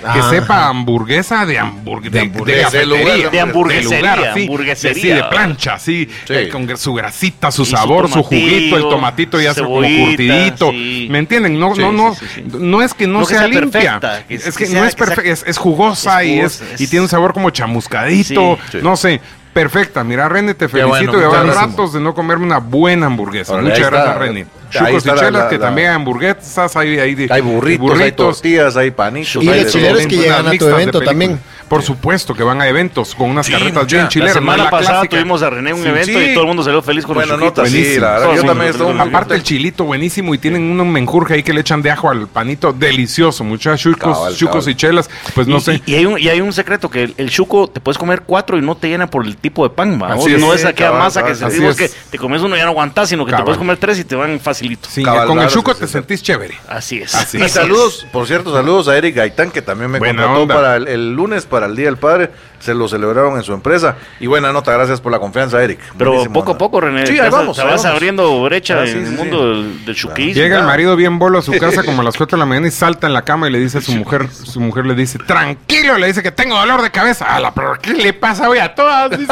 Speaker 2: Que
Speaker 6: Ah.
Speaker 2: sepa hamburguesa de hamburguesa. De,
Speaker 4: hamburguesa,
Speaker 2: de
Speaker 4: de lugar,
Speaker 2: cafetería,
Speaker 4: de
Speaker 5: hamburguesería,
Speaker 2: de lugar, así,
Speaker 5: hamburguesería.
Speaker 2: así de plancha, así,
Speaker 4: Sí.
Speaker 2: eh, con su grasita, su
Speaker 5: Y su
Speaker 2: sabor, su,
Speaker 5: tomatillo,
Speaker 2: juguito, el tomatito ya sea como
Speaker 5: cebollita,
Speaker 2: curtidito.
Speaker 5: sí.
Speaker 2: ¿Me entienden? No,
Speaker 5: Sí,
Speaker 2: no,
Speaker 5: sí,
Speaker 2: no,
Speaker 5: sí, sí.
Speaker 2: no es que no,
Speaker 5: No que
Speaker 2: sea,
Speaker 5: sea
Speaker 2: limpia.
Speaker 5: perfecta, que-
Speaker 2: es que,
Speaker 5: que sea-
Speaker 2: no es
Speaker 5: que sea-
Speaker 2: perfecta, es, es jugosa
Speaker 5: es
Speaker 2: y, es,
Speaker 5: jugosa,
Speaker 2: y
Speaker 5: es-
Speaker 2: tiene un sabor como chamuscadito,
Speaker 5: Sí.
Speaker 2: no sé. Perfecta, mira René, te
Speaker 4: Qué bueno,
Speaker 2: felicito y ahora
Speaker 4: muchas
Speaker 2: ratos de no comerme una buena hamburguesa.
Speaker 4: Órale,
Speaker 2: Muchas
Speaker 4: ahí
Speaker 2: gracias,
Speaker 4: está.
Speaker 2: René.
Speaker 4: Ahí
Speaker 2: Chucos y
Speaker 4: está la-
Speaker 2: chelas,
Speaker 4: la-
Speaker 2: que
Speaker 4: la-
Speaker 2: también hay hamburguesas, hay, hay, de-
Speaker 4: <laughs> Hay burritos, hay tortillas, hay panichos.
Speaker 6: Y
Speaker 4: hay
Speaker 6: los
Speaker 4: de
Speaker 6: chileros
Speaker 4: todo.
Speaker 6: que
Speaker 2: unas
Speaker 6: llegan a tu
Speaker 2: mixtas de
Speaker 6: evento
Speaker 2: película.
Speaker 6: también.
Speaker 2: Por supuesto que van a eventos con unas carretas bien chileras.
Speaker 5: La
Speaker 2: no
Speaker 5: semana
Speaker 2: la
Speaker 5: pasada
Speaker 2: clásica.
Speaker 5: tuvimos a René en un
Speaker 2: Sí,
Speaker 5: evento
Speaker 2: sí.
Speaker 5: y todo el mundo salió feliz con
Speaker 4: Buena
Speaker 5: los
Speaker 4: nota,
Speaker 5: chuquitos.
Speaker 4: sí, la verdad,
Speaker 5: Todo
Speaker 4: yo
Speaker 5: el mundo
Speaker 4: también estuve
Speaker 5: salió muy
Speaker 2: Aparte el
Speaker 5: contento.
Speaker 2: chilito buenísimo y tienen un menjurje ahí que le echan de ajo al panito delicioso, muchachos,
Speaker 4: Cabal,
Speaker 2: chucos, chucos
Speaker 4: cabal.
Speaker 2: y chelas, pues no
Speaker 5: y,
Speaker 2: sé.
Speaker 5: y- y hay un, y hay un secreto, que el, el chuco te puedes comer cuatro y no te llena por el tipo de pan, ¿va?
Speaker 2: Así
Speaker 5: O
Speaker 2: es.
Speaker 5: no es aquella
Speaker 4: Cabal,
Speaker 5: masa que
Speaker 4: cabal,
Speaker 5: sentimos
Speaker 2: así es.
Speaker 5: que te comes uno y ya no aguantas, sino que
Speaker 2: Cabal.
Speaker 5: te puedes comer tres y te van facilito.
Speaker 2: Sí,
Speaker 4: Cabal,
Speaker 2: con el
Speaker 4: claro,
Speaker 2: chuco
Speaker 4: sí,
Speaker 2: te
Speaker 4: sí, sí.
Speaker 2: sentís chévere.
Speaker 5: Así es.
Speaker 2: Así
Speaker 4: Y
Speaker 2: es.
Speaker 4: saludos, por cierto, saludos a Eric Gaitán, que también me
Speaker 2: Buena
Speaker 4: contrató
Speaker 2: onda.
Speaker 4: para el, el lunes, para el Día del Padre. Se lo celebraron en su empresa. Y buena nota, gracias por la confianza, Eric.
Speaker 5: Pero
Speaker 4: Buenísimo,
Speaker 5: poco a
Speaker 4: onda.
Speaker 5: poco, René,
Speaker 4: Sí,
Speaker 5: te
Speaker 4: ahí
Speaker 5: vas-
Speaker 4: vamos.
Speaker 5: te
Speaker 4: ahí
Speaker 5: vas
Speaker 4: vamos.
Speaker 5: abriendo brecha
Speaker 4: Ah, sí,
Speaker 5: en el
Speaker 4: sí,
Speaker 5: mundo
Speaker 4: sí.
Speaker 5: del, del chuquis.
Speaker 2: Llega el
Speaker 5: ¿va?
Speaker 2: marido bien bolo a su
Speaker 5: <laughs>
Speaker 2: casa como a las 4 de la mañana y salta en la cama y le dice a su mujer, su mujer le dice, tranquilo, le dice que tengo dolor de cabeza. Ala, pero ¿qué le pasa hoy a todas?
Speaker 5: <laughs>
Speaker 2: Dice.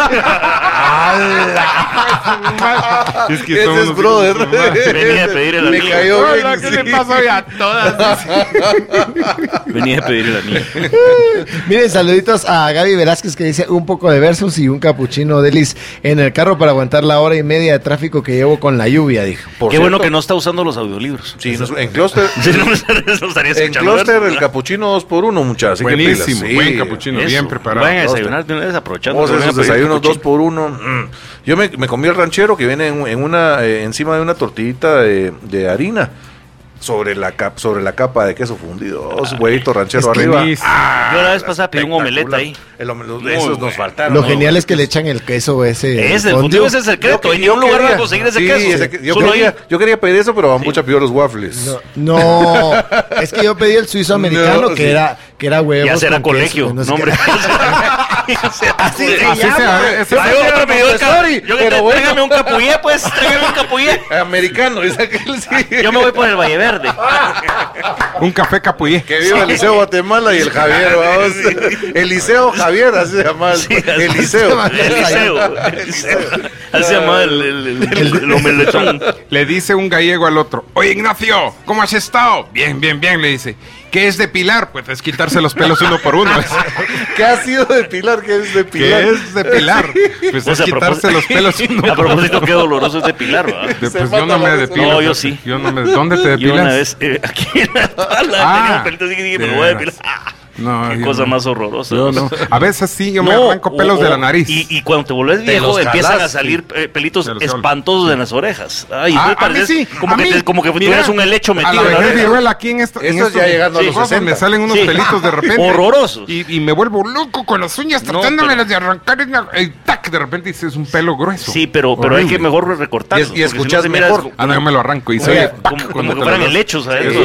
Speaker 2: ¡Ala! <laughs> Es
Speaker 4: Ese
Speaker 2: son
Speaker 4: es
Speaker 2: unos
Speaker 4: brother.
Speaker 2: hijos de su
Speaker 4: <laughs>
Speaker 2: madre.
Speaker 5: Venía a pedir el
Speaker 4: Me
Speaker 5: anillo.
Speaker 4: cayó bien,
Speaker 2: Hola, ¿qué
Speaker 4: sí.
Speaker 2: le pasa hoy a todas? Dice.
Speaker 5: <laughs> Venía a pedir el anillo.
Speaker 6: <laughs> Miren, saluditos a Gaby Velázquez que dice un poco de versus y un capuchino de Liz en el carro para aguantar la hora y media de tráfico que llevo con la lluvia, dijo.
Speaker 4: Por
Speaker 5: Qué bueno
Speaker 4: cierto,
Speaker 5: que no está usando los audiolibros. <laughs>
Speaker 4: sí, nos- en Cluster,
Speaker 5: Sí, no me nos estaría
Speaker 4: en
Speaker 5: escuchando.
Speaker 4: Cluster el capuchino 2 por 1 muchachos.
Speaker 2: Buenísimo, buen capuchino,
Speaker 5: Eso.
Speaker 2: bien preparado.
Speaker 5: Vayan a desayunar de una vez aprovechando.
Speaker 4: Vamos a
Speaker 5: que
Speaker 4: esos
Speaker 5: van a pedir
Speaker 4: desayunos dos
Speaker 5: capuchino.
Speaker 4: por uno. Mm. Yo me, me comí el ranchero que viene en, en una eh, encima de una tortillita de, de harina sobre la cap, sobre la capa de queso fundido, dos huevitos ranchero arriba.
Speaker 2: Buenísimo.
Speaker 5: Yo la vez pasada pedí un omelette ahí.
Speaker 4: El ome- los- esos nos faltaron.
Speaker 6: Lo
Speaker 4: ¿no?
Speaker 6: genial es que le echan el queso ese.
Speaker 5: Ese, el
Speaker 6: fondue.
Speaker 5: fundido ese es el secreto.
Speaker 4: que-
Speaker 5: En ningún lugar
Speaker 4: quería-
Speaker 5: vas a conseguir ese
Speaker 4: sí,
Speaker 5: queso.
Speaker 4: ese que- yo,
Speaker 5: Solo ahí.
Speaker 4: quería, yo quería pedir eso, pero Bambucha pidió los waffles. <laughs>
Speaker 6: No, es que yo pedí el suizo americano
Speaker 4: No,
Speaker 6: que
Speaker 4: sí.
Speaker 6: era que era huevos.
Speaker 5: Ya será
Speaker 6: con queso,
Speaker 5: colegio.
Speaker 6: con no sé
Speaker 5: No, hombre.
Speaker 4: <laughs>
Speaker 6: qué.
Speaker 5: <laughs> Así
Speaker 6: se
Speaker 2: Así
Speaker 6: llama.
Speaker 2: sea, ese-
Speaker 5: Ay, otro me dio el ca-
Speaker 4: Montessori,
Speaker 5: Yo que
Speaker 4: pero
Speaker 5: te-
Speaker 4: bueno.
Speaker 5: tráigame un capullé, pues. Tráigame un capullé.
Speaker 4: Americano, es aquel sí.
Speaker 5: Ah, Yo me voy por el Valle Verde.
Speaker 2: un café capullé.
Speaker 4: <laughs> Que viva el Liceo Guatemala y el Javier,
Speaker 5: <laughs>
Speaker 4: vamos. El Liceo Javier, así se llama.
Speaker 5: Sí, así
Speaker 4: el
Speaker 5: se
Speaker 4: Liceo.
Speaker 5: llama, El liceo. El liceo. Así se llamaba el, el, el, el- el omeletón.
Speaker 2: Le dice un gallego al otro, oye Ignacio, ¿cómo has estado? Bien, bien, bien, le dice. ¿Qué es depilar? Pues es quitarse los pelos uno por
Speaker 5: <laughs>
Speaker 2: uno.
Speaker 4: ¿Qué ha sido de Pilar? ¿Qué es de Pilar?
Speaker 2: ¿Qué es depilar? Pues
Speaker 5: O
Speaker 2: es
Speaker 5: sea, a
Speaker 2: quitarse
Speaker 5: propós-
Speaker 2: los pelos uno
Speaker 5: <laughs> A
Speaker 2: por uno.
Speaker 5: propósito, qué doloroso es depilar, ¿verdad?
Speaker 2: Pues
Speaker 4: Se
Speaker 2: yo
Speaker 4: mata
Speaker 2: no me
Speaker 4: la
Speaker 2: depilo.
Speaker 5: persona. No, yo
Speaker 2: pues,
Speaker 5: sí.
Speaker 2: Yo no me... ¿Dónde te
Speaker 5: <laughs> Yo
Speaker 2: depilas? Ah.
Speaker 5: una vez, eh, aquí en la <laughs> pala, tenía un pelito así que dije, me
Speaker 2: de
Speaker 5: lo voy a depilar.
Speaker 2: veras.
Speaker 5: Ah,
Speaker 2: No,
Speaker 5: qué
Speaker 2: yo
Speaker 5: cosa
Speaker 2: no.
Speaker 5: más horrorosa.
Speaker 2: Yo no. <laughs> A veces sí, yo me
Speaker 5: No,
Speaker 2: arranco pelos
Speaker 5: o-
Speaker 2: de la nariz.
Speaker 5: Y, y cuando te volvés
Speaker 4: Te
Speaker 5: viejo,
Speaker 4: los
Speaker 5: empiezan
Speaker 4: jalás,
Speaker 5: a salir eh, pelitos
Speaker 2: Te los jalo.
Speaker 5: espantosos de las orejas. Ay,
Speaker 2: Ah, a
Speaker 5: entonces
Speaker 2: mí
Speaker 5: pareces
Speaker 2: sí,
Speaker 5: Como,
Speaker 2: a
Speaker 5: que,
Speaker 2: mí.
Speaker 5: te- como que
Speaker 2: Mira,
Speaker 5: tuvieras un helecho
Speaker 2: A
Speaker 5: metido
Speaker 2: la
Speaker 5: en la
Speaker 2: vejez
Speaker 5: oreja.
Speaker 2: viruela aquí en esto. en
Speaker 4: Eso es ya llegando
Speaker 5: a los
Speaker 2: ojos
Speaker 4: 60.
Speaker 2: Me salen unos
Speaker 5: Sí.
Speaker 2: pelitos de repente.
Speaker 5: Horrorosos.
Speaker 2: Y, y me vuelvo loco con las uñas
Speaker 5: No,
Speaker 2: tratándomelas
Speaker 5: pero-
Speaker 2: de arrancar. en la- y tac, de repente dices, es un pelo grueso.
Speaker 5: Sí, pero, pero hay
Speaker 2: Horrible.
Speaker 5: que mejor recortarlo.
Speaker 4: Y es- y
Speaker 5: porque si no
Speaker 4: escuchás
Speaker 5: te miras
Speaker 4: mejor.
Speaker 5: como-
Speaker 2: Ah, no, yo me lo arranco y
Speaker 5: Oye,
Speaker 2: soy
Speaker 5: como- como que fueran ¿eh? helechos, ¿sabes?
Speaker 2: Eso,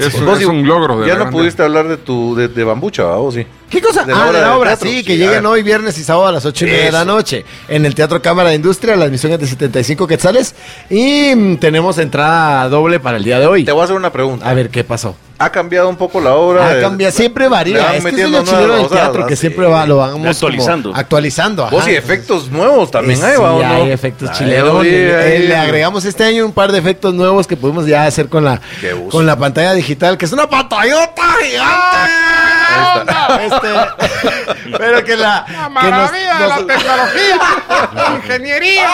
Speaker 2: es- es, un-
Speaker 4: Vos,
Speaker 2: es un logro de
Speaker 4: Ya
Speaker 2: la
Speaker 4: no
Speaker 2: grande.
Speaker 4: pudiste hablar de tu de, de bambucha, ¿va? ¿o sí?
Speaker 6: ¿Qué cosa?
Speaker 4: De la
Speaker 6: ah,
Speaker 4: obra
Speaker 6: de la
Speaker 4: de
Speaker 6: obra,
Speaker 4: teatro,
Speaker 6: sí,
Speaker 4: sí,
Speaker 6: que
Speaker 4: a
Speaker 6: lleguen
Speaker 4: ver.
Speaker 6: hoy viernes y sábado a las 8 y media de la
Speaker 4: Eso.
Speaker 6: noche en el Teatro Cámara de Industria, las misiones de 75 quetzales y mm, tenemos entrada doble para el día de hoy.
Speaker 4: Te voy a hacer una pregunta.
Speaker 6: A ver qué pasó.
Speaker 4: ¿Ha cambiado un poco la obra?
Speaker 6: Ah,
Speaker 4: El-
Speaker 6: cambia, siempre
Speaker 4: le van
Speaker 6: varía. Es que eso es
Speaker 4: metiendo
Speaker 6: lo chileno
Speaker 4: nuevas
Speaker 6: del
Speaker 4: cosas,
Speaker 6: teatro, que
Speaker 4: sí.
Speaker 6: siempre va, lo vamos como
Speaker 5: Actualizando.
Speaker 6: actualizando. ajá.
Speaker 4: Vos y efectos nuevos también hay, ¿va?
Speaker 6: Sí,
Speaker 4: ¿o no?
Speaker 6: hay efectos
Speaker 4: Ay,
Speaker 6: chilenos.
Speaker 4: oye,
Speaker 6: Le,
Speaker 4: ahí-
Speaker 6: le agregamos este año un par de efectos nuevos que pudimos ya hacer con la,
Speaker 4: Qué gusto.
Speaker 6: con la pantalla digital, que es una pantallota
Speaker 2: <laughs>
Speaker 6: gigante. Este, <laughs> pero que la
Speaker 2: ¡Una
Speaker 6: que nos-
Speaker 2: maravilla de
Speaker 6: nos-
Speaker 4: <laughs>
Speaker 2: la tecnología! ¡La ingeniería!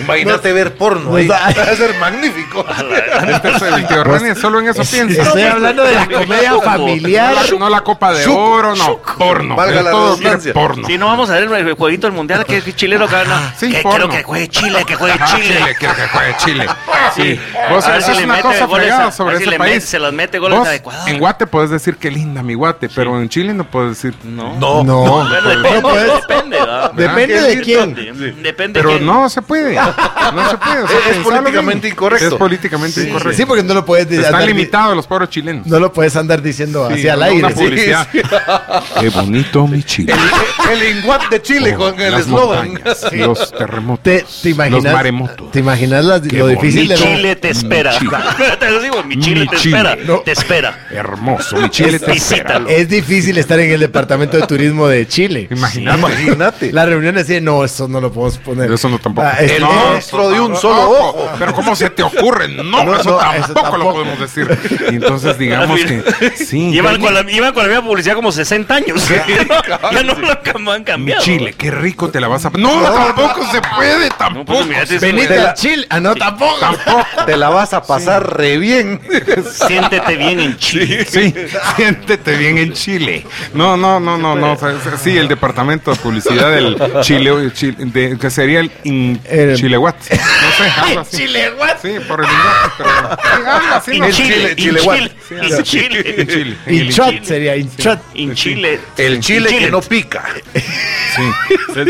Speaker 4: Imagínate ver porno.
Speaker 6: nos
Speaker 4: ahí. <laughs> Va
Speaker 6: da-
Speaker 4: a ser magnífico. <laughs> Ah,
Speaker 2: Este es el tío René, solo en eso piensa.
Speaker 6: Estoy hablando de la comedia familiar.
Speaker 2: No la- No la copa de
Speaker 4: Shuk,
Speaker 2: oro, no.
Speaker 4: shuk.
Speaker 2: Porno.
Speaker 4: Valga
Speaker 2: Él
Speaker 4: la
Speaker 2: Todo quiere
Speaker 4: redundancia.
Speaker 2: porno.
Speaker 5: Si no vamos a ver el, el jueguito del mundial, que que chileno gana.
Speaker 2: Sí,
Speaker 5: que
Speaker 2: porno.
Speaker 5: quiero que juegue Chile, que juegue
Speaker 2: Ah,
Speaker 5: Chile. Ah,
Speaker 2: Chile, quiero que juegue Chile. Sí. Vos
Speaker 5: A ver
Speaker 2: eso
Speaker 5: si
Speaker 2: es
Speaker 5: le
Speaker 2: una
Speaker 5: mete
Speaker 2: cosa
Speaker 5: goles
Speaker 2: fregada
Speaker 5: a- a
Speaker 2: sobre
Speaker 5: ver si
Speaker 2: ese
Speaker 5: le
Speaker 2: país.
Speaker 5: mete- se las mete goles
Speaker 2: Vos,
Speaker 5: a Ecuador.
Speaker 2: En Guate puedes decir qué linda mi Guate, pero en Chile no puedes decir.
Speaker 5: No.
Speaker 6: No,
Speaker 5: Bueno, <laughs>
Speaker 6: no
Speaker 5: depende,
Speaker 6: puedes.
Speaker 5: depende, ¿verdad?
Speaker 6: Depende
Speaker 2: Ah, qué
Speaker 6: de quién.
Speaker 5: Depende
Speaker 2: Pero
Speaker 5: quién.
Speaker 2: no se puede. No se puede. o sea,
Speaker 4: Es- es
Speaker 2: pensalo
Speaker 4: políticamente incorrecto.
Speaker 2: Es políticamente
Speaker 4: Sí,
Speaker 2: incorrecto.
Speaker 6: Sí, porque no lo puedes
Speaker 2: Están
Speaker 6: andar-
Speaker 2: limitados los pobres chilenos.
Speaker 6: No lo puedes andar diciendo
Speaker 2: Sí,
Speaker 6: así al
Speaker 2: una
Speaker 6: aire. sí.
Speaker 2: publicidad. Qué bonito mi Chile.
Speaker 4: El inguat de Chile con el
Speaker 2: Oh, Las
Speaker 4: eslogan.
Speaker 2: montañas, Los terremotos.
Speaker 6: <laughs> ¿Te, te imaginas,
Speaker 2: Los maremotos.
Speaker 6: ¿Te imaginas las- lo difícil
Speaker 5: Mi
Speaker 6: de
Speaker 5: Chile te espera. <laughs>
Speaker 2: Chile.
Speaker 5: Te lo digo, mi Chile
Speaker 2: Mi
Speaker 5: te
Speaker 2: Chile.
Speaker 5: espera.
Speaker 6: No.
Speaker 5: Te espera.
Speaker 2: Hermoso. <laughs> Mi Chile te espera.
Speaker 5: Visítalo.
Speaker 6: Es difícil estar en el departamento de turismo de Chile.
Speaker 2: Imagínate.
Speaker 4: Imagínate.
Speaker 6: La reunión así, no, eso no lo podemos poner.
Speaker 2: Eso no tampoco.
Speaker 6: Ah, es-
Speaker 4: El
Speaker 6: no,
Speaker 4: monstruo de un solo ojo.
Speaker 2: Pero ¿cómo se te ocurre? No,
Speaker 6: No,
Speaker 2: eso,
Speaker 6: no,
Speaker 2: tampoco
Speaker 6: eso tampoco.
Speaker 2: lo podemos decir. Y entonces digamos que sí.
Speaker 5: Llevan con, la, llevan con la misma publicidad como 60 años. <laughs> ya no lo cam- han
Speaker 2: Mi
Speaker 5: cambiado.
Speaker 2: Chile, qué rico te la vas a... No, tampoco se puede,
Speaker 5: No,
Speaker 2: tampoco.
Speaker 5: pues, mira, eso es-
Speaker 6: Venite
Speaker 4: Te
Speaker 6: a
Speaker 4: la-
Speaker 6: Chile. Ah,
Speaker 2: <laughs>
Speaker 6: no, tampoco.
Speaker 2: Tampoco.
Speaker 4: Te la vas a <laughs> pasar re bien.
Speaker 5: Siéntete bien en Chile.
Speaker 2: Sí, siéntete bien en Chile. No, no, no, no, no. o sea, es- sí, el departamento de publicidad del Chile, Chile- de- que sería el in-
Speaker 6: El-
Speaker 2: Chilewat. No sé, algo así. Sí, por el inglés, pero sí, algo así.
Speaker 5: En
Speaker 2: ¿no?
Speaker 5: Chile,
Speaker 4: Chile,
Speaker 5: en Chile,
Speaker 2: Sí,
Speaker 5: en Chile,
Speaker 2: En Chile. en el-
Speaker 6: Inchot sería Inchot.
Speaker 5: en Chile.
Speaker 4: El Chile
Speaker 5: Chile.
Speaker 4: que no pica.
Speaker 2: Sí.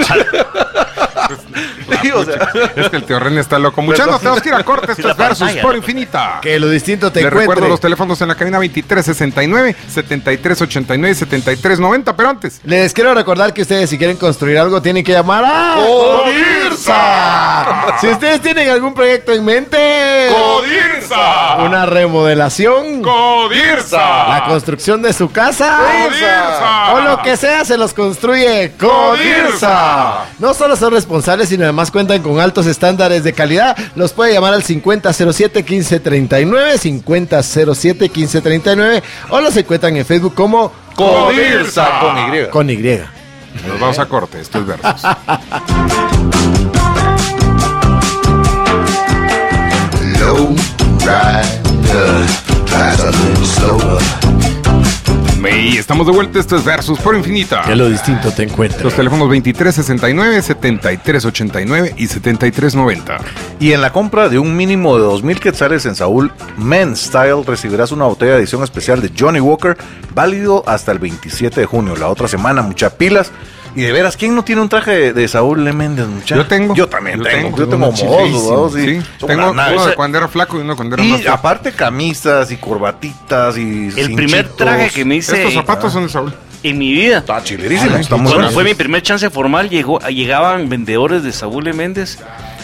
Speaker 4: Sí, o sea,
Speaker 2: Es que el tío René está loco. Muchachos, tenemos que ir a corte. Esto
Speaker 5: La
Speaker 2: es Versus
Speaker 5: pantalla.
Speaker 2: por Infinita.
Speaker 6: Que lo distinto te
Speaker 2: Le recuerdo
Speaker 6: encuentre.
Speaker 2: los teléfonos en la cabina 2369, 7389, 7390. Pero antes,
Speaker 6: Les quiero recordar que ustedes si quieren construir algo tienen que llamar a Codirsa. Si ustedes tienen algún proyecto en mente,
Speaker 2: ¡Codirza!
Speaker 6: una remodelación,
Speaker 2: ¡Codirza!
Speaker 5: Ah.
Speaker 6: la construcción de su casa,
Speaker 2: ¡Codirza!
Speaker 6: o lo que sea se los construye Codirsa.
Speaker 2: ¡Codirsa!
Speaker 6: No solo son responsables, sino además cuentan con altos estándares de calidad. Los puede llamar al 5007-1539, 5007-1539, o los encuentran en Facebook como
Speaker 4: Codirza con Y.
Speaker 6: con Y.
Speaker 2: Nos vamos a corte. Esto es Versus. May, estamos de vuelta. Esto es Versus por Infinita.
Speaker 3: Que lo distinto te encuentre.
Speaker 2: Los teléfonos 2369, 7389 y 7390.
Speaker 4: Y en la compra de un mínimo de 2.000 quetzales en Saúl Men's Style recibirás una botella de edición especial de Johnny Walker, válido hasta el 27 de junio, la otra semana, muchas pilas. Y de veras, ¿quién no tiene un traje de, de Saúl Le Méndez, muchachos?
Speaker 2: Yo tengo.
Speaker 4: Yo también
Speaker 2: Yo tengo.
Speaker 4: tengo. Yo tengo
Speaker 6: Uno
Speaker 4: como dos,
Speaker 6: chilísimo,
Speaker 4: dos, sí.
Speaker 2: Sí,
Speaker 4: Son
Speaker 2: tengo
Speaker 4: una nave.
Speaker 2: uno de
Speaker 5: Esa-
Speaker 2: cuando era flaco y uno cuando era más
Speaker 4: Y
Speaker 2: flaco.
Speaker 4: aparte camisas y corbatitas y
Speaker 5: El primer
Speaker 4: cinchitos.
Speaker 5: traje que me hice
Speaker 2: Estos zapatos son de Saúl.
Speaker 5: en mi vida.
Speaker 4: Está chilerísimo,
Speaker 2: Ay,
Speaker 4: está
Speaker 2: qué
Speaker 4: muy
Speaker 5: Cuando
Speaker 4: bueno.
Speaker 5: fue mi primer chance formal, llegó, llegaban vendedores de Saúl E. Méndez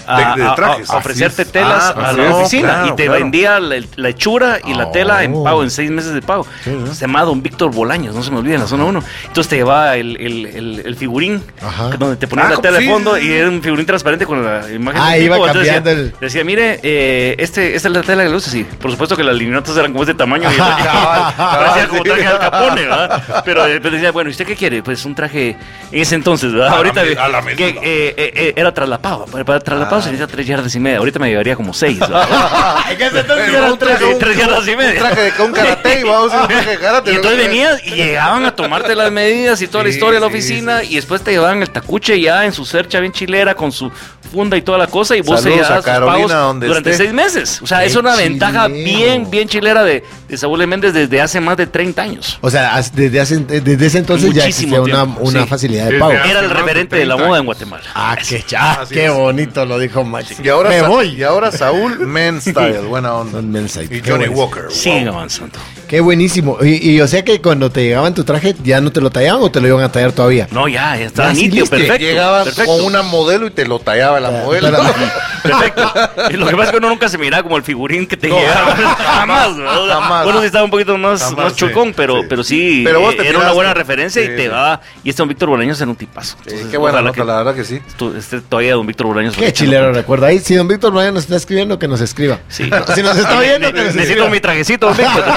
Speaker 5: a,
Speaker 4: De- de
Speaker 5: a- a-
Speaker 4: trajes.
Speaker 5: a ofrecerte
Speaker 4: Así es.
Speaker 5: telas
Speaker 4: Ah,
Speaker 5: a
Speaker 4: así es.
Speaker 5: la oficina
Speaker 4: Claro,
Speaker 5: y te
Speaker 4: claro. Oh.
Speaker 5: vendía la, la hechura y la tela en pago, en seis meses de pago. Se llamaba Don Víctor Bolaños, no se me olvide, en la zona 1. Entonces te llevaba el, el- el- el figurín
Speaker 6: Ajá.
Speaker 5: donde te ponías
Speaker 4: Ah,
Speaker 5: la
Speaker 4: como-
Speaker 5: tela de
Speaker 4: sí,
Speaker 5: fondo
Speaker 4: sí, sí.
Speaker 5: y era un figurín transparente con la imagen.
Speaker 6: Ah,
Speaker 5: del
Speaker 6: iba
Speaker 5: tipo. Entonces
Speaker 6: cambiando
Speaker 5: decía,
Speaker 6: el-
Speaker 5: decía, mire, eh, este, esta es la tela que le usas. Sí, por supuesto que las lineotas eran como este tamaño. y-
Speaker 4: <laughs> Cabal, cabal,
Speaker 5: Parecía como
Speaker 4: sí.
Speaker 5: traje al Capone, ¿verdad? Pero después decía, bueno, ¿y usted qué quiere? Pues un traje en ese entonces, ¿verdad?
Speaker 4: A la
Speaker 5: Ahorita
Speaker 4: me- a la Ah. medida.
Speaker 5: que, eh, eh, eh, era traslapado. Para, para traslapado se necesita tres yardas y media. Ahorita me llevaría como
Speaker 4: <laughs>
Speaker 5: seis. ¿verdad?
Speaker 4: Pero
Speaker 5: eran
Speaker 4: un traje-
Speaker 5: tres-
Speaker 4: un-
Speaker 5: tres yardas y
Speaker 4: un-
Speaker 5: media.
Speaker 4: Un traje de con karate y vamos a un traje de karate.
Speaker 5: Y entonces
Speaker 4: ¿no?
Speaker 5: venías y llegaban a tomarte las medidas y toda la
Speaker 2: Sí,
Speaker 5: historia de la
Speaker 2: sí,
Speaker 5: oficina y después te llevaban el tacuche ya en su cercha bien chilera con su funda y toda la cosa y vos
Speaker 4: Saludos
Speaker 5: te llevabas
Speaker 4: a
Speaker 5: sus
Speaker 4: Carolina,
Speaker 5: pagos
Speaker 4: donde
Speaker 5: durante
Speaker 4: esté.
Speaker 5: seis meses. O sea, es una ventaja bien, bien chilera de, de Saúl Méndez desde hace más de 30 años.
Speaker 6: O sea, as- desde, hace, desde ese entonces ya
Speaker 5: Muchísimo
Speaker 6: existía una,
Speaker 5: tiempo,
Speaker 6: una
Speaker 5: sí.
Speaker 6: facilidad de
Speaker 2: Desde
Speaker 6: pago.
Speaker 2: hace-
Speaker 5: Era el
Speaker 2: más de
Speaker 5: referente de la
Speaker 2: 30
Speaker 5: moda en
Speaker 2: años.
Speaker 5: guatemala.
Speaker 6: Ah, qué, cha- ah, qué bonito lo dijo Max.
Speaker 4: Y ahora,
Speaker 6: Me
Speaker 4: Sa-
Speaker 6: voy.
Speaker 4: y ahora Saúl Men Style, buena onda.
Speaker 6: Son men's style,
Speaker 4: Y
Speaker 6: qué
Speaker 4: Johnny
Speaker 6: buenísimo.
Speaker 4: Walker. wow.
Speaker 5: Siguen avanzando.
Speaker 6: Qué buenísimo. Y, y o sea que cuando te llegaban tu traje, ¿ya no te lo tallaban o te lo iban a tallar todavía?
Speaker 5: No, ya, ya
Speaker 4: Ya
Speaker 5: está nítido,
Speaker 4: saliste,
Speaker 5: perfecto.
Speaker 4: Llegabas
Speaker 5: perfecto.
Speaker 4: con una modelo y te lo tallaba
Speaker 6: Ah,
Speaker 4: la modelo.
Speaker 6: Pero-
Speaker 4: <laughs>
Speaker 5: Perfecto. Y lo que pasa es que uno nunca se miraba como el figurín que te
Speaker 4: No,
Speaker 5: llegaba.
Speaker 4: jamás,
Speaker 5: <laughs> Jamás, ¿verdad?
Speaker 4: jamás.
Speaker 5: Bueno, sí estaba un poquito más,
Speaker 4: Jamás,
Speaker 5: más
Speaker 4: sí,
Speaker 5: chucón, pero
Speaker 4: sí.
Speaker 5: sí, pero sí
Speaker 4: Pero vos
Speaker 5: eh,
Speaker 4: te
Speaker 5: era una
Speaker 4: miraste.
Speaker 5: buena referencia
Speaker 4: Sí,
Speaker 5: y te
Speaker 4: sí.
Speaker 5: va. Y este don Víctor Bolaños era un tipazo.
Speaker 4: <laughs> Sí,
Speaker 5: Entonces,
Speaker 4: qué buena
Speaker 5: ojalá
Speaker 4: nota, la verdad que sí.
Speaker 5: tu- esté todavía don Víctor Bolaños.
Speaker 6: Qué
Speaker 5: ahorita,
Speaker 6: chilero
Speaker 5: ¿no?
Speaker 6: recuerdo. Ahí, si don Víctor María nos está escribiendo, que nos escriba.
Speaker 5: Sí.
Speaker 6: <laughs>
Speaker 5: <laughs>
Speaker 6: Si nos está oyendo,
Speaker 5: Ne-
Speaker 6: que nos
Speaker 5: necesito
Speaker 6: escriba.
Speaker 5: mi trajecito, don Víctor.
Speaker 6: <laughs>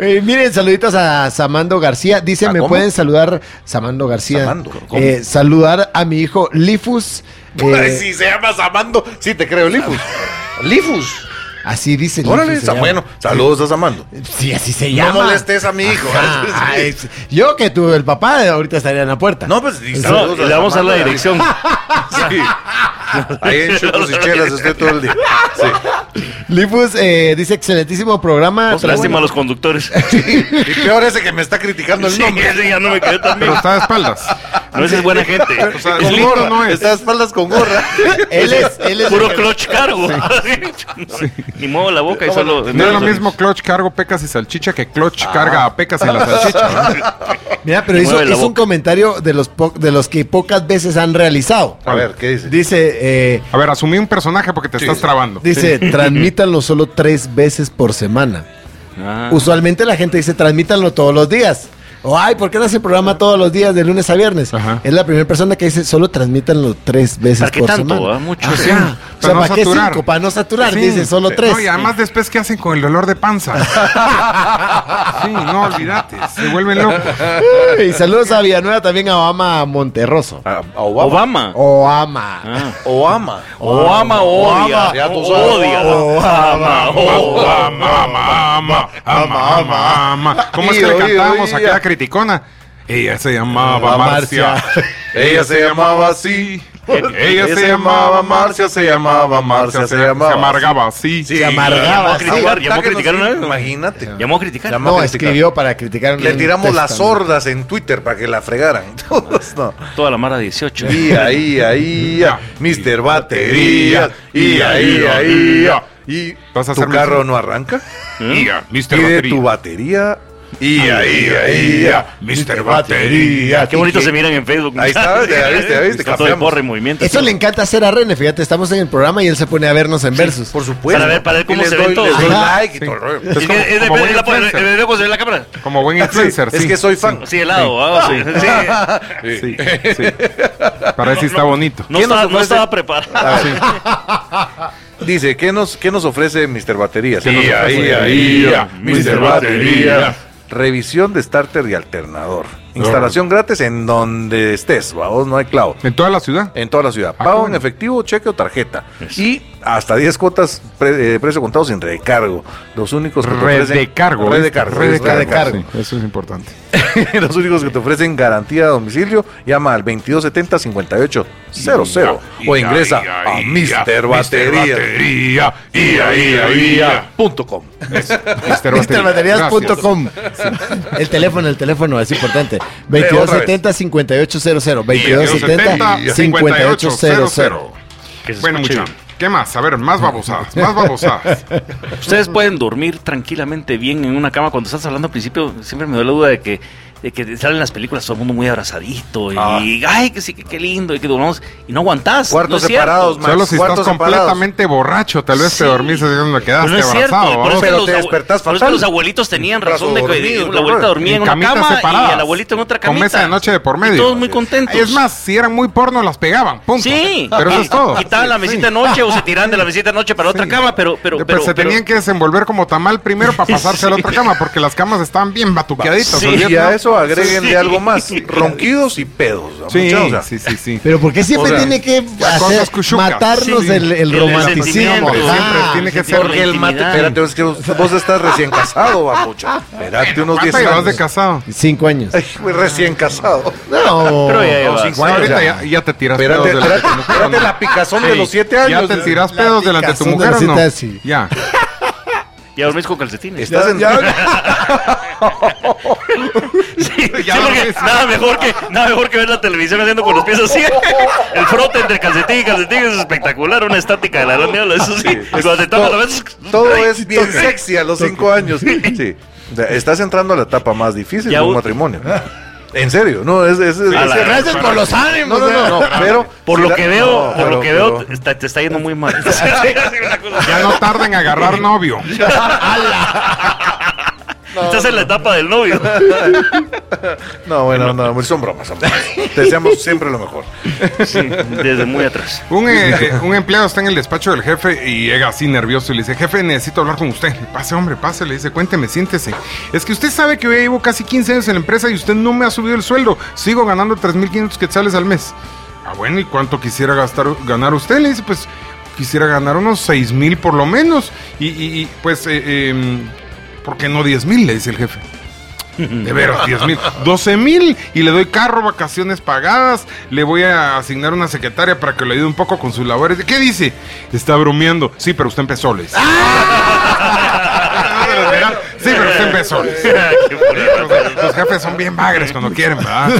Speaker 6: Eh, miren, saluditos a Samando García. Dice,
Speaker 4: ¿A
Speaker 6: me
Speaker 4: cómo?
Speaker 6: pueden saludar, Samando García.
Speaker 4: Samando, ¿cómo?
Speaker 6: Eh, saludar a mi hijo Lifus. <laughs>
Speaker 4: <laughs>
Speaker 6: eh,
Speaker 4: Ay, si se llama Samando, sí te creo, Lifus. Lifus.
Speaker 6: Así dice. Lifus,
Speaker 4: Órale,
Speaker 6: se
Speaker 4: está
Speaker 6: llama.
Speaker 4: bueno. Saludos a Samando.
Speaker 6: Sí, así se
Speaker 4: No
Speaker 6: llama.
Speaker 4: molestes a mi hijo.
Speaker 6: Ajá,
Speaker 4: <laughs>
Speaker 6: ay, yo que tuve el papá, ahorita estaría en la puerta.
Speaker 4: No, pues y
Speaker 5: No,
Speaker 4: saludos
Speaker 5: y le vamos a dar
Speaker 4: Samando,
Speaker 5: la dirección.
Speaker 4: Sí. Ahí en Chucos y Chelas estoy todo el día. Sí.
Speaker 6: Lifus eh, dice, excelentísimo programa.
Speaker 5: Lástima a los conductores.
Speaker 4: Y peor ese que me está criticando el
Speaker 5: Sí,
Speaker 4: nombre.
Speaker 5: ese ya no me quedó tan bien.
Speaker 2: Pero está de espaldas.
Speaker 5: No, ese es buena gente.
Speaker 2: O sea,
Speaker 5: Es
Speaker 2: con
Speaker 5: lindo.
Speaker 2: gorra no es.
Speaker 4: Está a espaldas con gorra.
Speaker 6: <laughs>
Speaker 5: <laughs>
Speaker 6: Él es, él es
Speaker 5: Puro clutch cargo. <laughs> Ni muevo la boca y solo.
Speaker 4: Pues
Speaker 2: No es lo mismo clutch cargo pecas y salchicha que clutch
Speaker 4: Ah.
Speaker 2: carga a pecas y
Speaker 4: <laughs>
Speaker 2: la salchicha. ¿verdad?
Speaker 6: Mira, pero
Speaker 5: Y
Speaker 6: hizo,
Speaker 5: mueve la
Speaker 6: hizo un
Speaker 5: boca.
Speaker 6: comentario de los, po- de los que pocas veces han realizado.
Speaker 2: Ah,
Speaker 4: A ver, ¿qué dice?
Speaker 6: Dice, eh,
Speaker 2: A ver, asumí un personaje porque te estás trabando.
Speaker 6: dice, transmítanlo solo tres veces por semana.
Speaker 5: Ah.
Speaker 6: Usualmente la gente dice, transmítanlo todos los días. O, ay, ¿por qué no hace programa todos los días de lunes a viernes?
Speaker 2: Ajá.
Speaker 6: Es la primera persona que dice, solo transmítanlo tres veces
Speaker 5: ¿Para qué
Speaker 6: por
Speaker 5: tanto,
Speaker 6: semana.
Speaker 5: ah? Mucho,
Speaker 6: Ajá.
Speaker 5: sí.
Speaker 6: O sea, ¿para qué cinco? Para no saturar,
Speaker 2: Sí.
Speaker 6: dice, solo
Speaker 2: Sí.
Speaker 6: tres.
Speaker 2: No, y además después, ¿qué hacen con el dolor de panza?
Speaker 4: <laughs>
Speaker 2: sí, no, olvídate. Se vuelven locos.
Speaker 6: Y saludos a Villanueva, también a Obama Monterroso.
Speaker 4: A, a Ah, Obama.
Speaker 5: Obama.
Speaker 6: Obama.
Speaker 4: Obama.
Speaker 6: Oh.
Speaker 5: Obama, odia.
Speaker 4: Ya tú sabes.
Speaker 5: Odia. Obama,
Speaker 4: Oh,
Speaker 5: Obama.
Speaker 2: Ama, ama, ama, ama, ama. ¿Cómo es que le
Speaker 4: Oído, oído,
Speaker 2: cantábamos a
Speaker 4: oído.
Speaker 2: aquella criticona? Ella se llamaba
Speaker 4: Llamaba
Speaker 2: Marcia.
Speaker 4: Marcia. Ah, Ella se llamaba así.
Speaker 2: Ella se llamaba Marcia,
Speaker 4: se llamaba Marcia,
Speaker 2: se, se amargaba, sí.
Speaker 4: Sí, Llamó a
Speaker 6: amargaba, sí.
Speaker 4: criticar, llamó a
Speaker 5: Atáquenos,
Speaker 4: criticar una vez.
Speaker 5: sí.
Speaker 4: Imagínate.
Speaker 5: Llamó a criticar.
Speaker 4: Llamó a
Speaker 6: No,
Speaker 4: criticar.
Speaker 6: escribió para criticar.
Speaker 4: Le
Speaker 6: un
Speaker 4: tiramos
Speaker 6: texto.
Speaker 4: las sordas en Twitter para que la fregaran. <laughs> Todos no.
Speaker 5: Toda la mara 18.
Speaker 4: Y ahí, ahí, Mr. Batería. Y ahí, ahí. Y
Speaker 2: Vas a
Speaker 4: tu
Speaker 2: hacerme
Speaker 4: carro
Speaker 2: así.
Speaker 4: no arranca.
Speaker 2: Ia, Mr.
Speaker 4: Pide Mm. tu
Speaker 2: Batería.
Speaker 4: batería. Y ahí, ahí, Mr. Batería.
Speaker 5: Qué bonito se miran en Facebook.
Speaker 4: Ahí está, ya viste, ya viste,
Speaker 5: Está todo
Speaker 4: campeamos.
Speaker 5: el porre en movimiento.
Speaker 6: Eso
Speaker 5: sí.
Speaker 6: le encanta hacer a René, fíjate, estamos en el programa y él se pone a vernos en versus.
Speaker 4: Por supuesto.
Speaker 5: Para ver- para ver
Speaker 4: Y
Speaker 5: cómo
Speaker 4: les
Speaker 5: se ven
Speaker 4: doy-
Speaker 5: todos.
Speaker 4: les doy
Speaker 6: Ajá.
Speaker 4: like y todo el rollo.
Speaker 5: Es,
Speaker 2: Es
Speaker 5: que
Speaker 2: como-
Speaker 5: es de-
Speaker 2: como
Speaker 5: es
Speaker 2: buen
Speaker 5: la-
Speaker 2: influencer.
Speaker 5: el- el- el- se ve la cámara.
Speaker 2: Como
Speaker 4: <laughs>
Speaker 2: buen influencer, sí.
Speaker 4: Es que soy fan.
Speaker 5: Así de lado. ah, sí, sí.
Speaker 2: Sí,
Speaker 4: <laughs>
Speaker 2: sí. Para ver si está bonito.
Speaker 5: No,
Speaker 4: ¿Quién nos
Speaker 5: estaba, no
Speaker 4: ofrece?
Speaker 5: estaba preparado.
Speaker 4: Ah, sí. Dice, ¿qué nos, ¿qué nos ofrece Mr. Batería?
Speaker 2: ¿Qué nos
Speaker 4: Ia,
Speaker 2: ofrece?
Speaker 4: ia, ia, Mr. Batería. Revisión de starter y alternador. Instalación gratis en donde estés, vamos, no hay clavo.
Speaker 2: En toda la ciudad.
Speaker 4: En toda la ciudad.
Speaker 2: Ah,
Speaker 4: Pago
Speaker 2: bueno.
Speaker 4: en efectivo, cheque o tarjeta. Y hasta 10 cuotas, pre- eh, precio contado sin recargo. Los únicos que te
Speaker 2: Red
Speaker 4: ofrecen-
Speaker 2: de cargo.
Speaker 4: Red de
Speaker 2: ¿viste?
Speaker 4: cargo.
Speaker 2: Red de
Speaker 4: red de
Speaker 2: cargo.
Speaker 4: cargo.
Speaker 2: sí, eso es
Speaker 4: <laughs>
Speaker 2: importante.
Speaker 4: Los únicos que te ofrecen garantía a domicilio, llama al 2270-5800 o ingresa a Mr. Batería.
Speaker 7: Batería. Ia, ia, ia.
Speaker 4: Punto com.
Speaker 2: Mr.
Speaker 6: Misterbaterías.com El teléfono, el teléfono es importante.
Speaker 4: otra
Speaker 6: 2270-5800. 2270-5800.
Speaker 2: 5800.
Speaker 5: Que se
Speaker 2: Bueno,
Speaker 5: escuche
Speaker 2: mucho. ¿Qué más? A ver,
Speaker 4: <laughs>
Speaker 2: más babosadas, más babosadas.
Speaker 5: Ustedes pueden dormir tranquilamente bien en una cama. Cuando estás hablando al principio, siempre me dio la duda de que, de que salen las películas todo el mundo muy abrazadito y,
Speaker 4: Ah.
Speaker 5: ay, que sí, que qué lindo, y que durmamos y no aguantás.
Speaker 4: Cuartos
Speaker 5: no es cierto.
Speaker 4: separados, Max.
Speaker 2: Solo si estás
Speaker 4: cuartos separados.
Speaker 2: completamente borracho, tal vez
Speaker 5: Sí.
Speaker 2: te dormís y no
Speaker 5: Pero
Speaker 2: quedaste
Speaker 5: no es cierto,
Speaker 2: abrazado.
Speaker 5: por eso
Speaker 2: ¿no?
Speaker 5: que
Speaker 4: Pero
Speaker 5: los
Speaker 4: te
Speaker 5: abue-
Speaker 4: despertás
Speaker 5: por eso que
Speaker 4: fatal.
Speaker 5: los abuelitos tenían
Speaker 4: Brazo
Speaker 5: razón de que
Speaker 4: dormido,
Speaker 5: la abuelita
Speaker 4: brother.
Speaker 5: dormía en
Speaker 2: En
Speaker 5: una
Speaker 2: camitas
Speaker 5: cama y
Speaker 2: separadas.
Speaker 5: el abuelito en otra
Speaker 2: Con
Speaker 5: camita.
Speaker 2: mesa de noche de por medio.
Speaker 5: Y todos muy contentos.
Speaker 2: Es más, si eran muy porno, las pegaban. Punto.
Speaker 5: Sí,
Speaker 2: Pero
Speaker 5: <laughs>
Speaker 2: eso es todo.
Speaker 5: Quitaban la mesita de noche o se tiraban de la mesita de noche para otra cama, pero, pero,
Speaker 2: Pero, pues,
Speaker 5: pero,
Speaker 2: se
Speaker 5: pero-
Speaker 2: tenían que desenvolver como tamal primero
Speaker 5: <laughs>
Speaker 2: para pasarse a la otra cama, porque las camas estaban bien batuqueaditas.
Speaker 5: Sí.
Speaker 2: olvídate,
Speaker 4: Y a
Speaker 2: ¿no?
Speaker 4: eso agreguen
Speaker 5: Sí.
Speaker 4: de
Speaker 2: <laughs>
Speaker 4: algo más, ronquidos y pedos. ¿no?
Speaker 2: Sí,
Speaker 4: Mucha, o sea,
Speaker 2: sí, sí, sí.
Speaker 6: Pero ¿por qué siempre
Speaker 4: O sea,
Speaker 6: tiene que
Speaker 2: las
Speaker 6: hacer-
Speaker 2: cosas cuchucas.
Speaker 6: matarnos
Speaker 2: Sí.
Speaker 6: el, el
Speaker 5: El
Speaker 6: romanticismo? Ah,
Speaker 2: Siempre,
Speaker 5: sentimiento,
Speaker 6: Ajá.
Speaker 2: siempre tiene que ser
Speaker 5: Porque el mate-
Speaker 4: Espérate, es que vos vos estás recién
Speaker 2: <laughs>
Speaker 4: casado, babucha. Espérate unos
Speaker 2: ¿Cuánto
Speaker 4: 10
Speaker 2: llevas
Speaker 4: años.
Speaker 2: de casado?
Speaker 6: Cinco
Speaker 4: <laughs>
Speaker 6: años.
Speaker 4: Ay, güey, recién casado.
Speaker 6: No.
Speaker 5: Pero ya
Speaker 4: No,
Speaker 5: llevas.
Speaker 4: cinco
Speaker 2: Bueno,
Speaker 4: años
Speaker 2: ahorita
Speaker 4: ya.
Speaker 2: ya, ya te tiras
Speaker 4: Espérate,
Speaker 2: pedos delante
Speaker 4: espérate,
Speaker 2: de tu
Speaker 4: espérate
Speaker 2: mujer,
Speaker 4: la picazón de
Speaker 2: Sí.
Speaker 4: los 7
Speaker 2: Ya
Speaker 4: años.
Speaker 2: te tiras
Speaker 6: La
Speaker 2: pedos delante de tu
Speaker 6: picazón de
Speaker 2: mujer,
Speaker 6: los
Speaker 2: ¿o no?
Speaker 6: siete, sí.
Speaker 2: Ya.
Speaker 5: Ya dormís con calcetines.
Speaker 4: Estás en...
Speaker 5: <laughs>
Speaker 4: <laughs>
Speaker 5: Sí,
Speaker 2: Ya
Speaker 5: sí,
Speaker 2: lo
Speaker 5: porque
Speaker 2: ves.
Speaker 5: nada mejor que nada mejor que ver la televisión haciendo con los pies así. El frote entre calcetín y calcetín es espectacular, una estática de la gran diabla, eso sí. Y cuando te tapas la vez
Speaker 4: Todo es bien sexy a los cinco <laughs> años. Sí. O sea, Estás entrando a la etapa más difícil
Speaker 5: Ya
Speaker 4: de un
Speaker 5: u-
Speaker 4: matrimonio. En serio, no, es... es, es-
Speaker 5: A la-
Speaker 4: gracias por los ánimos. No,
Speaker 6: eh.
Speaker 4: no, no, pero...
Speaker 5: por lo
Speaker 4: la-
Speaker 5: que veo,
Speaker 4: no,
Speaker 5: por
Speaker 4: pero-
Speaker 5: lo que veo,
Speaker 4: pero-
Speaker 5: está- te está yendo muy mal. <laughs> Sí, una
Speaker 4: <laughs>
Speaker 5: cosa.
Speaker 2: Ya no tarda en agarrar novio.
Speaker 5: Estás en la etapa del novio.
Speaker 4: No, bueno, no, son bromas. <laughs> son bromas. Te deseamos siempre lo mejor.
Speaker 5: Sí, desde muy atrás.
Speaker 2: Un, eh, <laughs> eh, un empleado está en el despacho del jefe y llega así nervioso y le dice, jefe, necesito hablar con usted. Pase, hombre, pase, le dice, cuénteme, siéntese. Es que usted sabe que yo ya llevo casi 15 años en la empresa y usted no me ha subido el sueldo. Sigo ganando 3.500 quetzales al mes. Ah, bueno, ¿y cuánto quisiera gastar, ganar usted? Le dice, pues quisiera ganar unos 6.000 por lo menos. Y, y- y, pues, eh, eh, ¿por qué no 10.000? Le dice el jefe. De veras, 10 mil. 12 mil y le doy carro, vacaciones pagadas. Le voy a asignar una secretaria para que le ayude un poco con sus labores. ¿Qué dice? Está bromeando. Sí, pero usted empezó, le dice. Ah, de verdad. Sí, pero usted empezó. le
Speaker 4: <laughs>
Speaker 2: dice.
Speaker 5: Qué pura madre.
Speaker 2: Los jefes son bien bagres cuando quieren, ¿verdad?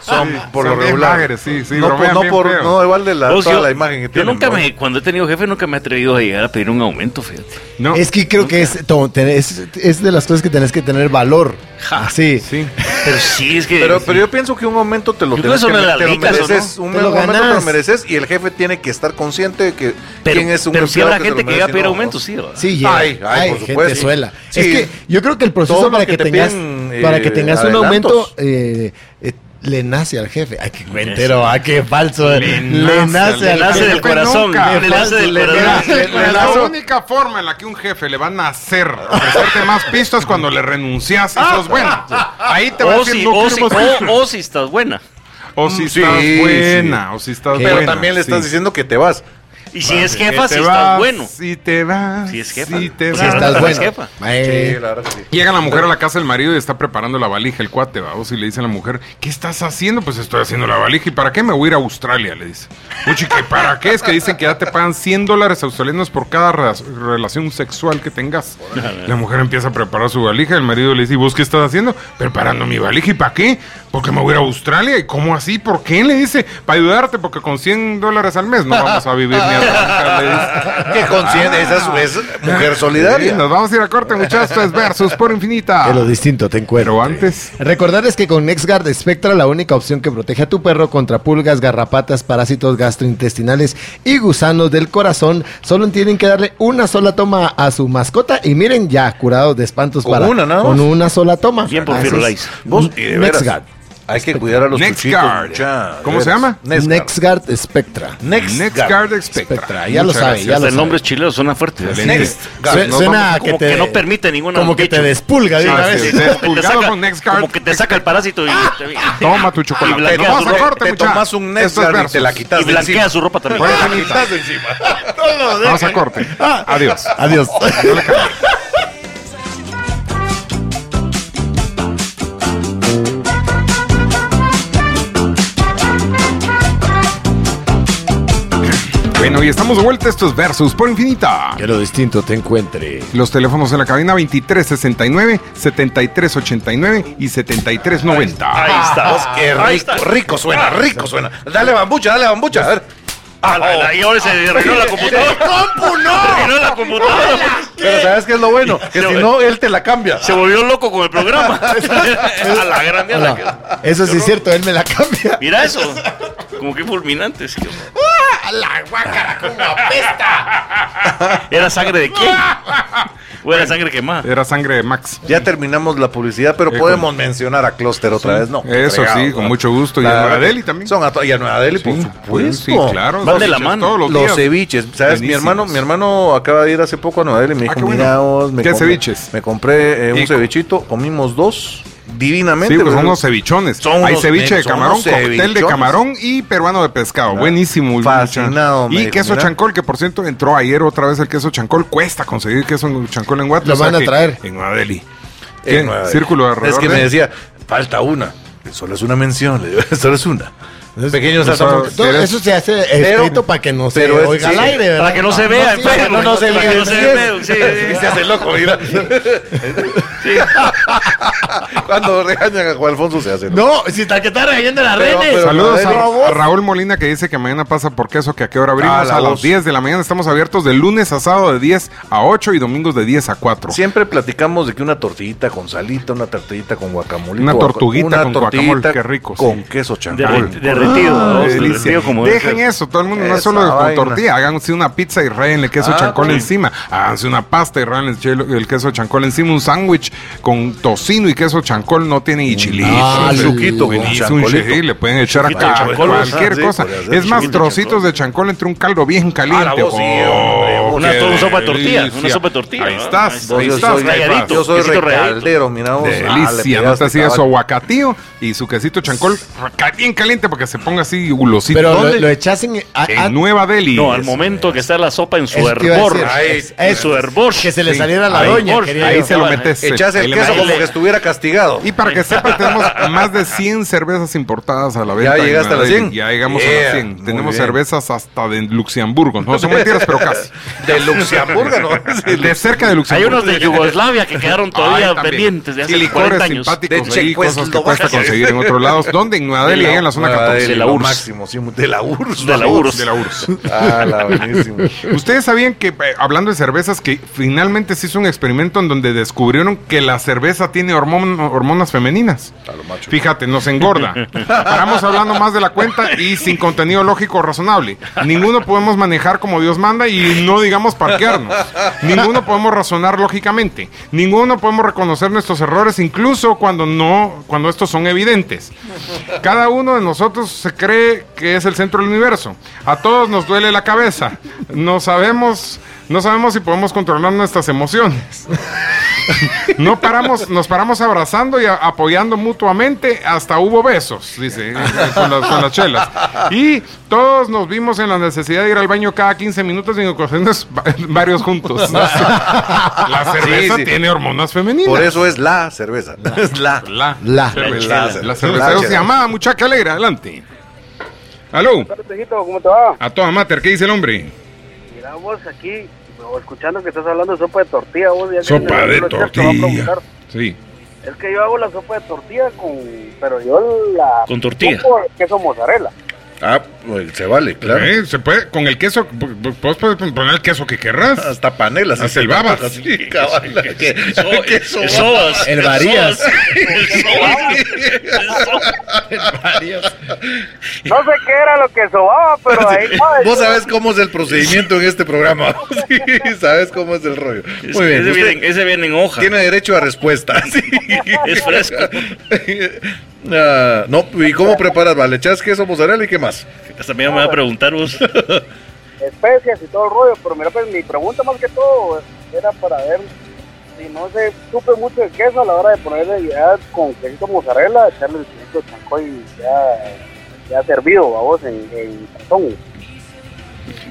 Speaker 4: Son por
Speaker 2: son
Speaker 4: lo
Speaker 2: bien
Speaker 4: regular.
Speaker 2: bagres, sí, sí,
Speaker 4: no, por,
Speaker 2: bromean
Speaker 4: no,
Speaker 2: bien
Speaker 4: por,
Speaker 2: feo.
Speaker 4: no, igual de la,
Speaker 5: Vos,
Speaker 4: toda la imagen que
Speaker 5: yo
Speaker 4: tienen,
Speaker 5: nunca
Speaker 4: ¿no?
Speaker 5: me, cuando he tenido jefe, nunca me he atrevido a llegar a pedir un aumento, fíjate.
Speaker 2: No.
Speaker 6: Es que creo que es, to- tenés- es de las cosas que tenés que tener valor.
Speaker 5: Ja.
Speaker 6: Así.
Speaker 2: Sí.
Speaker 5: Pero sí, es que.
Speaker 4: Pero, pero yo pienso que un aumento te lo,
Speaker 5: Yo
Speaker 4: tenés
Speaker 5: creo
Speaker 4: que
Speaker 5: que son
Speaker 4: me- te lo
Speaker 5: lalicas, ¿o
Speaker 4: mereces. Un
Speaker 6: Te lo
Speaker 4: aumento te lo
Speaker 6: ganás.
Speaker 4: mereces y el jefe tiene que estar consciente de que
Speaker 5: pero,
Speaker 4: quién es un
Speaker 5: pero sí
Speaker 4: empleado
Speaker 5: habrá
Speaker 4: se
Speaker 5: gente
Speaker 4: lo
Speaker 5: que llega a
Speaker 4: merece y
Speaker 5: pedir
Speaker 4: no,
Speaker 5: aumentos,
Speaker 4: ¿no?
Speaker 5: sí. ¿verdad?
Speaker 6: Sí, llega.
Speaker 4: Ay, ay,
Speaker 6: Ay,
Speaker 4: por
Speaker 6: gente
Speaker 4: supuesto.
Speaker 6: suela.
Speaker 4: Sí.
Speaker 6: Es que yo creo que el
Speaker 4: Todo
Speaker 6: proceso
Speaker 4: lo
Speaker 6: para
Speaker 4: que
Speaker 6: que,
Speaker 4: te
Speaker 6: tengas,
Speaker 4: piden, eh,
Speaker 6: para que tengas un
Speaker 4: adelantos.
Speaker 6: aumento eh, eh, le nace al jefe. Ay, qué cuentero, ah, qué falso. Le,
Speaker 2: nace,
Speaker 6: nace
Speaker 2: le
Speaker 6: al
Speaker 5: nace
Speaker 6: jefe.
Speaker 5: del corazón.
Speaker 2: Nunca.
Speaker 5: Le nace del
Speaker 6: Le
Speaker 5: corazón.
Speaker 6: nace del
Speaker 2: Mira, la
Speaker 6: corazón.
Speaker 2: única forma en la que un jefe le van a hacer ofrecerte más pistas cuando le renuncias y sos bueno. Ahí te va a
Speaker 5: O
Speaker 2: decir
Speaker 5: si,
Speaker 2: no
Speaker 5: o, si,
Speaker 2: queremos
Speaker 5: o,
Speaker 2: pistas.
Speaker 5: o mm, si estás buena.
Speaker 2: O si
Speaker 4: Sí,
Speaker 2: estás
Speaker 4: sí.
Speaker 2: buena, o si estás
Speaker 4: Pero
Speaker 2: buena,
Speaker 4: también le
Speaker 2: sí.
Speaker 4: estás diciendo que te vas.
Speaker 5: Y si es
Speaker 2: Que
Speaker 5: jefa,
Speaker 2: te
Speaker 5: si
Speaker 2: vas,
Speaker 5: estás bueno.
Speaker 2: Si te vas.
Speaker 5: Si es jefa. Pues
Speaker 2: Si te
Speaker 5: Si
Speaker 6: Si
Speaker 2: vas.
Speaker 4: <laughs>
Speaker 6: estás
Speaker 5: Claro,
Speaker 6: bueno.
Speaker 5: jefa.
Speaker 6: Ay,
Speaker 4: la verdad que <laughs> sí.
Speaker 2: Llega la mujer a la casa del marido y está preparando la valija, el cuate, vamos, y le dice a la mujer, ¿qué estás haciendo? Pues estoy haciendo la valija, ¿y para qué me voy a ir a Australia? Le dice. Mucho, ¿y para qué? Es que dicen que ya te pagan 100 dólares australianos por cada ra- relación sexual que tengas. La mujer empieza a preparar su valija, el marido le dice, ¿y vos qué estás haciendo? Preparando mi valija, ¿y para qué? Porque me voy a ir a Australia, ¿y cómo así? ¿Por qué? Le dice, para ayudarte, porque con 100 dólares al mes no vamos a vivir ni a trabajar", le
Speaker 6: <laughs>
Speaker 2: dice.
Speaker 4: Que consciente, esa es, es mujer solidaria.
Speaker 2: Ah, Sí, nos vamos a ir a corte, muchachos. Esto es Versus por Infinita.
Speaker 6: Que lo distinto te encuentro.
Speaker 2: Pero antes.
Speaker 6: Recordarles que con NexGard Spectra la única opción que protege a tu perro contra pulgas, garrapatas, parásitos gastrointestinales y gusanos del corazón, solo tienen que darle una sola toma a su mascota y miren ya curados de espantos
Speaker 4: Con
Speaker 6: para
Speaker 4: una, nada más.
Speaker 6: con una sola toma.
Speaker 5: Bien por
Speaker 6: Así es.
Speaker 5: Firulais.
Speaker 4: Vos,
Speaker 5: eh,
Speaker 4: y de veras,
Speaker 6: NexGard.
Speaker 4: hay que cuidar a los
Speaker 2: Next
Speaker 4: cuchitos,
Speaker 2: Guard.
Speaker 4: mucha, de
Speaker 2: ¿Cómo se
Speaker 4: veras.
Speaker 2: llama?
Speaker 4: Next Guard.
Speaker 6: NexGuard Spectra.
Speaker 4: Next,
Speaker 2: Next
Speaker 4: Guard.
Speaker 2: Card Spectra.
Speaker 6: Spectra, ya lo
Speaker 2: Muchas
Speaker 6: sabe, ya
Speaker 2: gracias.
Speaker 5: Hasta
Speaker 6: lo
Speaker 5: el nombre chilo suena fuerte.
Speaker 2: Excelente.
Speaker 4: Next Guard.
Speaker 6: Su-
Speaker 4: Nos
Speaker 6: suena
Speaker 4: vamos-
Speaker 6: a que
Speaker 5: Como
Speaker 6: te,
Speaker 5: que no permite ninguna Ah,
Speaker 6: Como que te
Speaker 5: bicho.
Speaker 6: despulga de
Speaker 2: Sí,
Speaker 6: una
Speaker 2: sí,
Speaker 6: vez.
Speaker 2: sí.
Speaker 5: Como que te
Speaker 2: Pulgado
Speaker 5: saca-
Speaker 2: con Next Card.
Speaker 5: Como que te saca el parásito y, te-
Speaker 2: Toma tu chocolate.
Speaker 5: Y blanquea
Speaker 2: Vamos
Speaker 5: tu
Speaker 2: a
Speaker 5: ropa.
Speaker 2: corte,
Speaker 4: te
Speaker 2: muchachos.
Speaker 4: tomas un Next
Speaker 2: Esto es
Speaker 4: Guard y te
Speaker 2: Versus.
Speaker 4: la quitas
Speaker 5: y
Speaker 4: de
Speaker 5: blanquea
Speaker 4: encima.
Speaker 5: su ropa también.
Speaker 4: Te la quitas de encima.
Speaker 2: Vamos a corte. Adiós.
Speaker 5: <laughs>
Speaker 6: Adiós.
Speaker 2: Bueno, y estamos de vuelta. Esto es Versus por Infinita.
Speaker 3: Que lo distinto te encuentre.
Speaker 2: Los teléfonos en la cabina 2369, 7389 y 7390.
Speaker 5: Ahí está.
Speaker 4: Vos, qué
Speaker 5: Ahí
Speaker 4: rico,
Speaker 5: está.
Speaker 4: rico suena, rico suena. Dale bambucha, dale bambucha. A ver.
Speaker 5: Ah, la- la- y ahora se arruinó la computadora.
Speaker 4: ¡Compu,
Speaker 5: Se arruinó la computadora.
Speaker 4: Pero ¿sabes qué es lo bueno? Que
Speaker 5: Se
Speaker 4: si
Speaker 5: va-
Speaker 4: no, él te la cambia.
Speaker 5: Se volvió loco con el
Speaker 6: <laughs>
Speaker 5: programa. A la gran mierda. que-
Speaker 6: Hola. Eso sí es cierto, él me la <laughs> cambia.
Speaker 5: Mira eso. Como que fulminante. es que-
Speaker 6: ¡Ah!
Speaker 5: ¿Era sangre de quién? ¿O era sangre quemada?
Speaker 2: Era sangre de Max.
Speaker 4: Ya terminamos la publicidad, pero
Speaker 2: Eh,
Speaker 4: podemos mencionar a Cluster otra vez, ¿no? qué
Speaker 2: Eso sí, con mucho gusto. Y a
Speaker 4: La-
Speaker 2: Nueva Delhi también.
Speaker 4: Son a to- y a Nueva Delhi, por
Speaker 2: Sí, pues,
Speaker 4: supuesto.
Speaker 2: Sí, claro.
Speaker 5: Van de la
Speaker 2: Los-
Speaker 5: mano.
Speaker 2: Todos los,
Speaker 4: Los
Speaker 2: días.
Speaker 4: ceviches, ¿sabes? Mi
Speaker 2: Buenísimos.
Speaker 4: hermano, mi hermano acaba de ir hace poco a Nueva Delhi y me
Speaker 2: Ah,
Speaker 4: dijo,
Speaker 2: qué bueno.
Speaker 4: "Mira vos, me
Speaker 2: ¿Qué
Speaker 4: compré-
Speaker 2: ceviches?
Speaker 4: Me compré eh, un
Speaker 2: Rico.
Speaker 4: cevichito, comimos dos,
Speaker 2: Sí,
Speaker 4: divinamente.
Speaker 2: pues
Speaker 4: pero-
Speaker 2: son unos cevichones.
Speaker 4: Son
Speaker 2: Hay
Speaker 4: unos
Speaker 2: ceviche
Speaker 4: men-
Speaker 2: de
Speaker 4: son
Speaker 2: camarón,
Speaker 4: unos
Speaker 2: cóctel de
Speaker 4: cevichones.
Speaker 2: camarón y peruano de pescado.
Speaker 4: Claro.
Speaker 2: Buenísimo.
Speaker 4: Fascinado, me
Speaker 2: Y
Speaker 4: dijo,
Speaker 2: queso
Speaker 4: mira.
Speaker 2: chancol, que por cierto entró ayer otra vez el queso chancol. Cuesta conseguir queso chancol en Guatemala.
Speaker 6: Lo van a traer.
Speaker 2: En Nueva Delhi.
Speaker 4: en
Speaker 2: ¿Qué?
Speaker 4: Nueva Delhi.
Speaker 2: Círculo alrededor ¿eh?
Speaker 4: Es que
Speaker 2: de-
Speaker 4: me decía, falta una. Solo es una mención, le digo, <laughs> solo es una. Pequeños
Speaker 2: o sea,
Speaker 4: saltamontes.
Speaker 6: Todo eso se hace escrito para que no se
Speaker 4: pero es-
Speaker 6: oiga al
Speaker 4: sí.
Speaker 6: aire, ¿verdad?
Speaker 5: Para que no se vea en
Speaker 6: sí, para que
Speaker 5: Facebook,
Speaker 6: no se
Speaker 5: para
Speaker 6: vea
Speaker 5: que
Speaker 6: en
Speaker 5: no se vea
Speaker 6: Facebook.
Speaker 5: en Facebook, sí,
Speaker 4: Y
Speaker 5: sí,
Speaker 4: se hace loco, mira. <laughs> Cuando regañan a Juan Alfonso se hace loco.
Speaker 6: No, si tal que está regañando las
Speaker 4: Pero-
Speaker 6: redes.
Speaker 4: pero-
Speaker 2: Saludos
Speaker 4: Nueva Delhi.
Speaker 2: a, a Raúl Molina que dice que mañana pasa por queso, que a qué hora abrimos.
Speaker 4: Ah, la
Speaker 2: a las
Speaker 4: voz.
Speaker 2: 10 de la mañana estamos abiertos de lunes a sábado de 10 a 8 y domingos de 10 a 4.
Speaker 4: Siempre platicamos de que una tortillita con salita, una tortillita con guacamole.
Speaker 2: Una tortuguita con guacamole, qué rico,
Speaker 4: Con
Speaker 2: sí.
Speaker 4: queso chancol.
Speaker 5: Derreti- Derretido.
Speaker 2: Ah,
Speaker 5: ¿no?
Speaker 2: delicia.
Speaker 5: Derretido como
Speaker 2: Dejen
Speaker 5: dice.
Speaker 2: eso, todo el mundo, no
Speaker 4: Esa
Speaker 2: solo con
Speaker 4: vaina.
Speaker 2: tortilla, háganse una pizza y rayenle queso
Speaker 4: Ah,
Speaker 2: chancol
Speaker 4: sí.
Speaker 2: encima, háganse una pasta y rayenle el, chelo- el queso chancol encima, un sándwich con tocino y queso chancol no tienen y chilito.
Speaker 4: Ah,
Speaker 2: Sí,
Speaker 4: chuquito,
Speaker 2: buenísimo,
Speaker 4: con
Speaker 2: un
Speaker 4: chancolito.
Speaker 2: chilito, le pueden echar
Speaker 4: Chuquito
Speaker 2: a
Speaker 4: de chancol,
Speaker 2: cualquier
Speaker 4: sí,
Speaker 2: cosa.
Speaker 4: podría ser
Speaker 2: Es más,
Speaker 5: chuquito de
Speaker 2: trocitos
Speaker 5: chancol.
Speaker 2: de chancol entre un caldo bien caliente.
Speaker 4: Ah, la voz, sí, hombre,
Speaker 2: Oh,
Speaker 5: una
Speaker 2: qué
Speaker 5: to- una sopa de tortilla,
Speaker 2: delicia.
Speaker 5: una sopa de tortilla,
Speaker 2: Ahí
Speaker 5: ¿no? Ahí
Speaker 2: estás,
Speaker 5: está.
Speaker 2: ahí
Speaker 4: yo
Speaker 2: estás.
Speaker 4: soy,
Speaker 2: ahí vas.
Speaker 5: Calladito,
Speaker 4: yo soy
Speaker 5: quesito
Speaker 4: recaldero, mira vos. Ah, le
Speaker 2: Delicia, no
Speaker 4: pegaste,
Speaker 2: te sigue su
Speaker 4: cabal.
Speaker 2: aguacatío y su quesito chancol ca- bien caliente para que se ponga así gulosito.
Speaker 6: Pero lo,
Speaker 2: ¿Dónde?
Speaker 6: lo echas en. a- a-
Speaker 2: en Nueva Delhi.
Speaker 5: No, al momento que está la sopa en su
Speaker 6: Eso te iba a
Speaker 5: hervor.
Speaker 6: decir.
Speaker 5: Ahí,
Speaker 6: Es-
Speaker 5: en
Speaker 6: es-
Speaker 5: su hervor.
Speaker 6: que se le
Speaker 2: Sí,
Speaker 6: saliera la
Speaker 2: ahí,
Speaker 6: doña.
Speaker 5: por-
Speaker 6: quería
Speaker 2: Ahí
Speaker 6: yo.
Speaker 2: se lo
Speaker 5: Bueno,
Speaker 2: metes. eh,
Speaker 4: Echas
Speaker 2: este, ahí
Speaker 4: el
Speaker 2: le
Speaker 4: queso
Speaker 2: metes.
Speaker 4: como que estuviera castigado.
Speaker 2: Y para que sepa,
Speaker 5: <laughs>
Speaker 2: tenemos más de 100 cervezas importadas a la venta. en
Speaker 4: llegaste a las
Speaker 2: Madrid.
Speaker 4: 100.
Speaker 2: Ya llegamos a
Speaker 4: Yeah,
Speaker 2: las 100.
Speaker 4: muy
Speaker 2: Tenemos
Speaker 4: bien.
Speaker 2: cervezas hasta de Luxemburgo. No son mentiras, pero
Speaker 4: <laughs>
Speaker 2: casi.
Speaker 4: De Luxemburgo, ¿no? <laughs> Sí,
Speaker 2: De cerca de
Speaker 5: Hay
Speaker 2: Luxemburgo.
Speaker 6: <laughs>
Speaker 5: unos de Yugoslavia que quedaron todavía
Speaker 2: Ay, también.
Speaker 5: pendientes de hace
Speaker 2: y licores
Speaker 5: 40 años.
Speaker 2: simpáticos
Speaker 4: De
Speaker 2: ahí, cosas que
Speaker 4: Checoslovaquia.
Speaker 2: cuesta conseguir en otros lados. ¿Dónde? En Nueva Delhi, ahí en la zona
Speaker 4: Nueva
Speaker 2: 14.
Speaker 4: Delhi,
Speaker 5: De la
Speaker 4: Ah, lo
Speaker 5: URSS.
Speaker 4: máximo, sí, de la URSS.
Speaker 5: De la URSS.
Speaker 2: De la URSS.
Speaker 4: Ah, la buenísimo.
Speaker 2: <laughs> Ustedes sabían que, eh, hablando de cervezas, que finalmente se hizo un experimento en donde descubrieron que la cerveza tiene hormon- hormonas femeninas.
Speaker 4: A lo macho.
Speaker 2: Fíjate, nos engorda. Paramos hablando más de la cuenta y sin contenido lógico o razonable. Ninguno podemos manejar como Dios manda y no digamos parquearnos. Ninguno podemos razonar lógicamente. Ninguno podemos reconocer nuestros errores, incluso cuando no, cuando estos son evidentes. Cada uno de nosotros se cree que es el centro del universo. A todos nos duele la cabeza. No sabemos, no sabemos si podemos controlar nuestras emociones. No paramos, nos paramos abrazando y a- apoyando mutuamente, hasta hubo besos, dice, eh, con las, con las chelas. Y todos nos vimos en la necesidad de ir al baño cada 15 minutos en ocasiones va- varios juntos.
Speaker 4: <laughs>
Speaker 2: La cerveza
Speaker 4: Sí, sí.
Speaker 2: tiene hormonas femeninas.
Speaker 4: Por eso es la cerveza. Es Pues la.
Speaker 2: La,
Speaker 6: La.
Speaker 2: cerveza.
Speaker 4: La
Speaker 2: La
Speaker 4: chela.
Speaker 2: cerveza. llamada, muchacha alegre, adelante. Aló,
Speaker 8: ¿Cómo te va?
Speaker 2: a toda mater, ¿qué dice el hombre?
Speaker 8: Mira vos aquí, o escuchando que estás hablando de sopa de tortilla. Vos, ya que
Speaker 2: Sopa
Speaker 8: me-
Speaker 2: de
Speaker 8: lo echas, te voy a
Speaker 2: tortilla.
Speaker 8: preguntar.
Speaker 2: Sí.
Speaker 8: Es que yo hago la sopa de tortilla con... Pero yo la...
Speaker 5: Con tortilla.
Speaker 8: pongo queso mozzarella.
Speaker 4: Ah, pues, se vale, claro.
Speaker 2: Eh, se puede, con el queso, vos puedes poner el queso que querrás.
Speaker 4: Hasta panelas.
Speaker 2: Hasta el babas.
Speaker 4: Sí, cabal, la que-
Speaker 5: So-
Speaker 4: que eso
Speaker 5: el
Speaker 4: va.
Speaker 5: sobas.
Speaker 6: El varías.
Speaker 5: sobas. <laughs> El sobas. El sobas.
Speaker 8: No sé qué era lo que sobaba, pero ahí...
Speaker 4: <laughs>
Speaker 8: ay,
Speaker 4: Vos sabés cómo es el procedimiento en este programa. <laughs> Sí, sabes cómo es el rollo. Muy bien.
Speaker 5: Ese
Speaker 4: usted
Speaker 5: viene, ese viene en
Speaker 4: <laughs>
Speaker 5: hoja.
Speaker 4: Tiene derecho a respuesta. <laughs> Sí.
Speaker 5: Es fresco.
Speaker 4: Ah, no, ¿y cómo preparas? Vale, echas queso mozzarella y qué más.
Speaker 5: Hasta a mí me va a preguntar vos.
Speaker 8: especias y todo el rollo, pero mira, pues mi pregunta más que todo era para ver si no se supe mucho de queso a la hora de ponerle ya con quesito mozzarella, echarle el quesito chancoy ya, ya servido, vamos, en, en cartón.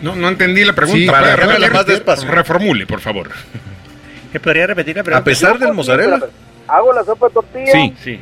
Speaker 2: No, no entendí la pregunta.
Speaker 4: Sí,
Speaker 2: Puede
Speaker 4: para
Speaker 2: repetir,
Speaker 4: hablarla más despacio.
Speaker 2: Reformule, por favor.
Speaker 5: ¿Podría repetir la
Speaker 4: A pesar del mozzarella.
Speaker 8: pues, Hago la sopa de tortilla
Speaker 2: Sí.
Speaker 5: Sí.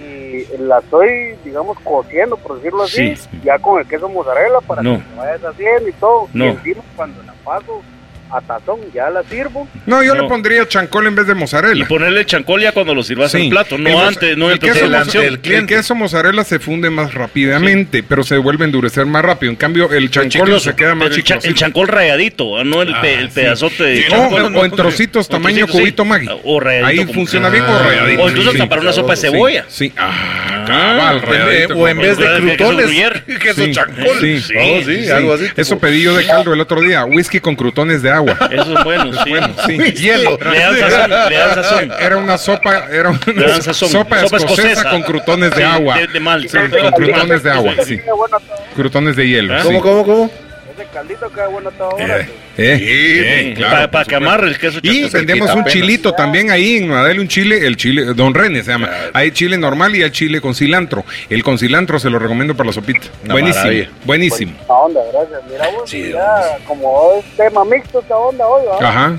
Speaker 8: y la estoy, digamos, cociendo, por decirlo así,
Speaker 5: Sí.
Speaker 8: ya con el queso mozzarella para
Speaker 5: No.
Speaker 8: que se vaya deshaciendo y todo.
Speaker 5: No.
Speaker 8: Y encima, cuando la paso a tazón, ya la sirvo.
Speaker 2: No, yo
Speaker 5: No.
Speaker 2: le pondría chancol en vez de
Speaker 5: Y
Speaker 2: mozzarella.
Speaker 5: ponerle chancolia cuando lo sirvas
Speaker 2: Sí.
Speaker 5: en plato, no
Speaker 2: El moza-
Speaker 5: antes, no
Speaker 2: el
Speaker 5: antes
Speaker 2: queso,
Speaker 5: de la
Speaker 2: moza-
Speaker 5: acción.
Speaker 2: el, el queso mozzarella se funde más rápidamente, pero se vuelve a endurecer más rápido. En cambio, el chancol
Speaker 5: Chicloso,
Speaker 2: se queda más
Speaker 5: pero el, cha-
Speaker 2: chico.
Speaker 5: el chancol rayadito, ah, no el, pe- el pedazote de
Speaker 2: O,
Speaker 5: chancol.
Speaker 2: o en trocitos tamaño
Speaker 5: trocitos,
Speaker 2: cubito
Speaker 5: sí.
Speaker 2: Maggi.
Speaker 5: O rayadito.
Speaker 2: Ahí
Speaker 5: como-
Speaker 2: funciona bien o
Speaker 5: Ah.
Speaker 2: rayadito.
Speaker 5: O incluso
Speaker 2: Sí,
Speaker 5: hasta para una sopa de
Speaker 2: sí,
Speaker 5: cebolla.
Speaker 2: Sí, Ah, cabal, rayadito.
Speaker 4: o en
Speaker 2: como-
Speaker 4: vez de
Speaker 5: Queso
Speaker 4: crutones,
Speaker 5: gruyere.
Speaker 4: <laughs> queso
Speaker 2: Sí,
Speaker 4: chancol.
Speaker 2: sí,
Speaker 4: Oh, sí,
Speaker 2: sí.
Speaker 4: algo así.
Speaker 2: Eso
Speaker 4: tipo-
Speaker 2: pedí yo de caldo el otro día. Whisky con crutones de
Speaker 5: <laughs>
Speaker 2: agua.
Speaker 5: Eso es bueno, sí.
Speaker 2: Sí.
Speaker 4: Hielo.
Speaker 5: Le dan sazón, le dan sazón.
Speaker 2: Era una sopa, era una
Speaker 5: Le dan sazón.
Speaker 2: sopa,
Speaker 5: Sopa
Speaker 2: escocesa,
Speaker 5: escocesa.
Speaker 2: con crutones de
Speaker 5: Sí,
Speaker 2: agua.
Speaker 5: de- de mal.
Speaker 2: Sí, con crutones de agua, Ah, sí.
Speaker 8: Qué bueno todo.
Speaker 2: Crutones de hielo.
Speaker 5: ¿Ah?
Speaker 2: sí.
Speaker 4: ¿Cómo, cómo, cómo?
Speaker 8: Ese caldito queda bueno todo ahora. pues.
Speaker 2: Eh, eh, eh, claro,
Speaker 5: para
Speaker 2: por
Speaker 5: que
Speaker 2: supuesto.
Speaker 5: amarre el queso
Speaker 2: Y
Speaker 5: chancol.
Speaker 2: vendemos un
Speaker 4: apenas.
Speaker 2: chilito también ahí en Madel, un chile, el chile, Don René se llama. Hay chile normal y hay chile con cilantro. El con cilantro se lo recomiendo para la sopita.
Speaker 4: Una
Speaker 2: buenísimo,
Speaker 4: maravilla.
Speaker 2: buenísimo.
Speaker 8: La onda, gracias. Mira vos,
Speaker 4: Sí,
Speaker 8: ya, como es tema mixto esta onda hoy, ¿va?
Speaker 2: Ajá.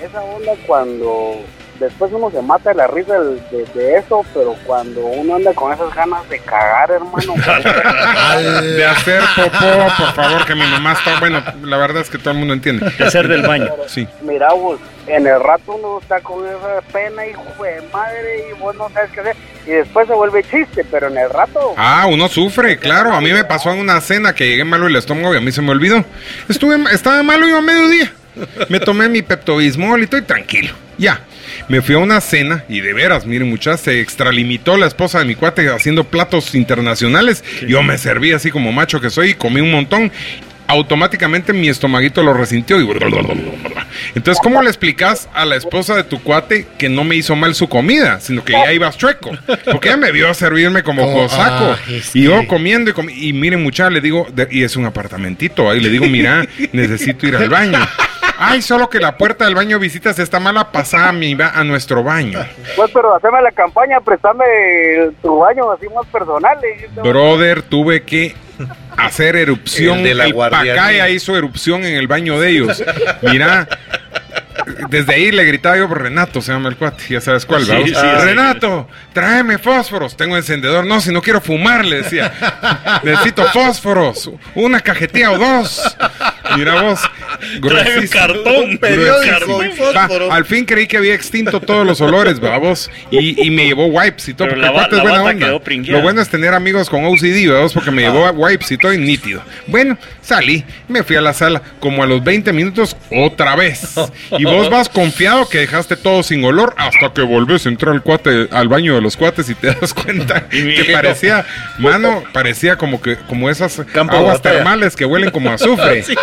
Speaker 8: Esa onda cuando después uno se mata de la risa del- de, de eso, pero cuando uno anda con esas ganas de
Speaker 2: <laughs>
Speaker 8: cagar, hermano. pues,
Speaker 2: De hacer popó, por favor, que mi mamá está. Bueno, la verdad es que todo el mundo entiende.
Speaker 5: De hacer del
Speaker 2: <laughs>
Speaker 5: baño.
Speaker 2: Sí.
Speaker 8: mira vos, en el rato uno está con esa pena, hijo de madre, y vos no sabes qué hacer. Y después se vuelve chiste, pero en el rato...
Speaker 2: Ah, uno sufre, claro. A mí me pasó en una cena que llegué malo el estómago y a mí se me olvidó. Estuve, estaba malo yo a mediodía. Me tomé mi peptobismol y estoy tranquilo. Ya. Me fui a una cena y de veras, miren muchachas, se extralimitó la esposa de mi cuate haciendo platos internacionales. Yo me serví así como macho que soy y comí un montón. Automáticamente mi estomaguito lo resintió y Entonces, ¿cómo le explicas a la esposa de tu cuate que no me hizo mal su comida, sino que ya ibas chueco? Porque ella me vio a servirme como
Speaker 6: Oh,
Speaker 2: cosaco.
Speaker 6: ah, es
Speaker 2: y yo
Speaker 6: que-
Speaker 2: comiendo y comi- Y miren, muchachos, le digo, de- y es un apartamentito ahí, le digo, mira, necesito ir al baño. Ay, solo que la puerta del baño visitas está mala, pasada a, mi ba- a nuestro baño.
Speaker 8: Pues, pero haceme la campaña, préstame el- tu baño así más personal. le dije,
Speaker 2: Brother, tuve que hacer erupción.
Speaker 4: El
Speaker 2: El,
Speaker 4: de la guardianía.
Speaker 2: Pacaya hizo erupción en el baño de ellos. Mira, desde ahí le gritaba yo, Renato, se llama el cuate, ya sabes cuál,
Speaker 5: Sí,
Speaker 2: ¿verdad?
Speaker 5: sí,
Speaker 2: Ah,
Speaker 5: sí.
Speaker 2: Renato, tráeme fósforos. Tengo encendedor. No, si no quiero fumar, le decía. Necesito fósforos, una cajetilla o dos. Mira vos,
Speaker 5: Trae un
Speaker 2: gruesísimo.
Speaker 5: cartón, un
Speaker 2: Gruesísimo.
Speaker 5: periódico y
Speaker 2: Va, al fin creí que había extinto todos los olores, babos. Y, y me llevó wipes y todo.
Speaker 5: Pero
Speaker 2: porque
Speaker 5: la ba-
Speaker 2: aparte es
Speaker 5: la
Speaker 2: buena
Speaker 5: bata
Speaker 2: onda.
Speaker 5: quedó pringueada.
Speaker 2: Lo bueno es tener amigos con OCD, babos, porque me llevó wipes y todo y nítido. Bueno, salí, me fui a la sala. Como a los 20 minutos, otra vez. Y vos vas confiado que dejaste todo sin olor hasta que volvés a entrar al, cuate, al baño de los cuates y te das
Speaker 4: <laughs>
Speaker 2: cuenta que parecía, mano, parecía como que como esas
Speaker 4: Campo de
Speaker 2: aguas
Speaker 4: batalla.
Speaker 2: termales que huelen como a azufre.
Speaker 4: <laughs>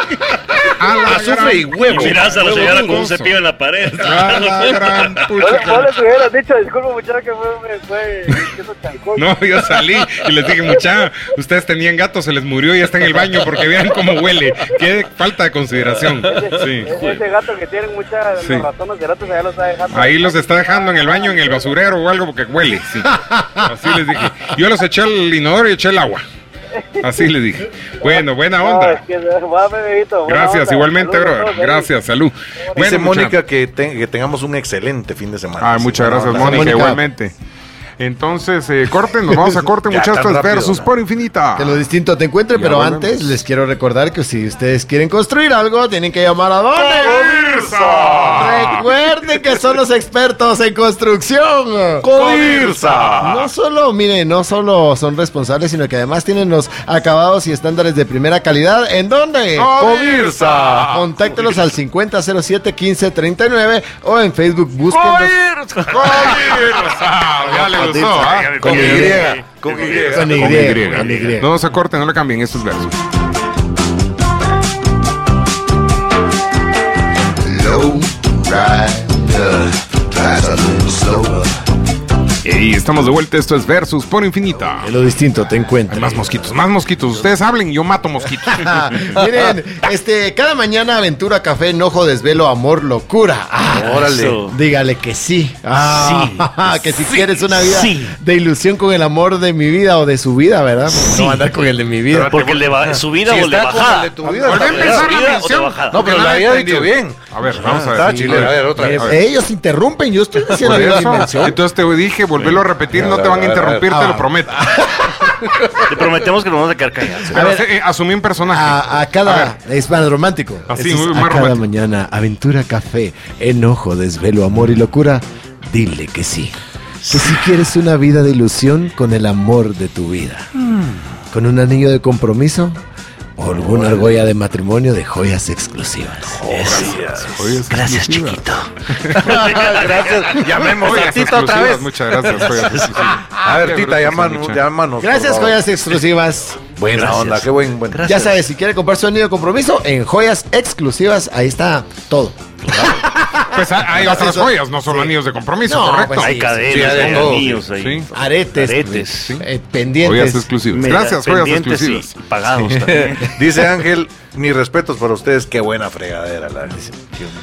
Speaker 2: A la
Speaker 4: Azufre y
Speaker 2: gran-
Speaker 4: huevo.
Speaker 5: Y mirás a la
Speaker 2: Huevo
Speaker 5: señora con
Speaker 2: dudoso.
Speaker 5: un cepillo en la pared.
Speaker 2: A la gran
Speaker 8: ¿Vos,
Speaker 2: pucha.
Speaker 8: vos les hubieras dicho, disculpe muchacho, que fue, fue, que eso chancó.
Speaker 2: <laughs> No, yo salí y les dije, mucha, ustedes tenían gato, se les murió y está en el baño porque vean cómo huele. Qué falta de consideración. Sí.
Speaker 8: Ese, ese gato que tienen muchas
Speaker 2: Sí.
Speaker 8: razones de ratos, allá lo está dejando.
Speaker 2: Ahí los está dejando en el baño, en el basurero o algo porque huele. sí. Así les dije. Yo los eché al inodoro y eché el agua. Así les dije. Bueno, buena
Speaker 8: No, es
Speaker 2: onda.
Speaker 8: que, va, bebito, buena
Speaker 2: Gracias,
Speaker 8: onda.
Speaker 2: igualmente,
Speaker 8: Saludos a
Speaker 2: brother.
Speaker 8: todos ahí.
Speaker 2: Gracias, salud.
Speaker 4: Dice
Speaker 2: Bueno, mucha-
Speaker 4: Mónica que, te- que tengamos un excelente fin de semana.
Speaker 2: Ah, muchas
Speaker 4: Sí,
Speaker 2: gracias,
Speaker 4: buena onda.
Speaker 2: Mónica,
Speaker 6: Mónica.
Speaker 2: igualmente. Entonces, eh, corten, nos vamos a corten,
Speaker 4: <laughs> Ya,
Speaker 2: muchachos,
Speaker 4: tan rápido,
Speaker 2: versus
Speaker 4: ¿no?
Speaker 2: por infinita.
Speaker 6: Que lo distinto te encuentre,
Speaker 2: Ya
Speaker 6: pero
Speaker 2: volvemos.
Speaker 6: antes les quiero recordar que si ustedes quieren construir algo, tienen que llamar a
Speaker 2: Codirsa.
Speaker 6: Donde. Recuerden que son los expertos en construcción.
Speaker 4: Codirsa.
Speaker 6: No solo, miren, no solo son responsables, sino que además tienen los acabados y estándares de primera calidad. ¿En dónde?
Speaker 4: Codirsa.
Speaker 6: Contáctelos al 5007-1539 o en Facebook búsquenlos
Speaker 2: Codirsa. Ya le gustó, ¿ah?
Speaker 4: Con Y. Con Y.
Speaker 6: con Y.
Speaker 2: Con Y.
Speaker 6: con Y.
Speaker 2: No se corten, no le cambien estos versos. Ey, estamos de vuelta, esto es Versus por Infinita.
Speaker 6: Que lo distinto te encuentre.
Speaker 2: Hay más mosquitos, más mosquitos. Ustedes hablen y yo mato
Speaker 4: <laughs>
Speaker 2: mosquitos.
Speaker 6: Ah, Miren, este, cada mañana aventura, café, enojo, desvelo, amor, locura. Ah,
Speaker 4: Órale.
Speaker 5: Eso.
Speaker 6: Dígale que sí. Ah, <laughs> que si quieres una vida
Speaker 5: sí.
Speaker 6: de ilusión con el amor de mi vida o de su vida, ¿verdad? Porque No va a andar con el de mi vida.
Speaker 5: Porque le va, subida
Speaker 4: Si
Speaker 5: o le
Speaker 4: está como el
Speaker 5: bajada.
Speaker 4: de tu vida,
Speaker 2: Volví a
Speaker 4: está bien.
Speaker 2: empezar la
Speaker 5: ¿Subida o de
Speaker 2: mención.
Speaker 5: bajada?
Speaker 4: No, pero
Speaker 2: Porque
Speaker 4: la
Speaker 2: nadie
Speaker 4: había
Speaker 2: entendido.
Speaker 4: dicho bien.
Speaker 2: A ver, vamos a
Speaker 4: Estaba
Speaker 2: ver.
Speaker 4: chilena, a ver, otra vez.
Speaker 6: Eh, Ellos interrumpen, yo estoy haciendo
Speaker 2: Por
Speaker 6: la
Speaker 2: eso,
Speaker 6: dimensión.
Speaker 2: entonces te dije, volverlo a repetir, no te van a interrumpir,
Speaker 4: Ah.
Speaker 2: te lo prometo.
Speaker 5: Te prometemos que nos vamos a quedar callados.
Speaker 2: Pero sí, eh, asumí un personaje.
Speaker 6: A, a cada. es más romántico.
Speaker 2: Así,
Speaker 6: Entonces,
Speaker 2: muy
Speaker 6: a
Speaker 2: más
Speaker 6: cada
Speaker 2: romántico.
Speaker 6: mañana, aventura, café, enojo, desvelo, amor y locura, dile que sí. Que si quieres una vida de ilusión con el amor de tu vida, con un anillo de compromiso o alguna argolla de matrimonio de joyas exclusivas. Eh,
Speaker 2: Gracias,
Speaker 5: <laughs>
Speaker 2: chiquito.
Speaker 4: Gracias. Llamemos a Tita otra vez.
Speaker 2: Muchas gracias. joyas exclusivas.
Speaker 4: A ver,
Speaker 2: Qué
Speaker 4: Tita,
Speaker 2: brutos,
Speaker 4: llaman-
Speaker 2: mucha.
Speaker 4: llámanos.
Speaker 6: Gracias,
Speaker 4: por favor.
Speaker 6: joyas exclusivas.
Speaker 4: Buena onda, qué buen, buen.
Speaker 6: Ya sabes, si quieres comprar su anillo de compromiso, en joyas exclusivas, ahí está todo.
Speaker 2: Pues hay hay otras
Speaker 6: Gracias.
Speaker 2: joyas, no solo anillos de compromiso,
Speaker 6: No,
Speaker 2: correcto.
Speaker 6: pues
Speaker 5: Hay
Speaker 4: Sí,
Speaker 5: cadenas,
Speaker 4: hay de
Speaker 5: hay
Speaker 4: todo.
Speaker 5: anillos, hay
Speaker 2: Sí.
Speaker 6: Aretes,
Speaker 5: aretes. sí.
Speaker 6: eh, pendientes.
Speaker 2: Joyas exclusivas.
Speaker 5: Mira,
Speaker 2: Gracias, joyas
Speaker 5: pendientes y
Speaker 2: exclusivas.
Speaker 5: Pagados también.
Speaker 4: <laughs> Dice Ángel, mis respetos para ustedes, qué buena fregadera la,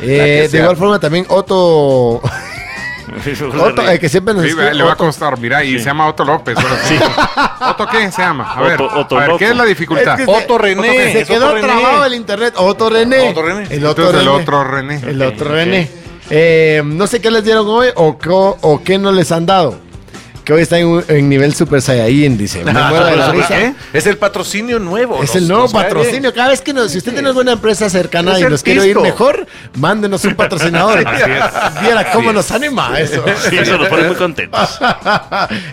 Speaker 6: Eh, de igual forma también Otto, Otto eh, que siempre nos
Speaker 2: Sí,
Speaker 6: escribe,
Speaker 2: le va a
Speaker 6: Otto.
Speaker 2: costar, mira, y se llama Otto López. ahora sí. ¿Otto qué se llama? A ver,
Speaker 5: Otto- Otto
Speaker 2: a ver, ¿qué
Speaker 5: Loco.
Speaker 2: es la dificultad?
Speaker 6: Es que
Speaker 4: Otto René,
Speaker 6: que Se
Speaker 4: es
Speaker 6: quedó
Speaker 4: Otto René.
Speaker 6: trabado el internet. Otto René.
Speaker 4: Otto René.
Speaker 6: El otro
Speaker 2: Entonces
Speaker 6: René.
Speaker 2: el otro René.
Speaker 6: El otro
Speaker 5: Ok,
Speaker 6: René. Eh, no sé qué les dieron hoy o, qué- o qué no les han dado. Que hoy está en, un- en nivel Super Saiyajin, dice. Me
Speaker 4: <laughs>
Speaker 6: muero de la risa.
Speaker 4: ¿Eh? Es el patrocinio nuevo.
Speaker 6: Es
Speaker 4: nos-
Speaker 6: el nuevo
Speaker 4: nos cae bien.
Speaker 6: patrocinio. Cada vez que nos, si usted tiene alguna empresa cercana
Speaker 4: Es
Speaker 6: y
Speaker 4: el
Speaker 6: nos quiere ir
Speaker 4: pisto.
Speaker 6: mejor, mándenos un patrocinador. Viera cómo
Speaker 2: es.
Speaker 6: nos anima eso. <laughs>
Speaker 4: Ah.
Speaker 5: Sí, eso nos pone muy contentos.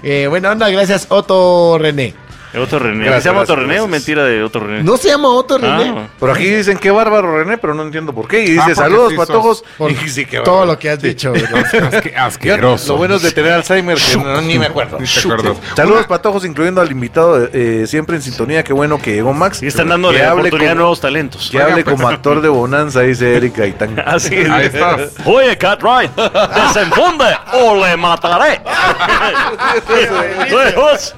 Speaker 6: Eh, buena onda, gracias Otto René.
Speaker 5: El otro René.
Speaker 4: Gracias,
Speaker 5: ¿Se llama otro
Speaker 4: gracias,
Speaker 5: René o
Speaker 4: gracias.
Speaker 5: mentira de otro René?
Speaker 6: No se llama Otto René.
Speaker 5: Ah.
Speaker 4: Pero aquí dicen qué bárbaro René, pero no entiendo por qué. Y dice
Speaker 2: Ah, porque
Speaker 4: saludos,
Speaker 2: sí sos-
Speaker 4: patojos.
Speaker 6: Por
Speaker 4: Y <laughs> sí, qué
Speaker 6: todo
Speaker 4: bárbaro.
Speaker 6: lo que has dicho. bro.
Speaker 2: Asque-
Speaker 4: Ya,
Speaker 2: asqueroso.
Speaker 4: Lo bueno es de tener Alzheimer, que no- ni me acuerdo.
Speaker 2: Ni te acuerdas.
Speaker 4: Saludos, patojos, incluyendo al invitado eh, siempre en sintonía. Qué bueno que llegó Max.
Speaker 5: Y están dándole
Speaker 4: Que hable
Speaker 5: oportunidad a
Speaker 4: como-
Speaker 5: nuevos pues. talentos.
Speaker 4: Que hable como actor de bonanza, dice Eric
Speaker 5: <laughs>
Speaker 4: Gaitán.
Speaker 5: Así
Speaker 2: <laughs>
Speaker 5: es.
Speaker 2: Ahí estás.
Speaker 5: Oye, Cat Ryan, desenfunde o
Speaker 4: <laughs>
Speaker 5: le mataré. <laughs> Soy Hutz.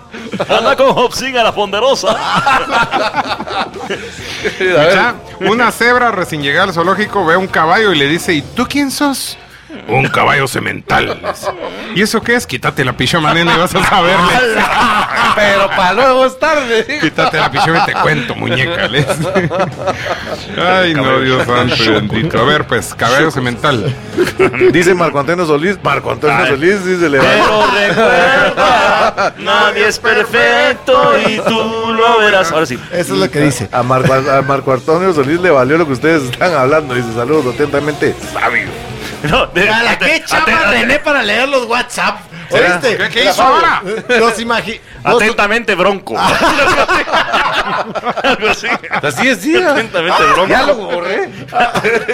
Speaker 5: Anda con Hopsin a la ponderosa.
Speaker 2: Ya, una cebra recién llegada al zoológico ve a un caballo y le dice, ¿y tú quién sos? Un caballo semental. le dice. ¿Y eso qué es? Quítate la pichoma, nene, vas a saberle.
Speaker 4: Pero para luego es tarde.
Speaker 2: Quítate la pichoma y te cuento, muñeca.
Speaker 4: <laughs>
Speaker 2: le dice. Ay, no, Dios santo y bendito. A ver, pues, caballo semental.
Speaker 4: Dice Marco Antonio Solís. Marco Antonio
Speaker 5: Ay.
Speaker 4: Solís dice le va.
Speaker 5: Pero recuerda, nadie es perfecto y tú lo verás. Ahora sí.
Speaker 6: Eso es lo que dice.
Speaker 4: A Marco, a Marco Antonio Solís le valió lo que ustedes están hablando. Dice saludos atentamente. Sabio.
Speaker 5: No, de-
Speaker 6: ¿A la qué
Speaker 5: ate-
Speaker 6: chama
Speaker 5: ate-
Speaker 6: René para leer los WhatsApp?
Speaker 4: ¿Será?
Speaker 6: ¿Oíste?
Speaker 2: ¿Qué- qué hizo ahora?
Speaker 6: Los imagi... los-
Speaker 5: Atentamente bronco. <laughs> Algo así.
Speaker 4: Así es, sí.
Speaker 5: Atentamente bronco.
Speaker 4: Ya lo borré.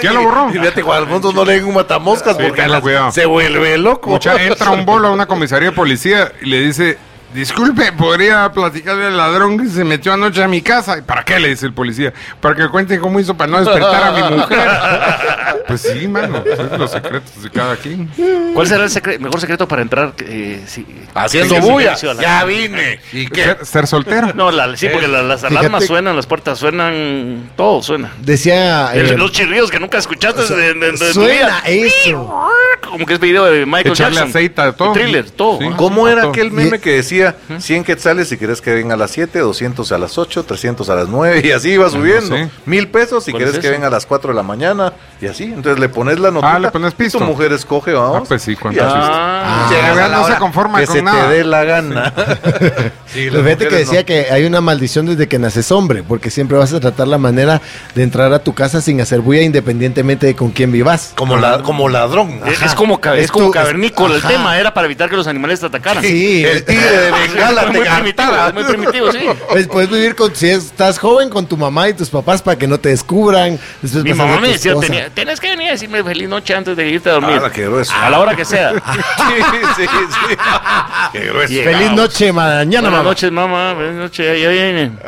Speaker 2: ¿Ya lo borró?
Speaker 4: Y fíjate, Juan Alfonso no leen un matamoscas porque
Speaker 2: tenga
Speaker 4: a las-
Speaker 2: cuidado.
Speaker 4: se vuelve loco.
Speaker 2: Mucha, entra un bolo a una comisaría de policía y le dice, disculpe, ¿podría platicarle al ladrón que se metió anoche a mi casa? ¿Y para qué? Le dice el policía. Para que cuente cómo hizo para no despertar a mi
Speaker 4: <laughs>
Speaker 2: mujer. Pues sí, mano, son los secretos de cada quien.
Speaker 5: ¿Cuál será el secre- mejor secreto para entrar? eh, sí,
Speaker 4: Haciendo
Speaker 5: en
Speaker 4: bulla.
Speaker 5: silencio a la-
Speaker 4: Ya vine. ¿Y qué?
Speaker 2: Ser, ser soltero.
Speaker 5: No, la- sí, porque la- las alarmas
Speaker 6: Fíjate-
Speaker 5: suenan, las puertas suenan, todo suena.
Speaker 6: Decía... eh,
Speaker 5: El- los chirridos que nunca escuchaste de, de- de- de tu
Speaker 6: Suena e-
Speaker 5: vida.
Speaker 6: eso.
Speaker 5: Como que es video de Michael
Speaker 2: Echarle
Speaker 5: Jackson.
Speaker 2: aceite a todo.
Speaker 5: El thriller, todo.
Speaker 2: Sí.
Speaker 5: ah.
Speaker 4: ¿Cómo era
Speaker 2: Pato.
Speaker 4: aquel
Speaker 6: Y-
Speaker 4: meme que decía 100 quetzales si querés que venga a las 7, 200 a las 8, 300 a las 9 y así iba subiendo?
Speaker 2: Ah, sé.
Speaker 4: Mil pesos si
Speaker 5: ¿Cuál es
Speaker 4: querés que
Speaker 5: ese?
Speaker 4: venga a las 4 de la mañana y así. Entonces le pones la notita
Speaker 2: Ah, le pones
Speaker 4: y tu
Speaker 2: pisto.
Speaker 4: mujer escoge, vamos.
Speaker 2: Ah, pues sí, cuánto
Speaker 4: Y así
Speaker 2: chiste.
Speaker 5: Ah.
Speaker 4: llegas
Speaker 2: ya
Speaker 4: a la
Speaker 2: no se
Speaker 4: hora
Speaker 2: conforma
Speaker 4: que
Speaker 2: con
Speaker 4: se
Speaker 2: nada.
Speaker 4: te dé la gana. <laughs> Sí, las
Speaker 6: Pero fíjate que
Speaker 4: mujeres no.
Speaker 6: decía que hay una maldición desde que naces hombre, porque siempre vas a tratar la manera de entrar a tu casa sin hacer bulla independientemente de con quién vivas.
Speaker 4: Como, la, Eh, como ladrón.
Speaker 5: Es, es como, ca- es
Speaker 6: Es
Speaker 5: como
Speaker 6: tu- es-
Speaker 5: cavernícola el
Speaker 6: ajá.
Speaker 5: tema, era para evitar que los animales te atacaran.
Speaker 6: Sí,
Speaker 4: El tigre
Speaker 5: <laughs>
Speaker 4: <laughs> de Bengala
Speaker 5: es
Speaker 4: te
Speaker 5: muy primitivo,
Speaker 4: gantara. <laughs>
Speaker 5: es muy primitivo, sí.
Speaker 6: Pues puedes vivir con, si estás joven, con tu mamá y tus papás para que no te descubran. Después
Speaker 5: Mi
Speaker 6: pasas a
Speaker 5: mamá
Speaker 6: tu
Speaker 5: me decía,
Speaker 6: esposa.
Speaker 5: tenía- tienes que venir a decirme feliz noche antes de irte a dormir.
Speaker 4: Ah, qué grueso.
Speaker 5: a la hora
Speaker 4: <laughs>
Speaker 5: que sea.
Speaker 4: Sí, sí, sí. Qué grueso.
Speaker 6: Feliz noche, mañana,
Speaker 5: Buenas
Speaker 6: mamá.
Speaker 5: noches, mamá. Buenas noches, ya viene.
Speaker 4: <laughs>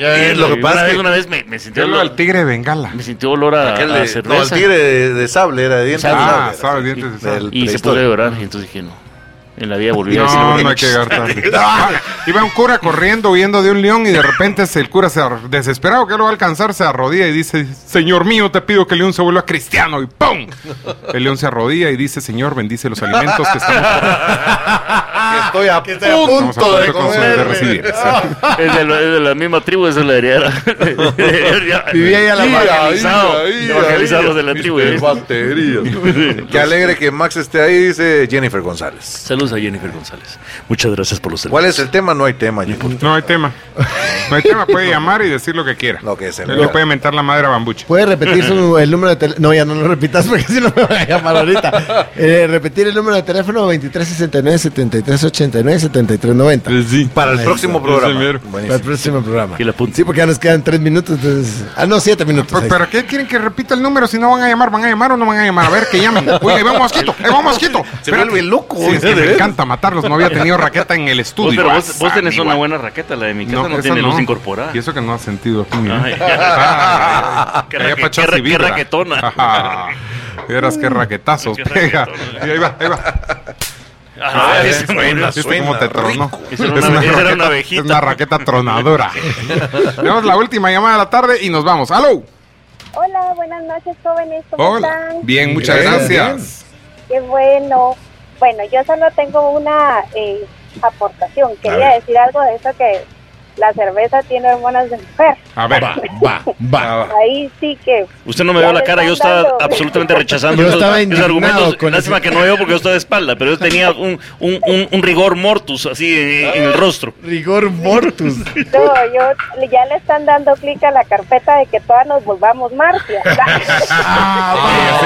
Speaker 5: Ya
Speaker 4: Y
Speaker 5: viene.
Speaker 4: lo que
Speaker 5: Una
Speaker 4: pasa es
Speaker 5: vez-
Speaker 4: que-
Speaker 5: Una vez me, me sintió
Speaker 2: Yo lo del
Speaker 5: olor,
Speaker 2: tigre de Bengala.
Speaker 5: me sintió olor a,
Speaker 4: Aquel
Speaker 5: a
Speaker 4: de- no, el
Speaker 5: cerveza.
Speaker 4: tigre de, de sable era de dientes. de
Speaker 2: Ah,
Speaker 4: sable.
Speaker 2: sabes, dientes de sable.
Speaker 4: Del-
Speaker 5: y se puso a
Speaker 4: prehistoria.
Speaker 5: llorar. Y entonces dije, no. En la vida volví a decir
Speaker 2: No, no
Speaker 4: <laughs>
Speaker 2: hay que llegar tarde. Ah, Iba un cura corriendo, huyendo de un león, y de repente se- el cura, se ar- desesperado que lo va a alcanzar, se arrodilla y dice: Señor mío, te pido que el león se vuelva cristiano. Y ¡pum! El león se arrodilla y dice: Señor, bendice los alimentos que estamos,
Speaker 4: <laughs> Estoy a
Speaker 2: estamos a
Speaker 4: punto de
Speaker 2: punto de, de recibir.
Speaker 4: comer.
Speaker 2: Sí.
Speaker 5: Es de, la- es de la misma tribu, eso le haría. <laughs>
Speaker 6: Vivía ahí a la
Speaker 4: Mira,
Speaker 5: Evangelizado.
Speaker 4: mira, mira,
Speaker 5: Evangelizado
Speaker 4: mira.
Speaker 5: de la tribu.
Speaker 4: Mister
Speaker 5: ¿eh?
Speaker 4: Baterías. Qué alegre que Max esté ahí, dice Jennifer González.
Speaker 5: Saludos a Jennifer González. Muchas gracias por los
Speaker 4: ¿Cuál es el tema? No hay tema, Jennifer.
Speaker 2: No hay tema. No hay tema, puede llamar y decir lo que quiera.
Speaker 4: Lo que se le
Speaker 2: le
Speaker 4: haga.
Speaker 2: puede mentar la madre a Bambuche.
Speaker 6: Puedes
Speaker 5: <laughs>
Speaker 6: repetir su- el número de teléfono. No, ya no lo repitas porque si no me van a
Speaker 5: <laughs>
Speaker 6: llamar ahorita. Eh, repetir el número de teléfono 2369 7389 7390.
Speaker 4: Para el
Speaker 6: Ahí
Speaker 4: próximo
Speaker 6: está.
Speaker 4: programa.
Speaker 6: Para el
Speaker 4: Buenísimo.
Speaker 6: próximo programa.
Speaker 5: Y la punta.
Speaker 6: Sí, porque ya nos quedan tres minutos. entonces- Ah, no, siete
Speaker 4: Pues,
Speaker 6: minutos.
Speaker 2: Pues, Pero,
Speaker 6: ahí
Speaker 5: <laughs>
Speaker 2: ¿Pero qué quieren que repita el número si no van a llamar? ¿Van a llamar o no van a llamar? A ver, que llamen. Oye, ahí va un mosquito, ahí va un mosquito.
Speaker 4: Se
Speaker 2: Espérate.
Speaker 4: vuelve loco.
Speaker 2: Sí, es que me encanta matarlos. No había tenido raqueta en el
Speaker 5: Vos,
Speaker 2: estudio.
Speaker 5: pero
Speaker 2: Ah,
Speaker 5: vos, vos tenés
Speaker 2: amigo.
Speaker 5: una buena raqueta, la de mi casa no,
Speaker 2: esa
Speaker 5: tiene luz
Speaker 2: no.
Speaker 5: incorporada.
Speaker 2: Y eso que no ha sentido aquí. mira. <laughs>
Speaker 5: Ay,
Speaker 2: Ah,
Speaker 5: <laughs> qué
Speaker 2: allá
Speaker 5: raque-
Speaker 2: pa' echarse
Speaker 5: qué ra- qué
Speaker 2: vibra.
Speaker 5: raquetona.
Speaker 2: Ajá. <laughs> Vieras qué raquetazos
Speaker 5: Qué
Speaker 2: pega.
Speaker 5: raquetona.
Speaker 2: Y <laughs> ahí va, ahí va. Eh,
Speaker 5: Ah,
Speaker 4: Ah,
Speaker 5: ese
Speaker 4: es
Speaker 5: bueno.
Speaker 4: buena.
Speaker 2: ¿Viste
Speaker 4: Suena
Speaker 2: cómo te tronó?
Speaker 4: rico.
Speaker 2: <laughs>
Speaker 5: Esa era una- esa era una abejita.
Speaker 2: es una raqueta
Speaker 5: <laughs>
Speaker 2: tronadora. Tenemos la última llamada de la tarde y nos vamos. ¡Aló!
Speaker 9: Hola, buenas noches, jóvenes. ¿Cómo
Speaker 2: Hola.
Speaker 9: están?
Speaker 2: Bien, muchas
Speaker 6: Bien,
Speaker 2: gracias.
Speaker 9: Qué bueno. Bueno, yo solo tengo una eh, aportación. Quería decir algo de eso que la cerveza tiene hormonas de mujer.
Speaker 2: A ver. Ah,
Speaker 6: Va,
Speaker 5: Ah,
Speaker 6: va,
Speaker 2: <laughs>
Speaker 6: va.
Speaker 9: Ahí sí que...
Speaker 5: Usted no me vio la cara, yo estaba absolutamente rechazando
Speaker 6: Yo
Speaker 5: esos,
Speaker 6: estaba
Speaker 5: esos
Speaker 6: indignado
Speaker 5: argumentos.
Speaker 6: con
Speaker 5: Lástima
Speaker 6: ese-
Speaker 5: que no veo porque yo estaba de espalda, pero yo tenía un, un, un, un rigor mortus así en, en el rostro. <laughs>
Speaker 6: Rigor mortus.
Speaker 9: No, yo, ya le están dando clic a la carpeta de que todas nos
Speaker 2: <laughs>
Speaker 9: volvamos marcias.
Speaker 2: Ella se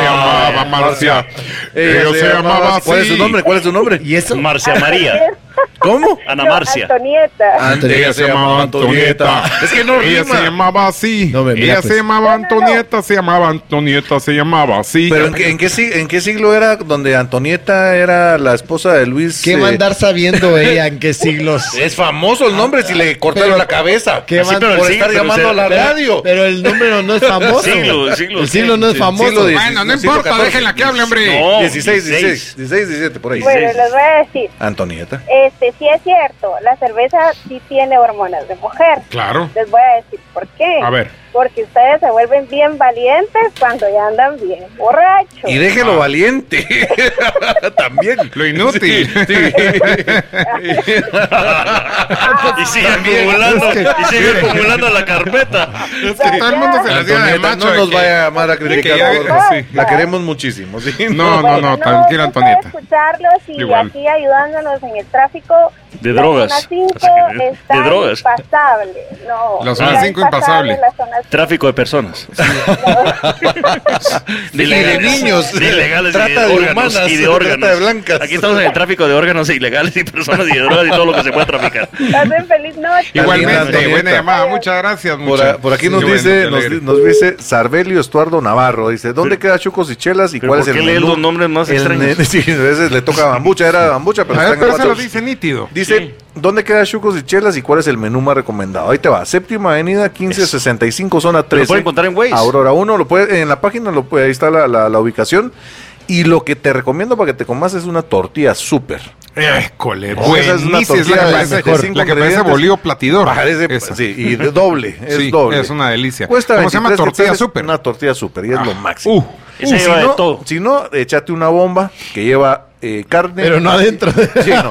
Speaker 2: llamaba Ah, Marcia.
Speaker 4: Ella se llamaba- ¿Cuál es su nombre? ¿Cuál es su nombre?
Speaker 6: ¿Y
Speaker 4: <laughs>
Speaker 6: eso?
Speaker 5: Marcia María. ¿Cómo? Ana
Speaker 9: <laughs> No,
Speaker 5: Marcia.
Speaker 9: Antonieta.
Speaker 2: Ella se llamaba Antonieta.
Speaker 4: Es que no
Speaker 2: Ella
Speaker 4: rima.
Speaker 2: se llamaba así.
Speaker 3: No, me- mira,
Speaker 2: Ella
Speaker 3: pues.
Speaker 2: se llamaba Antonieta, se llamaba Antonieta, se llamaba así.
Speaker 4: Pero ¿en qué, en, qué, sig- en qué siglo era donde Antonieta era la esposa de Luis?
Speaker 6: ¿Qué
Speaker 4: eh,
Speaker 6: va a andar sabiendo ella en qué siglos?
Speaker 4: Es famoso el nombre si le cortaron
Speaker 6: Pero-
Speaker 4: la cabeza.
Speaker 6: ¿Qué
Speaker 4: Así,
Speaker 6: man-
Speaker 4: pero
Speaker 5: pero
Speaker 4: por
Speaker 5: sí,
Speaker 4: estar
Speaker 5: pero
Speaker 4: llamando
Speaker 5: se-
Speaker 4: a la
Speaker 5: <laughs> pero-
Speaker 4: radio.
Speaker 6: Pero el número no es famoso.
Speaker 5: Siglo, siglo,
Speaker 6: el siglo no es
Speaker 5: sí,
Speaker 6: famoso.
Speaker 4: siglo de-
Speaker 2: Bueno, no
Speaker 4: siglo
Speaker 2: importa,
Speaker 4: XIV.
Speaker 2: déjenla que hable, hombre.
Speaker 5: No,
Speaker 4: 16, 16, 16, 17, por ahí.
Speaker 9: Bueno, les voy a decir,
Speaker 4: Antonieta.
Speaker 9: este, sí es cierto, la cerveza sí tiene hormonas de mujer.
Speaker 2: Claro.
Speaker 9: Les voy a decir por qué.
Speaker 2: A ver.
Speaker 9: Porque ustedes se vuelven bien valientes cuando ya andan bien borrachos.
Speaker 4: Y déjelo valiente. <laughs> También.
Speaker 2: Lo inútil. <laughs>
Speaker 5: <laughs> Y sigue acumulando, y sigue acumulando la carpeta.
Speaker 2: Es que todo el mundo se la tiene de
Speaker 4: Antonieta
Speaker 2: macho.
Speaker 4: no
Speaker 2: de
Speaker 4: nos
Speaker 2: que-
Speaker 4: vaya a llamar a criticar.
Speaker 2: ya-
Speaker 4: por favor.
Speaker 2: sí.
Speaker 4: La queremos muchísimo. ¿sí?
Speaker 2: No, no, no, tranquila,
Speaker 9: gusto
Speaker 2: Antonieta.
Speaker 9: escucharlos y
Speaker 2: Igual.
Speaker 9: aquí ayudándonos en el tráfico.
Speaker 5: De
Speaker 9: La
Speaker 5: drogas.
Speaker 9: zona 5
Speaker 5: De
Speaker 9: está
Speaker 5: drogas.
Speaker 9: impasable. No,
Speaker 2: La zona
Speaker 9: está
Speaker 2: cinco impasable.
Speaker 9: La zona cinco.
Speaker 5: Tráfico de personas. <laughs> De
Speaker 4: de
Speaker 5: ilegales.
Speaker 4: niños.
Speaker 5: De ilegales y
Speaker 4: Trata de
Speaker 5: órganos,
Speaker 4: humanas,
Speaker 5: y de
Speaker 4: trata
Speaker 5: órganos.
Speaker 4: de blancas.
Speaker 5: Aquí estamos en el tráfico de órganos ilegales y personas y de drogas y todo lo que se pueda traficar.
Speaker 9: Pasen feliz noche.
Speaker 2: Igualmente,
Speaker 4: Antonieta.
Speaker 2: buena llamada, muchas gracias.
Speaker 4: Por,
Speaker 2: muchas.
Speaker 4: a- por aquí
Speaker 2: Sí,
Speaker 4: nos
Speaker 2: bueno,
Speaker 4: dice
Speaker 2: te
Speaker 4: nos,
Speaker 2: alegre.
Speaker 4: di- nos dice Sarbelio Estuardo Navarro. Dice, ¿dónde queda Chucos y Chelas y
Speaker 5: ¿Pero
Speaker 4: cuál es
Speaker 5: por
Speaker 4: el
Speaker 5: qué lees
Speaker 4: menú?
Speaker 5: los nombres más
Speaker 4: El
Speaker 5: extraños?
Speaker 4: ne- <laughs> sí, a veces le toca bambucha, era bambucha, pero
Speaker 2: A ver,
Speaker 4: está en
Speaker 2: pero se lo
Speaker 4: cuatro-
Speaker 2: dice nítido.
Speaker 4: Dice, ¿dónde queda Chucos y Chelas y cuál es el menú más recomendado? Ahí te va. Séptima Avenida 1565, zona 13.
Speaker 5: puede encontrar en Waze.
Speaker 4: Ahora uno lo puede, en la página lo puede, ahí está la, la- la ubicación. Y lo que te recomiendo para que te comas es una tortilla súper.
Speaker 2: École,
Speaker 4: Oh, esa es una
Speaker 2: buenísima. Es la
Speaker 4: tortilla
Speaker 2: que
Speaker 4: de
Speaker 2: parece,
Speaker 4: mejor.
Speaker 2: la que parece
Speaker 4: Ingredientes.
Speaker 2: bolillo platidor.
Speaker 4: Parece,
Speaker 2: Esa.
Speaker 4: sí, y de doble, es
Speaker 2: <laughs> Sí,
Speaker 4: doble.
Speaker 2: es una delicia.
Speaker 4: Cuesta
Speaker 2: ¿Cómo se llama?
Speaker 4: 23
Speaker 2: Tortilla
Speaker 4: quetzales,
Speaker 2: súper.
Speaker 4: Una tortilla súper, y es lo máximo.
Speaker 2: Uh,
Speaker 5: Esa
Speaker 4: Y si
Speaker 5: lleva de
Speaker 4: no,
Speaker 5: todo.
Speaker 4: Si no, échate una bomba que lleva eh, carne.
Speaker 6: Pero no adentro.
Speaker 2: <laughs>
Speaker 4: Sí, no.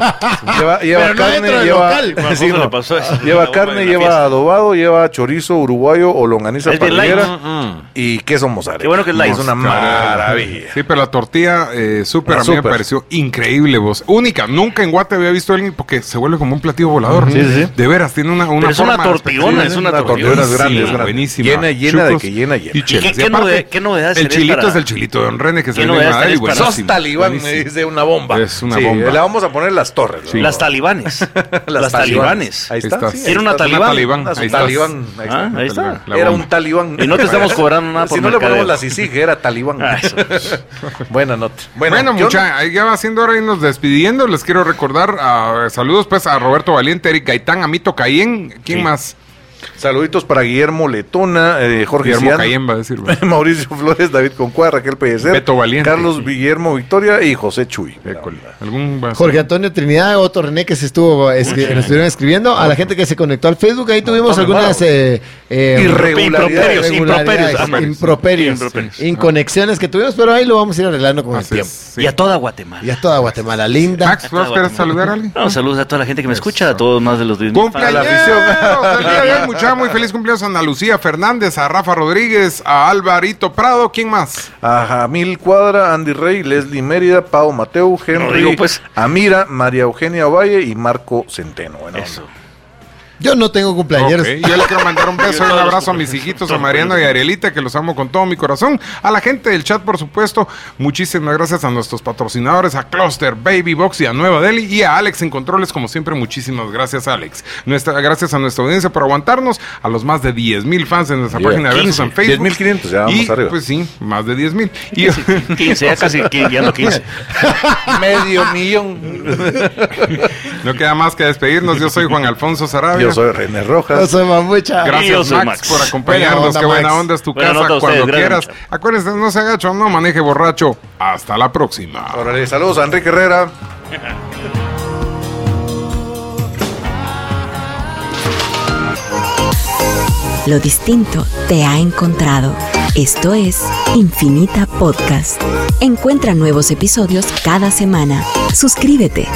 Speaker 4: Lleva, lleva
Speaker 6: Pero no
Speaker 4: carne,
Speaker 6: dentro del
Speaker 4: lleva,
Speaker 6: local.
Speaker 4: <laughs>
Speaker 5: Juan
Speaker 4: sí,
Speaker 5: José
Speaker 4: no.
Speaker 5: le pasó eso.
Speaker 4: lleva
Speaker 5: Una bomba
Speaker 4: carne,
Speaker 5: en la
Speaker 4: lleva
Speaker 5: fiesta.
Speaker 4: adobado, lleva chorizo uruguayo o longaniza
Speaker 5: Es bien
Speaker 4: parrillera
Speaker 5: light.
Speaker 4: y queso mozzarella.
Speaker 5: Qué bueno que es light.
Speaker 4: Es una maravilla.
Speaker 2: Sí, pero la tortilla eh, súper
Speaker 4: La
Speaker 2: a mí me
Speaker 4: súper.
Speaker 2: pareció increíble, vos. Única, nunca en Guate había visto a alguien porque se vuelve como un platillo volador.
Speaker 4: Sí, sí, sí.
Speaker 2: De veras, tiene una, una
Speaker 5: Pero es una
Speaker 2: forma
Speaker 5: tortillona,
Speaker 2: espectacular.
Speaker 5: es una
Speaker 4: tortillona
Speaker 5: tortillona.
Speaker 4: es grande, es
Speaker 2: Sí,
Speaker 4: grande.
Speaker 2: buenísima.
Speaker 4: Llena, llena de
Speaker 2: Chucos
Speaker 4: que llena, llena.
Speaker 2: Y chelas.
Speaker 5: qué-
Speaker 2: Y
Speaker 5: qué
Speaker 2: aparte,
Speaker 5: novedad- qué novedad
Speaker 2: El
Speaker 5: será
Speaker 2: chilito
Speaker 5: para-
Speaker 2: es el chilito de Don René que se
Speaker 5: ¿Qué
Speaker 2: vende en
Speaker 5: novedad
Speaker 2: Madrid.
Speaker 5: será para-
Speaker 2: buenísimo,
Speaker 4: Sos talibán, me
Speaker 2: buenísimo.
Speaker 4: dice una bomba.
Speaker 2: Es una
Speaker 4: Sí,
Speaker 2: bomba.
Speaker 4: La vamos a poner en las torres. la
Speaker 5: Las
Speaker 4: bomba.
Speaker 5: talibanes. Las, talibanes.
Speaker 4: Ahí está.
Speaker 2: Ahí está.
Speaker 4: sí, ahí
Speaker 5: Era una
Speaker 4: está.
Speaker 5: talibán.
Speaker 2: talibán.
Speaker 4: Una
Speaker 2: Ahí está.
Speaker 4: talibán. Ahí
Speaker 5: Ah,
Speaker 4: está.
Speaker 5: ahí está.
Speaker 2: La
Speaker 4: era
Speaker 2: bomba.
Speaker 4: un talibán.
Speaker 5: Y no
Speaker 4: <laughs>
Speaker 5: te estamos cobrando nada por
Speaker 4: Si no le
Speaker 5: mercadeo.
Speaker 4: ponemos la CICIG, era talibán.
Speaker 5: Ah, eso.
Speaker 4: <laughs> Buena nota.
Speaker 2: Bueno,
Speaker 4: yo
Speaker 2: mucha, ahí ya va siendo hora de irnos despidiendo. Les quiero recordar ah, saludos pues a Roberto Valiente, Eric Gaitán, a Mito Cayén. ¿Quién más?
Speaker 4: no- Saluditos para Guillermo Letona, eh, Jorge
Speaker 2: Guillermo
Speaker 4: Cian,
Speaker 2: Cayén va a decir.
Speaker 4: <laughs>
Speaker 2: ¿verdad?
Speaker 4: Mauricio Flores, David Concuá, Raquel Pellecer,
Speaker 2: Beto Valiente.
Speaker 4: Carlos Guillermo Victoria y José Chuy.
Speaker 2: École. ¿Algún va a-
Speaker 6: Jorge Antonio Trinidad, otro René que se estuvo escri- nos estuvieron escribiendo, a la gente que se conectó al Facebook, ahí tuvimos
Speaker 4: Montón de
Speaker 6: algunas eh, eh,
Speaker 4: Irregularidades.
Speaker 5: Improperios,
Speaker 6: irregularidades,
Speaker 5: improperios.
Speaker 6: improperios,
Speaker 5: Improperios.
Speaker 6: inconexiones que tuvimos, pero ahí lo vamos a ir arreglando con el
Speaker 2: Así es,
Speaker 6: tiempo.
Speaker 2: Ah, sí.
Speaker 5: Y a toda Guatemala.
Speaker 6: Y a toda Guatemala, linda.
Speaker 2: Max, ¿vas a querer saludar a
Speaker 5: <laughs>
Speaker 2: alguien?
Speaker 5: No, saludos a toda la gente que me escucha, a todos más de los 10
Speaker 2: Cumpleaños,
Speaker 4: A la
Speaker 2: el día de hoy, mucha, muy feliz cumpleaños a Ana Lucía Fernández, a Rafa Rodríguez, a Alvarito Prado, ¿quién más?
Speaker 4: A Jamil Cuadra, Andy Rey, Leslie Mérida, Pau Mateu, Henry,
Speaker 5: No digo, pues.
Speaker 4: Amira, María Eugenia Valle y Marco Centeno. Buena onda.
Speaker 5: Eso.
Speaker 6: Yo no tengo cumpleaños.
Speaker 2: Ok,
Speaker 6: <laughs>
Speaker 2: Yo le quiero mandar un beso y un abrazo a mis hijitos, a Mariano y a Arielita, que los amo con todo mi corazón. A la gente del chat, por supuesto. Muchísimas gracias a nuestros patrocinadores, a Cluster, Baby Box y a Nueva Delhi. Y a Alex en Controles, como siempre, muchísimas gracias, Alex. Nuestra, gracias a nuestra audiencia por aguantarnos, a los más de 10 mil fans en nuestra
Speaker 4: Yeah,
Speaker 2: página de Versus
Speaker 4: 15,
Speaker 2: en Facebook.
Speaker 4: 10,500, ya vamos
Speaker 2: y,
Speaker 4: arriba.
Speaker 2: Pues sí, más de 10 mil. Y <laughs>
Speaker 5: 15, ya casi que- ya no 15.
Speaker 4: Medio
Speaker 2: <laughs>
Speaker 4: millón.
Speaker 2: no queda más que despedirnos. Yo soy
Speaker 4: <laughs>
Speaker 2: Juan Alfonso Sarabia.
Speaker 4: Yo soy René Rojas.
Speaker 6: No soy mamucha.
Speaker 5: Gra- Y yo
Speaker 2: Gracias, Max,
Speaker 5: soy Max.
Speaker 2: por acompañarnos.
Speaker 6: Buena onda,
Speaker 2: Qué buena
Speaker 6: Max.
Speaker 2: onda es tu
Speaker 5: Buena
Speaker 2: casa
Speaker 5: nota a ustedes,
Speaker 2: cuando
Speaker 5: gran
Speaker 2: quieras.
Speaker 5: lucha.
Speaker 2: Acuérdense, no se agacho, no maneje borracho. Hasta la próxima.
Speaker 4: Órale, saludos a Enrique Herrera.
Speaker 1: Lo distinto te ha encontrado. Esto es Infinita Podcast. Encuentra nuevos episodios cada semana. Suscríbete.